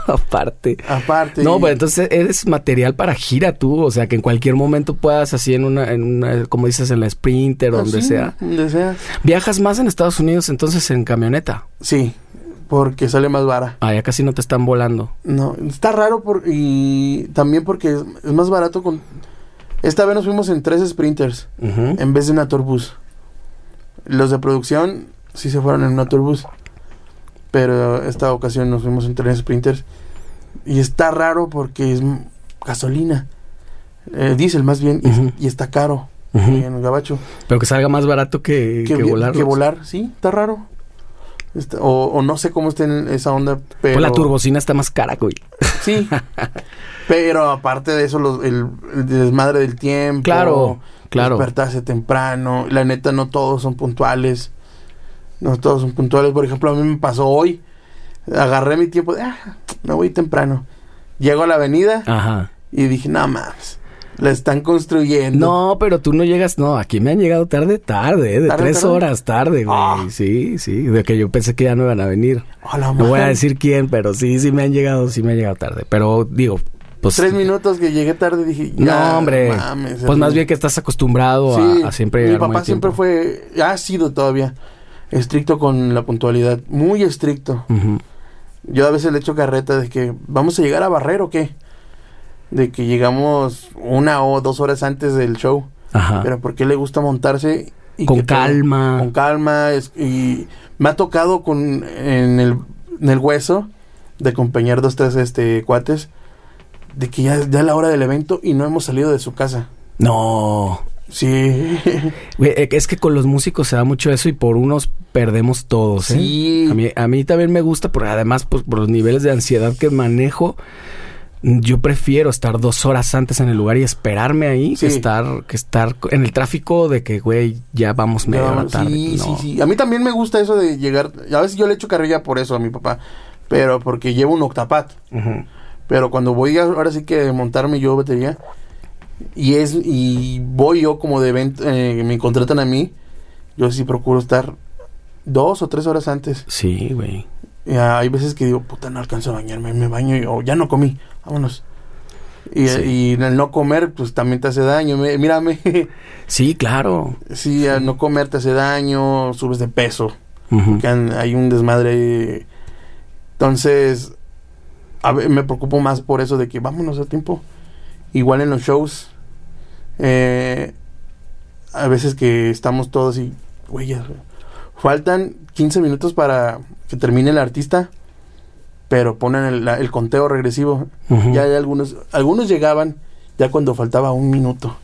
S1: Aparte.
S2: Aparte.
S1: No, pero entonces eres material para gira tú, o sea, que en cualquier momento puedas así en una, en una como dices, en la Sprinter o
S2: Ah,
S1: donde
S2: sí,
S1: sea.
S2: Donde sea.
S1: ¿Viajas más en Estados Unidos entonces en camioneta?
S2: Sí. Porque sale más vara.
S1: Allá casi no te están volando.
S2: No, está raro por, y también porque es, es más barato con... Esta vez nos fuimos en tres sprinters
S1: Ujú.
S2: en vez de una tourbus. Los de producción sí se fueron en una tourbus. Pero esta ocasión nos fuimos en tres sprinters. Y está raro porque es m- gasolina. Eh, diésel más bien. y-
S1: Ujú.
S2: Y está caro eh,
S1: Ujú.
S2: en el gabacho.
S1: Pero que salga más barato que, que,
S2: vi-
S1: volar.
S2: em, que volar, sí, está raro. Está- o, o no sé cómo está en esa onda. Pero...
S1: Pues la turbocina está más cara, güey.
S2: Sí. Pero aparte de eso, los- el, el desmadre del tiempo. Oh,
S1: Claro, claro.
S2: Despertarse temprano. La neta, no todos son puntuales. No todos son puntuales. Por ejemplo, a mí me pasó hoy. Agarré mi tiempo. Ah, me voy temprano. Llego a la avenida
S1: Ajá.
S2: y dije, no mames. La están construyendo.
S1: No, pero tú no llegas, no, aquí me han llegado tarde, tarde, eh, de
S2: ¿Tarde,
S1: tres
S2: tarde?
S1: horas tarde, güey.
S2: Ah.
S1: Sí, sí, de que yo pensé que ya no iban a venir.
S2: A la
S1: No voy a
S2: madre.
S1: decir quién, pero sí, sí me han llegado, sí me han llegado tarde. Pero digo, pues...
S2: Tres minutos que llegué tarde dije,
S1: No,
S2: ya,
S1: hombre.
S2: mames,
S1: Pues más bien que estás acostumbrado a-
S2: Sí,
S1: a, siempre
S2: Mi
S1: llegar muy
S2: papá
S1: a
S2: siempre
S1: tiempo.
S2: fue, ha sido todavía estricto con la puntualidad, muy estricto.
S1: Ujú.
S2: Yo a veces le echo carreta de que vamos a llegar a barrer o qué. De que llegamos una o dos horas antes del show.
S1: Ajá.
S2: Pero porque le gusta montarse. y
S1: Ah. Con
S2: que todo-
S1: calma.
S2: Con calma. es- y me ha tocado con en el, en el hueso de acompañar dos, tres este, cuates. De que ya, ya es la hora del evento y no hemos salido de su casa.
S1: No.
S2: Sí.
S1: Güey, eh, Es que con los músicos se da mucho eso y por unos perdemos todos, ¿eh?
S2: Sí.
S1: A mí, a mí también me gusta, porque además pues, por los niveles de ansiedad que manejo, mm, yo prefiero estar dos horas antes en el lugar y esperarme ahí
S2: Sí.
S1: que estar que estar co- en el tráfico de que, güey, ya vamos media hora
S2: No,
S1: pues, tarde.
S2: Sí,
S1: No.
S2: sí, sí. A mí también me gusta eso de llegar. A veces yo le echo carrilla por eso a mi papá. Pero porque llevo un octapat.
S1: Ujú.
S2: Pero cuando voy a- ahora sí que montarme yo batería. Y es y voy yo como de evento. eh, me contratan a mí. Yo sí procuro estar dos o tres horas antes.
S1: Sí, güey.
S2: Y hay veces que digo, puta, no alcanzo a bañarme. Me baño y o ya no comí. Vámonos. Y,
S1: Sí.
S2: y el no comer, pues también te hace daño. me- mírame.
S1: Sí, claro.
S2: sí, al no comer te hace daño. Subes de peso
S1: Ujú.
S2: que han- hay un desmadre ahí. Entonces, a ve- me preocupo más por eso de que vámonos a tiempo. Igual en los shows, eh, a veces que estamos todos y, güey, ya, faltan 15 minutos para que termine el artista, pero ponen el, la- el conteo regresivo.
S1: Ujú.
S2: Ya hay algunos, algunos llegaban ya cuando faltaba un minuto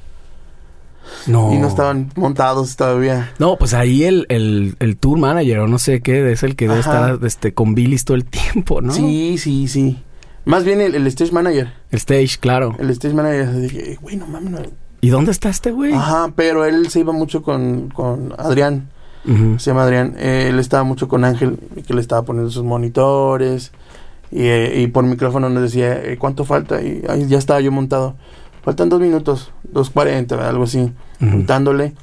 S1: No.
S2: y no estaban montados todavía.
S1: No, pues ahí el, el, el tour manager o no sé qué es el que debe
S2: Ajá.
S1: estar este, con Billis todo el tiempo, ¿no?
S2: Sí, sí, sí. Más bien el- el stage manager.
S1: El stage, claro.
S2: El stage manager dije, güey, no mames. no".
S1: ¿Y dónde está este güey?
S2: Ajá, pero él se iba mucho con, con Adrián.
S1: Ujú.
S2: Se llama Adrián. eh, él estaba mucho con Ángel, que le estaba poniendo sus monitores. Y, eh, y por micrófono nos decía, eh, ¿cuánto falta? Y ahí ya estaba yo montado. Faltan dos minutos, dos cuarenta, algo así,
S1: Ujú.
S2: juntándole.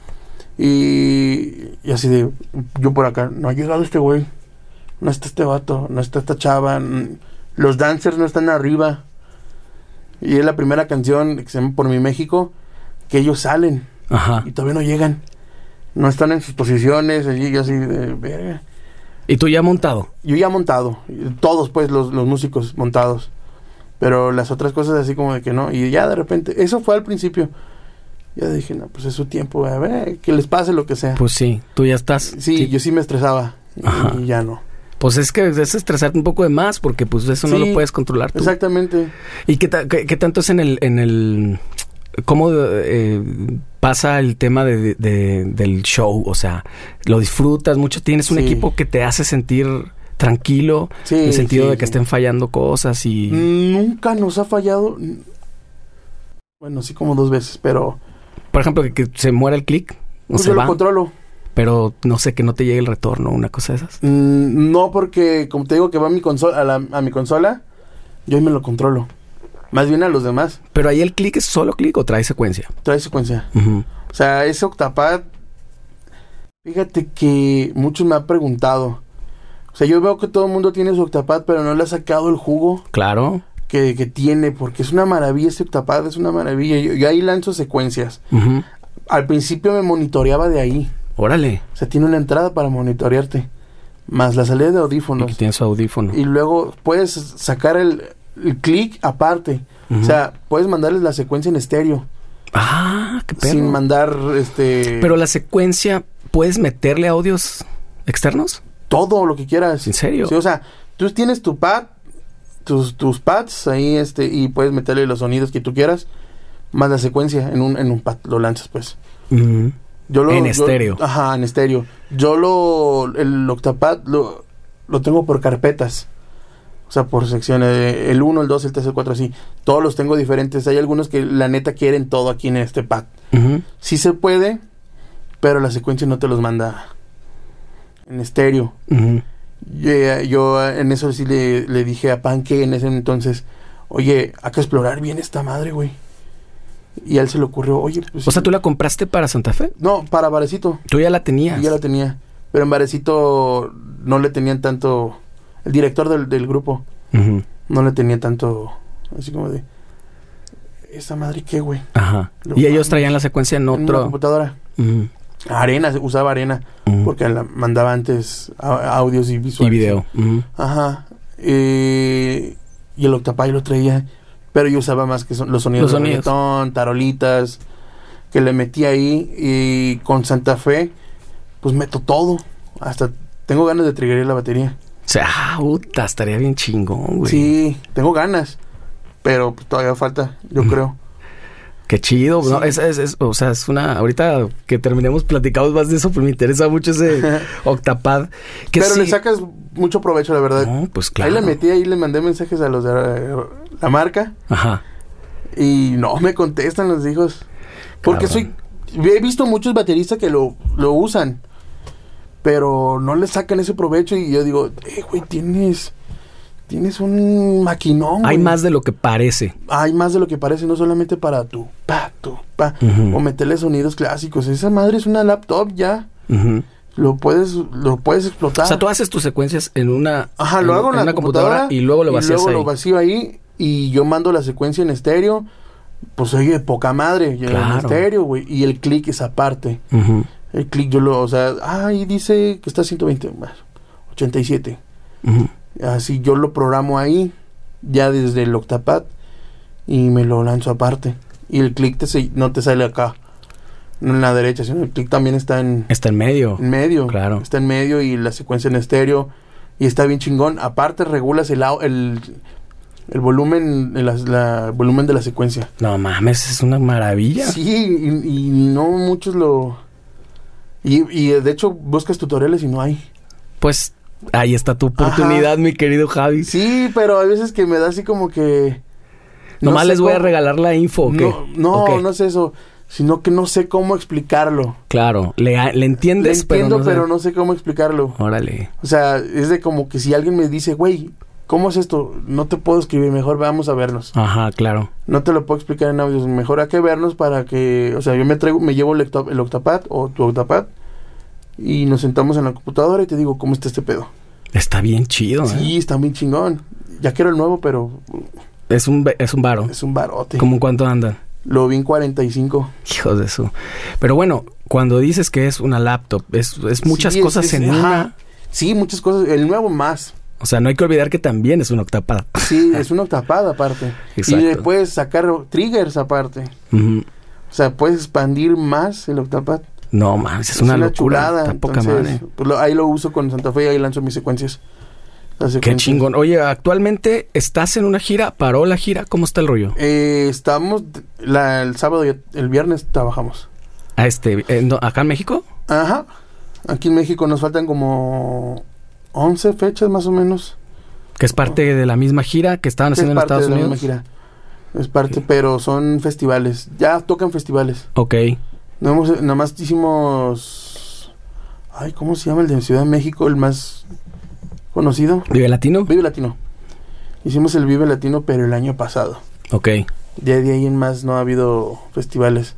S2: Y, y así de, yo por acá, no ha llegado este güey. No está este vato, no está esta chava. mm, Los dancers no están arriba. Y es la primera canción que se llama Por mi México, que ellos salen
S1: Ajá.
S2: y todavía no llegan. No están en sus posiciones, allí yo así de verga.
S1: ¿Y tú ya montado?
S2: Yo ya montado, y todos pues los, los músicos montados. Pero las otras cosas así como de que no. Y ya de repente, eso fue al principio. Ya dije, no, pues es su tiempo, a ver, que les pase lo que sea.
S1: Pues sí, tú ya estás.
S2: sí, yo sí me estresaba. y-
S1: Ajá.
S2: Y ya no.
S1: Pues es que es estresarte un poco de más porque pues eso no
S2: Sí.
S1: lo puedes controlar tú.
S2: Exactamente.
S1: ¿Y qué, ta- qué- qué tanto es en el... En el ¿Cómo eh, pasa el tema de- de- del show? O sea, lo disfrutas mucho, tienes un
S2: Sí.
S1: equipo que te hace sentir tranquilo,
S2: Sí,
S1: en el sentido
S2: sí,
S1: de que
S2: sí. Mm.
S1: estén fallando cosas y...
S2: Nunca nos ha fallado. Bueno, sí como dos veces, pero...
S1: Por ejemplo, que, que se muera el click o
S2: Pues
S1: se
S2: yo
S1: va.
S2: lo controlo.
S1: pero no sé, que no te llegue el retorno, una cosa de esas.
S2: Mm, no, porque como te digo que va a mi consola, a, la- a mi consola, yo ahí me lo controlo. Más bien a los demás.
S1: Pero ahí el clic es solo clic o trae secuencia.
S2: Trae secuencia.
S1: Ujú.
S2: O sea, ese octapad. Fíjate que muchos me han preguntado. O sea, yo veo que todo el mundo tiene su octapad, pero no le ha sacado el jugo
S1: Claro.
S2: que, que tiene, porque es una maravilla este octapad, es una maravilla. Yo, yo ahí lanzo secuencias.
S1: Ujú.
S2: Al principio me monitoreaba de ahí.
S1: Órale.
S2: O sea, tiene una entrada para monitorearte, más la salida de
S1: Aquí
S2: audífonos.
S1: tienes su audífono.
S2: Y luego puedes sacar el, el clic aparte.
S1: Ujú.
S2: O sea, puedes mandarles la secuencia en estéreo,
S1: ah, qué perro.
S2: sin mandar este
S1: Pero la secuencia, ¿puedes meterle audios externos?
S2: todo lo que quieras.
S1: ¿En serio?
S2: Sí, o sea, tú tienes tu pad, tus, tus pads ahí, este, y puedes meterle los sonidos que tú quieras, más la secuencia en un, en un pad, lo lanzas pues.
S1: Ujú.
S2: Yo lo,
S1: En
S2: yo-
S1: estéreo.
S2: Ajá, en estéreo. Yo lo, el octapad lo, lo tengo por carpetas. O sea, por secciones, eh, el 1, el 2, el 3, el 4, así. Todos los tengo diferentes. Hay algunos que la neta quieren todo aquí en este pad.
S1: Ujú.
S2: Sí se puede, pero la secuencia no te los manda en estéreo.
S1: Ujú.
S2: Yo, eh, yo, eh, en eso sí le, le dije a Panque en ese entonces, oye, hay que explorar bien esta madre, güey. Y a él se le ocurrió, oye, pues...
S1: O sea, ¿tú la compraste para Santa Fe?
S2: No, para Varecito.
S1: Tú ya la tenías.
S2: Yo ya la tenía. Pero en Varecito no le tenían tanto... El director del, del grupo
S1: Ujú.
S2: no le tenía tanto... Así como de... ¿Esta madre qué, güey?
S1: Ajá.
S2: Lo
S1: Y ellos
S2: mames.
S1: traían la secuencia en
S2: En una
S1: otro.
S2: computadora.
S1: Ujú.
S2: Arena, usaba arena.
S1: Ujú.
S2: Porque la mandaba antes a- audios y visuales.
S1: Y video. Ujú.
S2: Ajá. eh, y el octapay lo traía. Pero yo usaba más que son, los sonidos
S1: Los
S2: de
S1: sonidos.
S2: reggaetón, tarolitas, que le metí ahí. Y con Santa Fe, pues meto todo. Hasta tengo ganas de triggerear la batería.
S1: O sea, ah, puta, estaría bien chingón, güey.
S2: Sí, tengo ganas. Pero pues, todavía falta, yo
S1: Ujú.
S2: creo.
S1: Qué chido.
S2: Sí.
S1: No, es, es- es- o sea, es una. Ahorita que terminemos platicados más de eso, pues me interesa mucho ese octapad. Que
S2: pero
S1: sí-
S2: le sacas mucho provecho, la verdad.
S1: No, pues claro.
S2: Ahí le metí, ahí le mandé mensajes a los de eh, la marca.
S1: Ajá.
S2: Y no me contestan los hijos. Porque
S1: Cabrón.
S2: soy. He visto muchos bateristas que lo, lo usan. Pero no le sacan ese provecho. Y yo digo, eh, güey, tienes. Tienes un maquinón.
S1: Hay
S2: güey.
S1: más de lo que parece.
S2: Hay más de lo que parece, no solamente para tu pa, tu pa.
S1: Ujú.
S2: O meterle sonidos clásicos. Esa madre es una laptop ya.
S1: Ujú.
S2: Lo puedes, lo puedes explotar.
S1: O sea, tú haces tus secuencias en una,
S2: Ajá,
S1: en,
S2: lo hago en,
S1: en
S2: la
S1: una computadora, y luego lo vacías
S2: luego lo
S1: ahí.
S2: vacío ahí y yo mando la secuencia en estéreo. Pues oye, poca madre, ya en
S1: Claro.
S2: estéreo, güey. Y el clic es aparte.
S1: Ujú,
S2: El clic yo lo, o sea, ah, ahí dice que está 120, bueno, 87.
S1: ujú.
S2: Así yo lo programo ahí, ya desde el octapad, y me lo lanzo aparte. Y el clic te se- no te sale acá, no en la derecha, sino el clic también está en,
S1: Está en medio.
S2: en medio.
S1: Claro.
S2: Está en medio y la secuencia en estéreo. Y está bien chingón. Aparte, regulas el, au- el, el volumen, el, as- la- el volumen de la secuencia.
S1: No mames, es una maravilla.
S2: Sí, y, y no muchos lo. Y, y, de hecho, buscas tutoriales y no hay.
S1: Pues ahí está tu oportunidad, mi querido Javi.
S2: Sí, pero hay veces que me da así como que.
S1: Nomás
S2: sé
S1: les voy a
S2: cómo-
S1: regalar la info. ¿o qué?
S2: No, no,
S1: ¿O qué?
S2: no es eso. Sino que no sé cómo explicarlo.
S1: Claro, le, le
S2: Le
S1: entiendes,
S2: entiendo,
S1: pero, no,
S2: pero no sé cómo explicarlo.
S1: sé. Órale.
S2: O sea, es de como que si alguien me dice, güey, ¿cómo es esto? No te puedo escribir, mejor vamos a vernos.
S1: Ajá, claro.
S2: No te lo puedo explicar en audios, mejor hay que vernos para que, o sea, yo me traigo, me llevo el, octa- el octapad o tu octapad y nos sentamos en la computadora y te digo, ¿cómo está este pedo?
S1: Está bien chido, ¿eh?
S2: Sí, está bien chingón. Ya quiero el nuevo, pero
S1: Es un, ve- es un varo.
S2: es un barote.
S1: ¿Cómo cuánto andan?
S2: Lo vi en 45.
S1: Hijos de su. Pero bueno, cuando dices que es una laptop, es, es muchas
S2: Sí, es-
S1: cosas
S2: es-
S1: en
S2: ajá.
S1: una.
S2: Sí, muchas cosas. El nuevo más.
S1: O sea, no hay que olvidar que también es un octapad.
S2: Sí, es una octapad aparte.
S1: Exacto.
S2: Y le puedes sacar triggers aparte.
S1: Ujú.
S2: O sea, puedes expandir más el octapad.
S1: No mames, es una, locura. Está poca
S2: entonces,
S1: madre.
S2: pues, lo- ahí lo uso con Santa Fe y ahí lanzo mis secuencias. Las
S1: Qué
S2: secuencias.
S1: chingón. Oye, actualmente estás en una gira, paró la gira, ¿cómo está el rollo?
S2: Eh, estamos la- el sábado y el viernes trabajamos.
S1: A este, eh, no, acá en México.
S2: Ajá. Aquí en México nos faltan como 11 fechas más o menos.
S1: Que es parte de la misma gira que estaban
S2: es
S1: haciendo en
S2: parte
S1: Estados
S2: de la
S1: Unidos.
S2: misma gira. Es parte,
S1: Ok.
S2: pero son festivales. Ya tocan festivales.
S1: Ok.
S2: No hemos, nomás hicimos Ay, ¿cómo se llama el de Ciudad de México? El más conocido.
S1: ¿Vive Latino?
S2: Vive Latino. Hicimos el Vive Latino, pero el año pasado.
S1: Ok.
S2: Ya de ahí en más no ha habido festivales.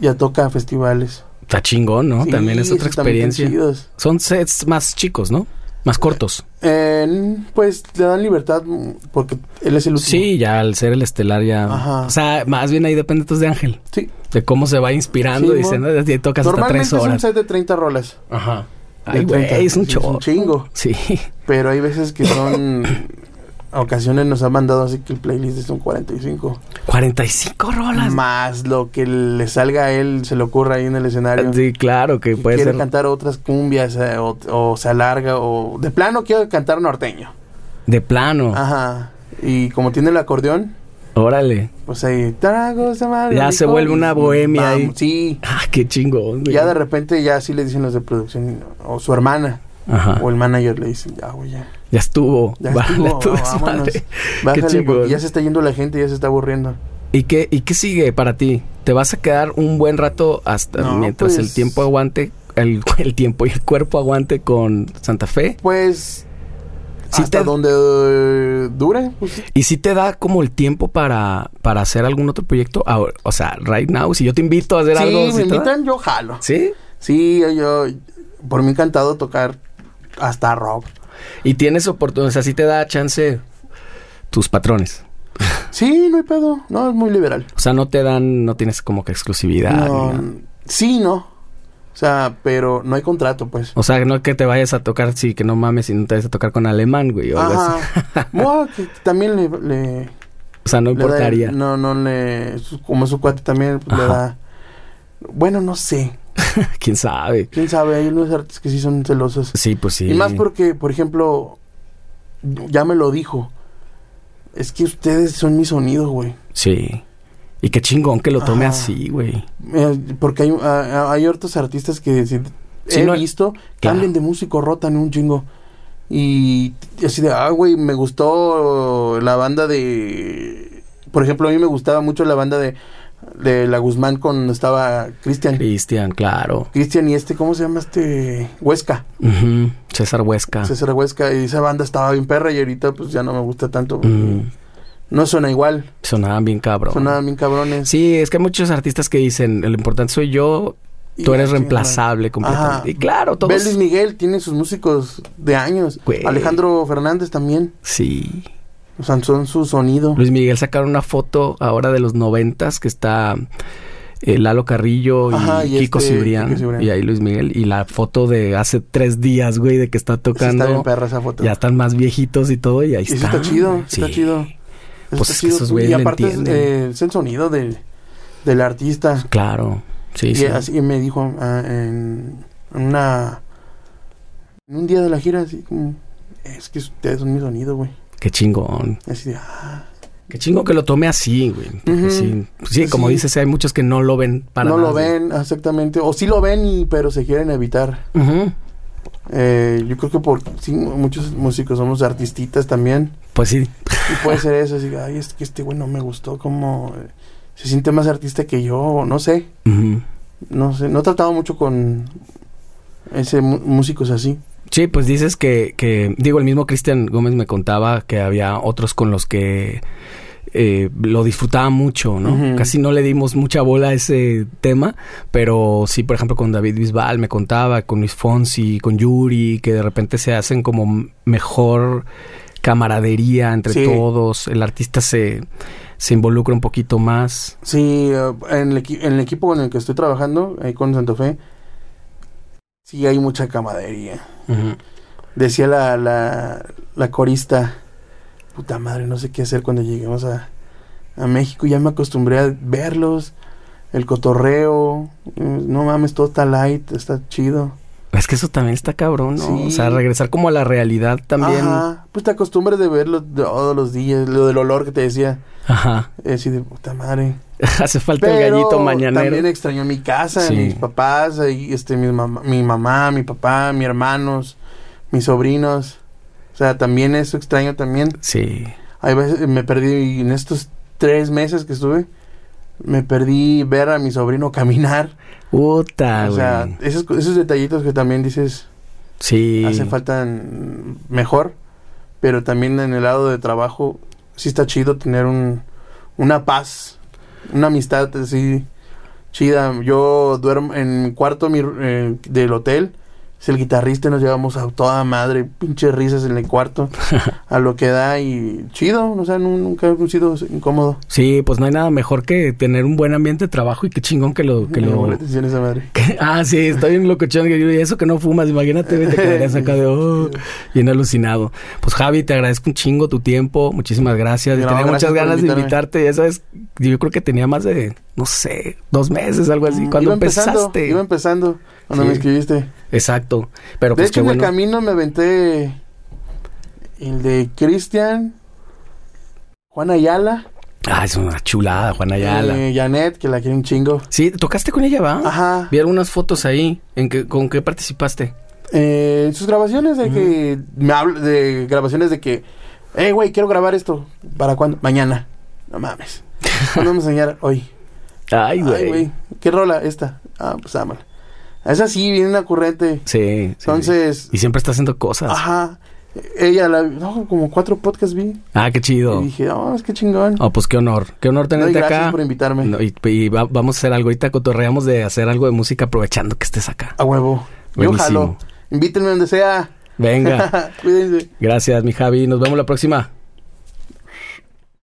S2: Ya toca festivales.
S1: Está chingón, ¿no?
S2: Sí,
S1: también es otra
S2: esos también están
S1: experiencia.
S2: chidos.
S1: Son sets más chicos, ¿no? Más cortos.
S2: Eh, pues le dan libertad mm, porque él es el último.
S1: Sí, ya al ser el estelar ya...
S2: Ajá.
S1: O sea, más bien ahí depende entonces de Ángel.
S2: Sí.
S1: De cómo se va inspirando
S2: Sí,
S1: y diciendo,
S2: mo-
S1: "Ya tocas hasta
S2: Normalmente
S1: tres
S2: es un
S1: horas.
S2: set de 30 rolas.
S1: Ajá.
S2: De
S1: Ay, güey,
S2: 30,
S1: es un
S2: sí,
S1: chorro.
S2: chingo.
S1: Sí.
S2: Pero hay veces que son... a ocasiones nos ha mandado así que el playlist es un 45.
S1: 45 rolas.
S2: Más lo que le salga a él, se le ocurra ahí en el escenario.
S1: Sí, claro que
S2: Y
S1: puede
S2: quiere
S1: ser.
S2: cantar otras cumbias eh, o, o se alarga o de plano quiere cantar norteño.
S1: De plano.
S2: Ah. Ajá. Y como tiene el acordeón,
S1: Órale.
S2: pues ahí tragos de mal
S1: Ya se
S2: licor.
S1: vuelve una bohemia
S2: Vamos,
S1: ahí.
S2: Sí.
S1: Ah, qué chingón. güey.
S2: Ya de repente ya sí le dicen los de producción o su hermana
S1: Ajá.
S2: o el manager le dicen, ya güey, ya.
S1: Ya estuvo.
S2: Ya
S1: Bájale
S2: estuvo,
S1: a tu
S2: va- vámonos.
S1: desmadre.
S2: Bájale
S1: chingón.
S2: porque ya se está yendo la gente, ya se está aburriendo.
S1: ¿Y qué, ¿Y qué sigue para ti? ¿Te vas a quedar un buen rato hasta
S2: No,
S1: mientras el
S2: pues-
S1: tiempo aguante, el, el tiempo y el cuerpo aguante con Santa Fe?
S2: Pues
S1: Sí
S2: hasta
S1: te-
S2: donde eh, dure, pues,
S1: ¿Y si te da como el tiempo para, para hacer algún otro proyecto? Ahora- o sea, right now, si yo te invito a hacer
S2: sí,
S1: algo... ¿sí
S2: me
S1: te da?
S2: invitan, yo jalo.
S1: ¿Sí?
S2: Sí, yo, yo- por mí encantado tocar hasta rock.
S1: Y tienes oportunidad, o sea, sí te da chance tus patrones.
S2: Sí, no hay pedo. No, es muy liberal.
S1: O sea, no te dan, no tienes como que exclusividad. ni
S2: No,
S1: nada.
S2: sí, no. O sea, pero no hay contrato, pues.
S1: O sea, no que te vayas a tocar, sí, que no mames, si no te vayas a tocar con alemán, güey. O, algo así.
S2: Ajá. Bueno, que también le, le-
S1: O sea, no
S2: le da-
S1: importaría.
S2: no, no le. su- Como su cuate también le
S1: Ajá.
S2: da. Bueno, no sé.
S1: ¿Quién sabe?
S2: Quién sabe, hay unos artistas que sí son celosos.
S1: Sí, pues sí.
S2: Y más porque, por ejemplo, ya me lo dijo. Es que ustedes son mi sonido, güey.
S1: Sí. Y qué chingón que lo tome
S2: Ajá.
S1: así, güey.
S2: Eh, Porque hay, a- a- hay otros artistas que si
S1: Sí,
S2: he
S1: no-
S2: visto
S1: claro.
S2: cambian de músico, rotan un chingo. Y así de, ah, güey, me gustó la banda de. Por ejemplo, a mí me gustaba mucho la banda de, de La Guzmán cuando estaba Cristian.
S1: Cristian, claro.
S2: Cristian y este, ¿cómo se llama este? Huesca.
S1: Ujú. César Huesca.
S2: César Huesca. Y esa banda estaba bien perra y ahorita pues ya no me gusta tanto. porque
S1: Mm.
S2: No suena igual.
S1: Sonaban bien cabrón.
S2: Sonaban bien cabrones.
S1: Sí, es que hay muchos artistas que dicen, lo importante soy yo,
S2: Y
S1: tú eres
S2: la chingada.
S1: reemplazable completamente.
S2: Ajá.
S1: Y claro, todos...
S2: Belis Miguel tiene sus músicos de años.
S1: Güey.
S2: Alejandro Fernández también.
S1: Sí.
S2: O sea, son su sonido.
S1: Luis Miguel sacaron una foto ahora de los noventas que está eh, Lalo Carrillo y,
S2: Ajá, y
S1: Kiko
S2: este,
S1: Cibrián.
S2: Kiko Cibrián.
S1: Y ahí Luis Miguel. Y la foto de hace tres días, güey, de que está
S2: Sí, está bien
S1: tocando.
S2: perra esa foto.
S1: ya están más viejitos y todo. Y ahí
S2: Eso
S1: están,
S2: está chido,
S1: güey.
S2: está chido. Eso
S1: Pues
S2: está
S1: es que
S2: chido.
S1: esos güeyes
S2: Y
S1: le
S2: aparte es,
S1: entienden.
S2: eh, es el sonido del, del artista.
S1: Claro. Sí,
S2: Y,
S1: sí.
S2: así me dijo ah, en una... en un día de la gira, así como... Es que ustedes son mi sonido, güey.
S1: Qué chingón.
S2: Así de, ah,
S1: Qué chingo que lo tome así, güey. porque
S2: Ujú.
S1: sí, pues sí, como
S2: Sí.
S1: dices, hay muchos que no lo ven para
S2: no
S1: nada.
S2: lo ven, exactamente. O sí lo ven, y, pero se quieren evitar.
S1: Ujú.
S2: Eh, yo creo que por sí, muchos músicos somos artistitas también.
S1: Pues sí.
S2: Y puede ser eso, así, ay, es que este güey no me gustó, como eh, se siente más artista que yo, o no sé,
S1: Ujú.
S2: no sé, no he tratado mucho con ese mu- músicos así.
S1: Sí, pues dices que, que digo, el mismo Cristian Gómez me contaba que había otros con los que eh, lo disfrutaba mucho, ¿no?
S2: Ujú.
S1: Casi no le dimos mucha bola a ese tema, pero sí, por ejemplo, con David Bisbal me contaba, con Luis Fonsi, con Yuri, que de repente se hacen como m- mejor camaradería entre
S2: Sí.
S1: todos, el artista se, se involucra un poquito más.
S2: Sí, eh, en el, equi- en el equipo con el que estoy trabajando, ahí con Santo Fe, sí hay mucha camadería. Decía la, la, la corista, puta madre, no sé qué hacer cuando lleguemos a, a México. Ya me acostumbré a verlos, el cotorreo, eh, no mames, todo está light, está chido.
S1: Es que eso también está cabrón, ¿no?
S2: Sí.
S1: O sea, regresar como a la realidad también.
S2: Ajá, pues te acostumbras de verlo todos los días, lo del olor que te decía,
S1: Ajá.
S2: eh, así de puta madre.
S1: Hace falta el
S2: Pero
S1: gallito mañanero.
S2: también extrañó mi casa,
S1: Sí.
S2: mis papás, ahí, este, mi, mamá, mi mamá, mi papá, mis hermanos, mis sobrinos. O sea, también eso extraño también.
S1: Sí.
S2: Hay veces eh, me perdí en estos tres meses que estuve. Me perdí ver a mi sobrino caminar.
S1: Puta, Ah, güey.
S2: o sea, esos, esos detallitos que también dices
S1: sí.
S2: hacen falta en- mejor. Pero también en el lado de trabajo, sí está chido tener un, una paz, una amistad así chida. Yo duermo en mi cuarto mi- eh, del hotel. Es el guitarrista y nos llevamos a toda madre, pinches risas en el cuarto, a lo que da y chido, o sea, nu- nunca he sido incómodo.
S1: Sí, pues no hay nada mejor que tener un buen ambiente de trabajo y qué chingón que lo... Que
S2: Me llamó
S1: lo
S2: la atención esa madre.
S1: que- ah, sí, estoy bien locochón. que yo- Y eso que no fumas, imagínate, güey, te quedarías acá de... oh, bien alucinado. Pues Javi, te agradezco un chingo tu tiempo. Muchísimas gracias.
S2: No,
S1: tenía
S2: gracias
S1: muchas
S2: por
S1: ganas de
S2: invitarme.
S1: invitarte. Ya sabes, yo creo que tenía más de, no sé, dos meses, algo así.
S2: Mm,
S1: Cuando
S2: iba empezando,
S1: empezaste.
S2: Iba empezando cuando
S1: Sí.
S2: me escribiste.
S1: Exacto. Pero
S2: de
S1: pues
S2: hecho,
S1: qué
S2: en
S1: bueno.
S2: el camino me aventé el de Cristian, Juan Ayala,
S1: Ah, es una chulada, Juana Ayala.
S2: eh, Janet, que la quiero un chingo.
S1: Sí, tocaste con ella, ¿va?
S2: Ajá.
S1: Vi algunas fotos ahí. ¿En que, ¿Con qué participaste?
S2: Eh, sus grabaciones de que me habla de grabaciones de que, hey, güey, quiero grabar esto. ¿Para cuándo? Mañana. No mames. ¿Cuándo vamos a enseñar? Hoy.
S1: Ay,
S2: Ay, güey. ¿Qué rola esta? Ah, pues ámala. Esa sí, viene una corriente.
S1: Sí. sí,
S2: Entonces, ah,
S1: sí. Y siempre está haciendo cosas.
S2: Ajá. Ella la no, como cuatro podcasts vi.
S1: Ah, qué chido.
S2: Y dije, oh, es que chingón.
S1: Oh, pues qué honor. Qué honor
S2: No, y
S1: tenerte
S2: gracias
S1: acá.
S2: por invitarme.
S1: No, y y va- vamos a hacer algo. Ahorita cotorreamos de hacer algo de música aprovechando que estés acá.
S2: A huevo. Yo
S1: Buenísimo.
S2: jalo. Invítenme donde sea.
S1: Venga.
S2: Cuídense.
S1: Gracias, mi Javi. Nos vemos la próxima.